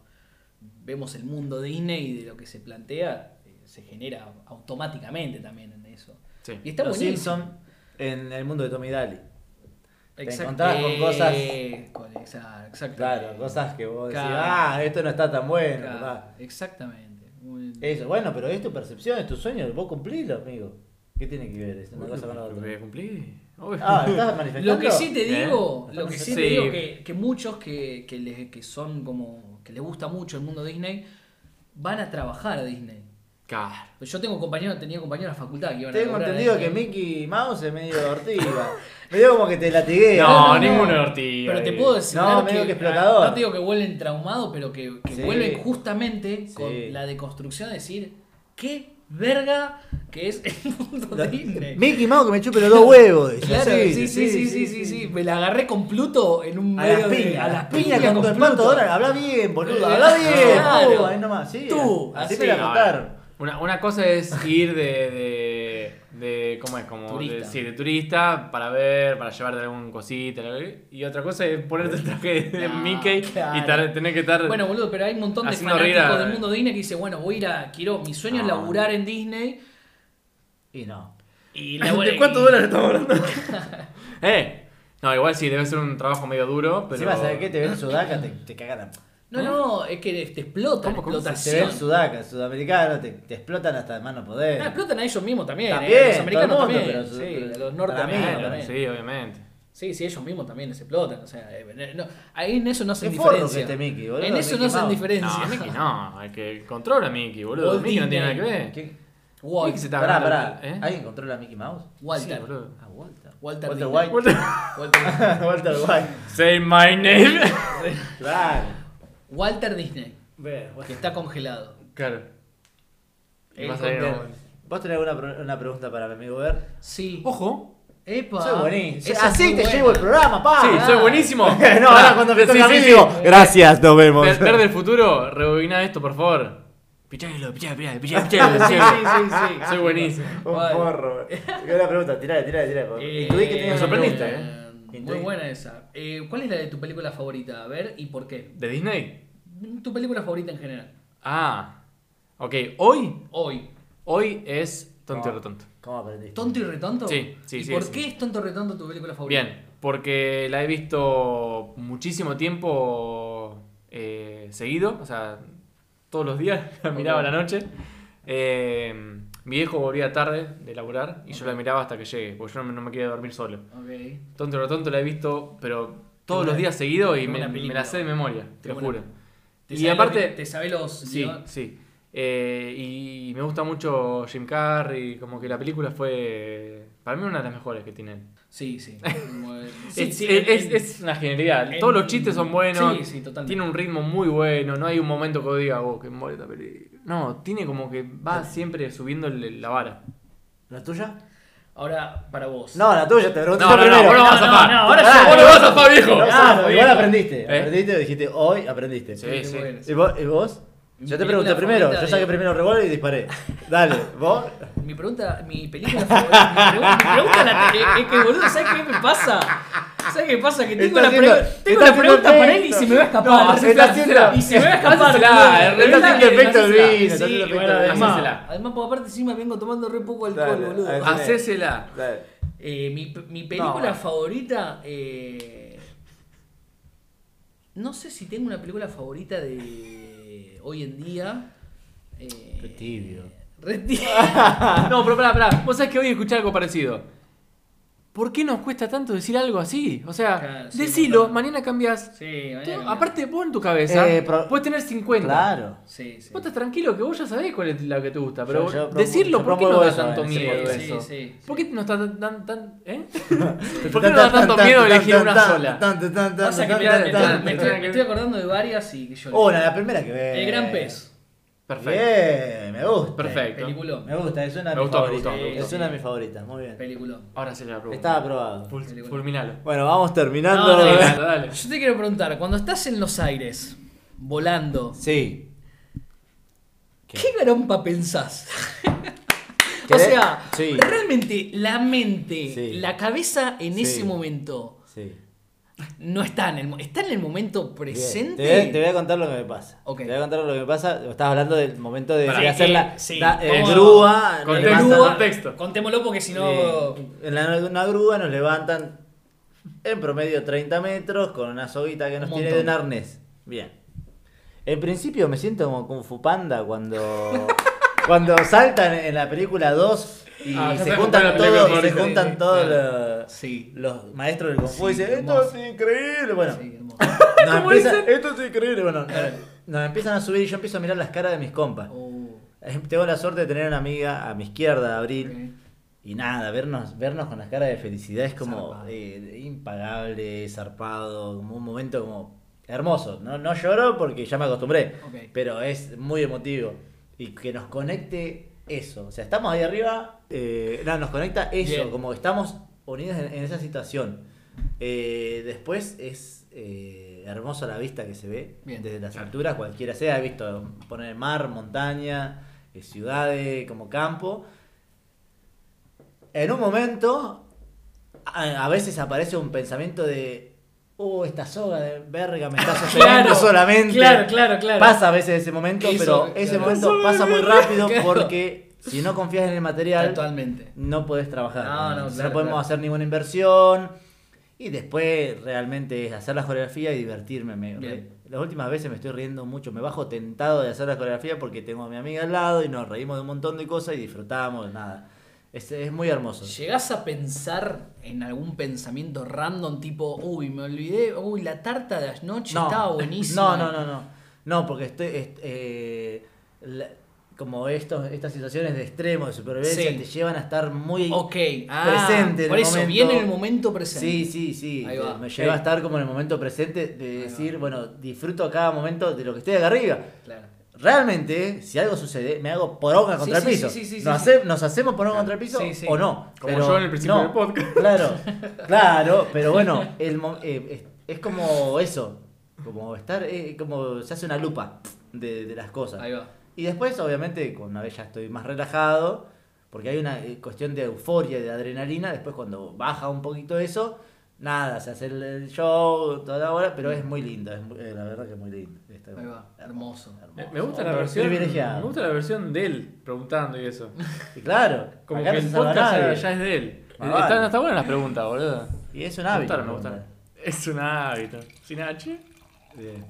D: vemos el mundo Disney y de lo que se plantea, eh, se genera automáticamente también en eso.
B: Sí.
D: Y está
C: Los
D: buenísimo.
C: Simpson en el mundo de Tommy Daly. te
D: Exact-
C: encontrás con cosas-
D: Eh, con- exa- exactamente.
C: Claro, cosas que vos decís,
D: Claro.
C: ah, esto no está tan bueno.
D: Claro,
C: papá".
D: Exactamente. Muy-
C: Eso, bueno, pero es tu percepción, es tu sueño, vos cumplilo, amigo. ¿Qué tiene que ver eso? Una cosa con la
B: Voy
C: otra.
B: a cumplir. obvio.
C: Ah, ¿estás manifestando?
D: Lo que sí te
B: ¿Eh?
D: digo, lo que sí, te
B: Sí.
D: digo que, que muchos que, que, les, que son como que les gusta mucho el mundo Disney van a trabajar a Disney.
B: Claro.
D: Pues yo tengo compañeros, tenía compañeros de la facultad que iban a
C: Tengo
D: laburar
C: entendido
D: ahí.
C: que Mickey Mouse es medio ortiva. medio como que te latiguea.
B: No,
D: no,
B: ninguno
D: no.
B: de Ortiga.
D: Pero te
B: eh.
D: puedo decir
C: No, medio que explotador.
D: No te digo que vuelven traumados, pero que, que
C: Sí.
D: vuelven justamente con
C: Sí.
D: la deconstrucción de decir qué verga que es el mundo
C: La-
D: Disney.
C: Mickey Mouse que me chupe los dos huevos. decía,
D: Claro, sí, sí, sí, sí, sí, sí, Me la agarré con Pluto en un
C: A las
D: medio de-
C: piñas,
D: a las piñas
C: con
D: con
C: Don Pato
D: Pluto.
C: Donald. Habla bien, boludo, habla bien.
D: Claro. eh,
C: Uh, ahí nomás, sí.
D: Tú,
C: así
D: así.
C: me la
B: Ah, No,
C: contaron.
B: Una, una cosa es ir de, de, de- ¿Cómo es? Como de-
D: Turista.
B: sí, de turista para ver, para llevarte algún cosita. la- Y otra cosa es ponerte el traje de
D: No,
B: Mickey y
D: claro.
B: tar- tener que estar.
D: Bueno, boludo, pero hay un montón de
B: Haciendo
D: fanáticos
B: reír a- Ah.
D: del mundo Disney que dice, bueno, voy a ir a, quiero, mi sueño es
B: No.
D: laburar en Disney.
B: eh.
C: Y no.
D: Y
B: ¿De
D: laburo-
B: cuántos dólares estamos hablando? eh. No, igual sí, debe ser un trabajo medio duro, pero.
C: Si vas a ver qué te ven sudaca, te, te cagan.
D: No, no, es que te explota,
B: ¿Cómo, cómo?
C: Te ven
D: explotación.
C: sudaca, sudamericano, te, te explotan hasta de más no poder.
D: Ah, explotan a ellos mismos también, eh,
C: También,
D: a los americanos
C: todo el mundo,
D: también,
C: pero su-
D: sí,
C: pero-
D: a los
B: Claro,
D: norteamericanos
C: Para
D: también.
B: sí, obviamente.
D: Sí, sí, ellos mismos también se explotan, o sea, eh, no, ahí en eso no hacen
C: Qué forro que
D: diferencia.
C: este Mickey, boludo,
D: en eso
C: Mickey
D: no hacen
C: Mouse.
D: diferencia.
B: No, Mickey no, el que controla a Mickey, boludo.
D: Walt
B: Mickey no tiene nada que
D: Disney.
B: ver.
C: ¿Quién-
D: Walt-
B: Mickey se está
C: Pará,
B: hablando,
C: pará.
B: ¿eh?
C: ¿Alguien controla a Mickey Mouse?
D: Walter.
B: Sí, boludo.
C: Ah, Walter. Walter
D: Walter Disney.
C: White.
B: Walter-
D: Walter,
C: Walter White.
B: Say my name.
C: Claro.
D: Walter Disney,
C: Ve,
D: que está congelado.
B: claro.
D: El
B: Vas a ver,
D: Walter-
B: no.
C: ¿Vos tenés alguna pro- una pregunta para mi amigo Ver?
D: Sí.
B: Ojo.
D: Epa.
C: Oh, Soy buenísimo.
D: Esa es
C: Así
D: muy
C: te
D: buena.
C: llevo el programa, pa.
B: Sí,
D: Ah.
B: soy buenísimo.
C: No, ahora cuando me
B: Sí,
C: toca a
B: sí,
C: mí
B: sí.
C: digo, gracias, nos vemos.
B: Ver, ver del futuro, rebobina esto, por favor. Pichalo, pichalo, pichalo, pichalo, pichalo.
D: Sí, sí, sí, sí.
B: Soy buenísimo.
C: Un
D: Vale.
C: porro. Qué buena pregunta, tirale, tirale, tirale.
D: Eh,
C: Intuí que tenías
B: me
C: una
B: sorprendiste,
C: pregunta,
D: eh, Muy
C: Intuí.
D: buena esa. Eh, ¿Cuál es la de tu película favorita? A ver, ¿y por qué?
B: ¿De Disney?
D: Tu película favorita en general.
B: Ah. Ok, hoy,
D: Hoy.
B: hoy es tonto y retonto.
C: ¿Cómo aprendiste?
D: ¿Tonto y retonto?
B: Sí, sí,
D: ¿Y
B: sí,
D: ¿Por
B: sí.
D: qué es tonto y retonto tu película favorita?
B: Bien, porque la he visto muchísimo tiempo eh, seguido, o sea, todos los días, la miraba a la noche. Eh, mi viejo volvía tarde de laburar y yo la miraba hasta que llegue, porque yo no me, no me quería dormir solo.
D: Ok.
B: Tonto y retonto la he visto, pero todos
D: Una-
B: los días seguido y
D: una
B: me, me
D: película.
B: la sé de memoria, te lo
D: Una-
B: juro.
D: ¿Te
B: Y
D: sabés lo
B: aparte-
D: que- ¿Te sabés los.?
B: Sí,
D: guion-
B: sí. Eh, y me gusta mucho Jim Carrey, como que la película fue, para mí, una de las mejores que tienen.
D: Sí, sí. Sí,
B: Es,
D: sí,
B: es-
D: en-
B: es- es una genialidad.
D: en-
B: Todos los chistes son buenos.
D: Sí, sí, totalmente.
B: Tiene un ritmo muy bueno. No hay un momento que vos digas, oh, que muere esta película. No, tiene como que va siempre subiendo el- la vara.
C: ¿La tuya?
D: Ahora, para vos.
C: No, la tuya, te pregunté
B: No,
C: yo
B: no,
C: primero.
B: no, vos lo vas a
D: No,
B: zafar.
D: no, ahora
B: Ah,
D: sí.
B: vos lo vas a zafar, viejo.
C: No,
D: Ah,
C: no,
D: muy
C: igual
D: bien.
C: aprendiste.
B: ¿Eh?
C: Aprendiste, dijiste, hoy aprendiste.
B: Sí.
D: Qué bueno.
C: ¿Y vos? ¿Y vos? Yo te
D: Mi
C: pregunté
D: película
C: primero,
D: favorita
C: yo
D: de-
C: saqué primero el revólver y disparé. Dale, vos.
D: Mi pregunta, mi película favorita. mi pregunta- Mi pregunta la te- es que, boludo, ¿sabes qué me pasa? ¿Sabes qué pasa? Que tengo
C: Está
D: la, pre-
C: haciendo-
D: tengo
C: está
D: la pregunta
C: haciendo
D: para él y
C: efecto.
D: se me va a
B: No,
D: escapar.
B: hacésela,
C: está haciendo-
B: hacésela.
D: y se me va a escapar.
B: Hacésela, eh,
D: boludo.
C: Está haciendo
B: revelale,
C: efecto el
B: hacésela. Sí,
C: vino, está haciendo efecto
B: bueno,
C: el vino.
B: además-
D: Además,
B: hacésela.
D: además, por aparte, encima vengo tomando re poco alcohol,
C: Dale,
D: boludo.
C: hacé-
B: Hacésela.
C: Dale.
D: Eh, mi, mi película favorita. eh, no sé si tengo una película favorita de hoy en día. Eh,
C: Qué tibio.
D: re tibio. Ah.
B: No, pero pará, pará. Vos sabés que hoy escuché algo parecido. ¿Por qué nos cuesta tanto decir algo así? O sea,
D: Claro, sí,
B: decilo,
D: total.
B: mañana cambias.
D: Sí, mañana cambiamos.
B: Aparte, vos en tu cabeza
C: Eh, pro-
B: puedes tener 50.
C: Claro.
D: Sí, sí.
B: Vos estás tranquilo que vos ya sabés cuál es la que te gusta, pero
C: Yo- yo promu-
B: decirlo,
C: yo
B: ¿por qué nos
C: promuevo
B: da
C: eso,
B: tanto
C: eh, sí,
B: miedo
D: sí,
B: eso?
D: sí, sí.
B: ¿Por qué nos da tan, tan, tan- ¿eh? ¿Por qué nos da tanto miedo elegir una sola?
D: Pasa que me,
B: tan,
D: me-
B: tan,
D: me-
B: tan,
D: me
B: tan.
D: estoy acordando de varias y que yo.
C: Una, la primera que ve.
D: El gran pez.
B: Perfecto.
C: Bien, me gusta.
B: Perfecto.
D: Peliculón.
C: Me gusta, es una de
B: Me
C: mis
B: gustó, me
C: favoritas.
B: gustó, me
C: Es
D: gustó.
C: una de mis favoritas, muy bien.
D: Peliculón.
B: Ahora se la pregunta.
C: Está aprobado.
B: Ful- fulminalo.
C: Bueno, vamos terminando.
D: No, no,
B: Dale, dale.
D: Yo te quiero preguntar, cuando estás en los aires, volando,
C: Sí.
D: ¿qué,
C: ¿Qué?
D: garompa pensás? o
C: ¿Querés?
D: sea,
C: Sí.
D: realmente la mente,
C: Sí.
D: la cabeza en
C: Sí.
D: ese momento
C: Sí.
D: no está en el, mo- está en el momento
C: Bien.
D: presente.
C: Te voy, te voy a contar lo que me pasa.
D: Ok.
C: Te voy a contar lo que me pasa. Estabas hablando del momento de,
B: Pará.
C: de hacer la
D: Eh, sí.
C: da- eh,
D: Vamos.
C: grúa. nos
B: Contexto,
C: levantan-
B: grúa. contexto.
D: Contémoslo porque si no.
C: Eh, en la, una grúa nos levantan en promedio 30 metros con una soguita que nos
D: Un
C: tiene de
D: montón.
C: un arnés. Bien. En principio me siento como Kung Fu Panda cuando, cuando saltan en la película 2 y
B: Ah, ya
C: se
B: sabes
C: juntan
B: cuál es la película
C: todos, se
B: favorita.
C: juntan todos
D: Claro.
C: los,
D: Sí.
C: los maestros del Kung Fu
D: Sí,
C: y dicen, esto
D: hermoso.
C: es increíble. Bueno,
D: Sí, hermoso.
C: nos
B: ¿Cómo
C: empiezan-
B: dicen?
C: esto es increíble. Bueno, nos- nos empiezan a subir y yo empiezo a mirar las caras de mis compas.
D: Oh.
C: eh, tengo la suerte de tener una amiga a mi izquierda, Abril. Y nada, vernos, vernos con las caras de felicidad es como
D: Zarpado.
C: eh, impagable, zarpado, como un momento como hermoso. No, no lloro porque ya me acostumbré,
D: Ok.
C: pero es muy emotivo. Y que nos conecte eso. O sea, estamos ahí arriba, eh, nada, nos conecta eso,
D: Bien.
C: como que estamos unidos en, en esa situación. Eh, después es eh, hermosa la vista que se ve
D: Bien.
C: desde las
B: Claro.
C: alturas, cualquiera sea. He visto poner mar, montaña, eh, ciudades, como campo. En un momento, a, a veces aparece un pensamiento de, oh, esta soga de verga me está sostenendo
D: Claro,
C: solamente.
D: claro, claro, claro.
C: Pasa a veces ese momento,
D: Eso,
C: pero
D: claro.
C: ese
D: La
C: momento
B: soga
C: pasa
B: de
C: muy rápido
D: claro.
C: porque si no confías en el material,
D: Totalmente.
C: no podés trabajar.
D: No, no,
C: Entonces,
D: claro,
C: podemos
D: claro.
C: hacer ninguna inversión. Y después realmente es hacer la coreografía y divertirme. Me-
D: Bien.
C: Las últimas veces me estoy riendo mucho. Me bajo tentado de hacer la coreografía porque tengo a mi amiga al lado y nos reímos de un montón de cosas y disfrutamos. Nada. Es, es muy hermoso.
D: ¿Llegás a pensar en algún pensamiento random tipo, uy, me olvidé, uy, la tarta de anoche estaba eh. buenísima?
C: No, no, no, no. No, porque estoy. est- eh, la- como estos, estas situaciones de extremo, de supervivencia,
D: Sí.
C: te llevan a estar muy
D: Ok, ah,
C: presente. en
D: por
C: el
D: eso,
C: momento.
D: viene el momento presente.
C: Sí, sí, sí.
D: Ahí va.
C: Me lleva a
D: Ey.
C: estar como en el momento presente de
D: va.
C: decir, bueno, disfruto a cada momento de lo que estoy acá arriba.
D: Claro.
C: Realmente, si algo sucede, me hago poronga contra
D: Sí,
C: el
D: sí,
C: piso.
D: sí, sí, sí,
C: nos,
D: sí.
C: hace- nos hacemos poronga contra el piso
D: Sí, sí.
C: o no.
B: Como
C: pero
B: yo en el principio
C: no.
B: del podcast.
C: Claro, claro, pero bueno, el mo- eh, es, es como eso. Como estar, eh, como se hace una lupa de, de las cosas.
D: Ahí va.
C: Y después, obviamente, con una vez ya estoy más relajado, porque hay una eh, cuestión de euforia, de adrenalina, después cuando baja un poquito eso, nada, se hace el, el show toda la hora, pero es muy lindo, es muy- eh, la verdad que es muy lindo. Está
D: Ahí va, hermoso.
B: Me- Me gusta la
C: Hombre,
B: versión.
C: privilegiado.
B: Me gusta la versión de él preguntando y eso.
C: Y claro,
B: Como
C: acá
B: que
C: no
B: el
C: se salva
B: podcast ya,
C: nadie.
B: ya es de él.
C: Ah,
B: Eh,
C: vale.
B: Están está buenas las preguntas, boludo.
C: Y es un
B: Me
C: hábito.
B: gustaron, me gustaron. Es un hábito. Sin H.
C: Bien.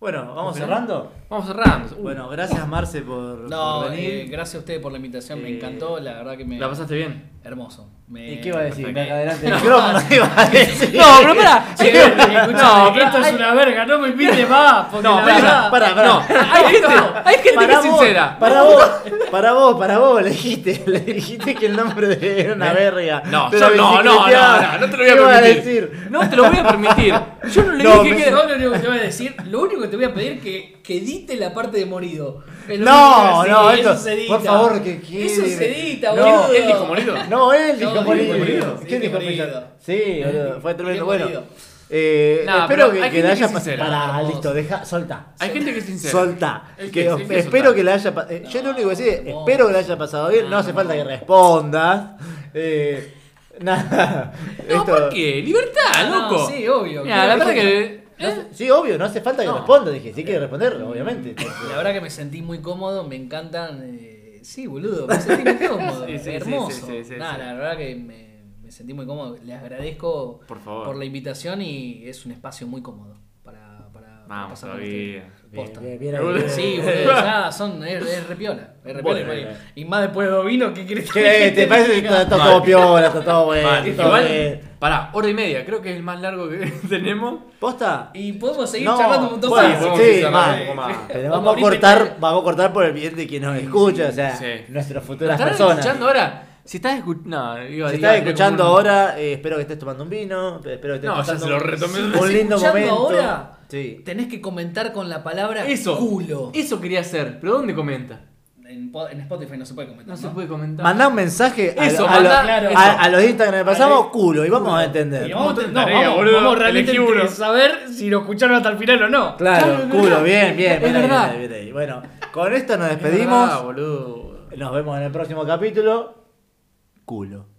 C: Bueno, ¿vamos cerrando?
B: Vamos cerrando. Uh,
C: Bueno, gracias Marce por,
D: No,
C: por
D: eh,
C: venir.
D: gracias a ustedes por la invitación, me
C: Eh,
D: encantó, la verdad que me...
B: ¿La pasaste bien?
D: Hermoso. Me-
C: ¿Y qué iba a decir?
B: perfecto.
C: Me acá delante del micrófono, ¿qué iba a decir?
B: No, pero pará.
D: Che, escuchame, que esto es una verga, no me invite más, porque
B: No,
D: la
B: pará,
D: verdad-
C: pará, pará.
B: No, hay gente, hay gente que es
C: vos,
B: sincera.
C: Para vos, para vos, para vos, le dijiste, le dijiste que el nombre de era una verga.
B: ¿Eh? No,
C: Pero
B: yo no, no,
C: bicicleteaba.
B: no, no, no te lo voy a
C: ¿Qué iba
B: permitir.
C: decir?
B: No te lo voy a permitir. Yo no le
C: No,
B: dije
D: Yo
B: que.
D: lo único que te voy a decir, lo único que te voy a pedir que, que edite la parte de morido. Es lo único
C: No,
D: que-
C: no,
D: sí,
C: esto,
D: eso se edita.
C: por favor, que quiere.
D: Eso se edita,
C: No.
D: boludo.
B: Él dijo morido.
C: No, él
D: No,
C: dijo
D: dijo morido,
C: morido.
D: sí,
C: ¿Quién
D: dijo
C: dijo
D: morido.
C: morido? Sí, boludo, fue tremendo.
D: Dijo
C: Bueno,
D: morido.
C: eh,
B: Nah,
C: espero
B: pero hay
C: que, que
B: gente
C: le
B: que
C: haya
B: es
C: pasado.
B: sincera.
C: Pará,
D: Hermoso.
C: listo, deja, solta.
B: Hay gente que es sincera.
C: Solta.
B: Es que
C: Que-
B: sí, hay que
C: espero
B: soltar.
C: que le haya pasado. yo lo único que sí,
D: No,
C: espero que le haya pasado bien. No hace
D: no.
C: falta que respondas. Eh, nada.
B: No,
C: Esto-
B: ¿por qué? Libertad,
D: No,
B: loco.
D: Ah, sí, obvio.
B: Mira, la
D: Claro,
B: verdad
D: ¿Eh? sí.
B: que.
C: No hace- sí, obvio, no hace falta que
B: No.
C: respondas. Dije, sí hay que responder, obviamente.
D: La verdad que me sentí muy cómodo, me encantan. eh, sí, boludo, me sentí muy cómodo.
B: Sí, sí, sí,
D: hermoso.
B: sí, sí, sí,
D: Nah,
B: sí.
D: La verdad que me, me sentí muy cómodo. Les agradezco
B: Por favor.
D: la invitación y es un espacio muy cómodo para, para, para
B: Vamos,
D: pasar con
B: todavía.
D: ustedes.
C: Bien,
D: Posta.
C: bien, bien ahí, bien.
D: Sí, boludo, ya son, es, es repiola. es repiola,
C: Bueno,
D: igual.
C: eh.
D: y más después de Bovino, ¿qué querés
C: ¿Qué? eh, ¿Te parece que está está todo
B: Mal.
C: piola? Está todo bueno.
B: Vale,
C: todo
B: igual.
C: bien.
B: Pará, hora y media, creo que es el más largo que tenemos.
C: ¿Posta?
D: Y podemos seguir
C: No,
D: charlando un montón
C: bueno,
D: más.
B: podemos
C: sí,
B: cerrar
C: mal.
B: un poco más.
C: Pero
D: Vamos a
C: vamos a
D: abrir
C: cortar,
D: ventana.
C: vamos a cortar por el bien de quien nos escucha, o sea,
B: sí.
C: nuestras futuras
B: ¿Estás
C: personas.
B: escuchando ahora? Si estás escuchando. No, iba a
C: Si
B: iba a
C: estás
B: hacer
C: escuchando
B: como un-
C: ahora, eh, espero que estés tomando un vino, espero que estés
B: No, ya
C: pasando
B: se lo
C: un-
B: retomé.
C: un lindo
D: Escuchando
C: momento.
D: ahora.
C: Sí.
D: Tenés que comentar con la palabra
B: Eso.
D: culo.
B: Eso quería hacer. ¿Pero dónde comenta?
D: En, po- en Spotify no se puede comentar.
B: No se puede comentar.
C: Mandá un mensaje a,
B: Eso,
C: a los-
B: mandá-
D: claro,
C: a-
D: eso.
C: a los Instagram que pasamos
D: Ahí.
C: culo y vamos a
D: Y
C: entender.
B: Un
D: vamos,
B: montón de
D: no,
B: tarea,
D: vamos,
B: boludo.
D: vamos realmente
B: Elegí uno.
D: entre saber si lo escucharon hasta el final o no.
C: Claro,
B: Claro,
C: culo,
B: verdad.
C: bien, bien,
B: Es
C: bien, ahí, bien,
B: verdad.
C: ahí, bien ahí. Bueno, con esto nos
B: Es verdad,
C: despedimos.
B: boludo.
C: Nos vemos en el próximo capítulo. Culo.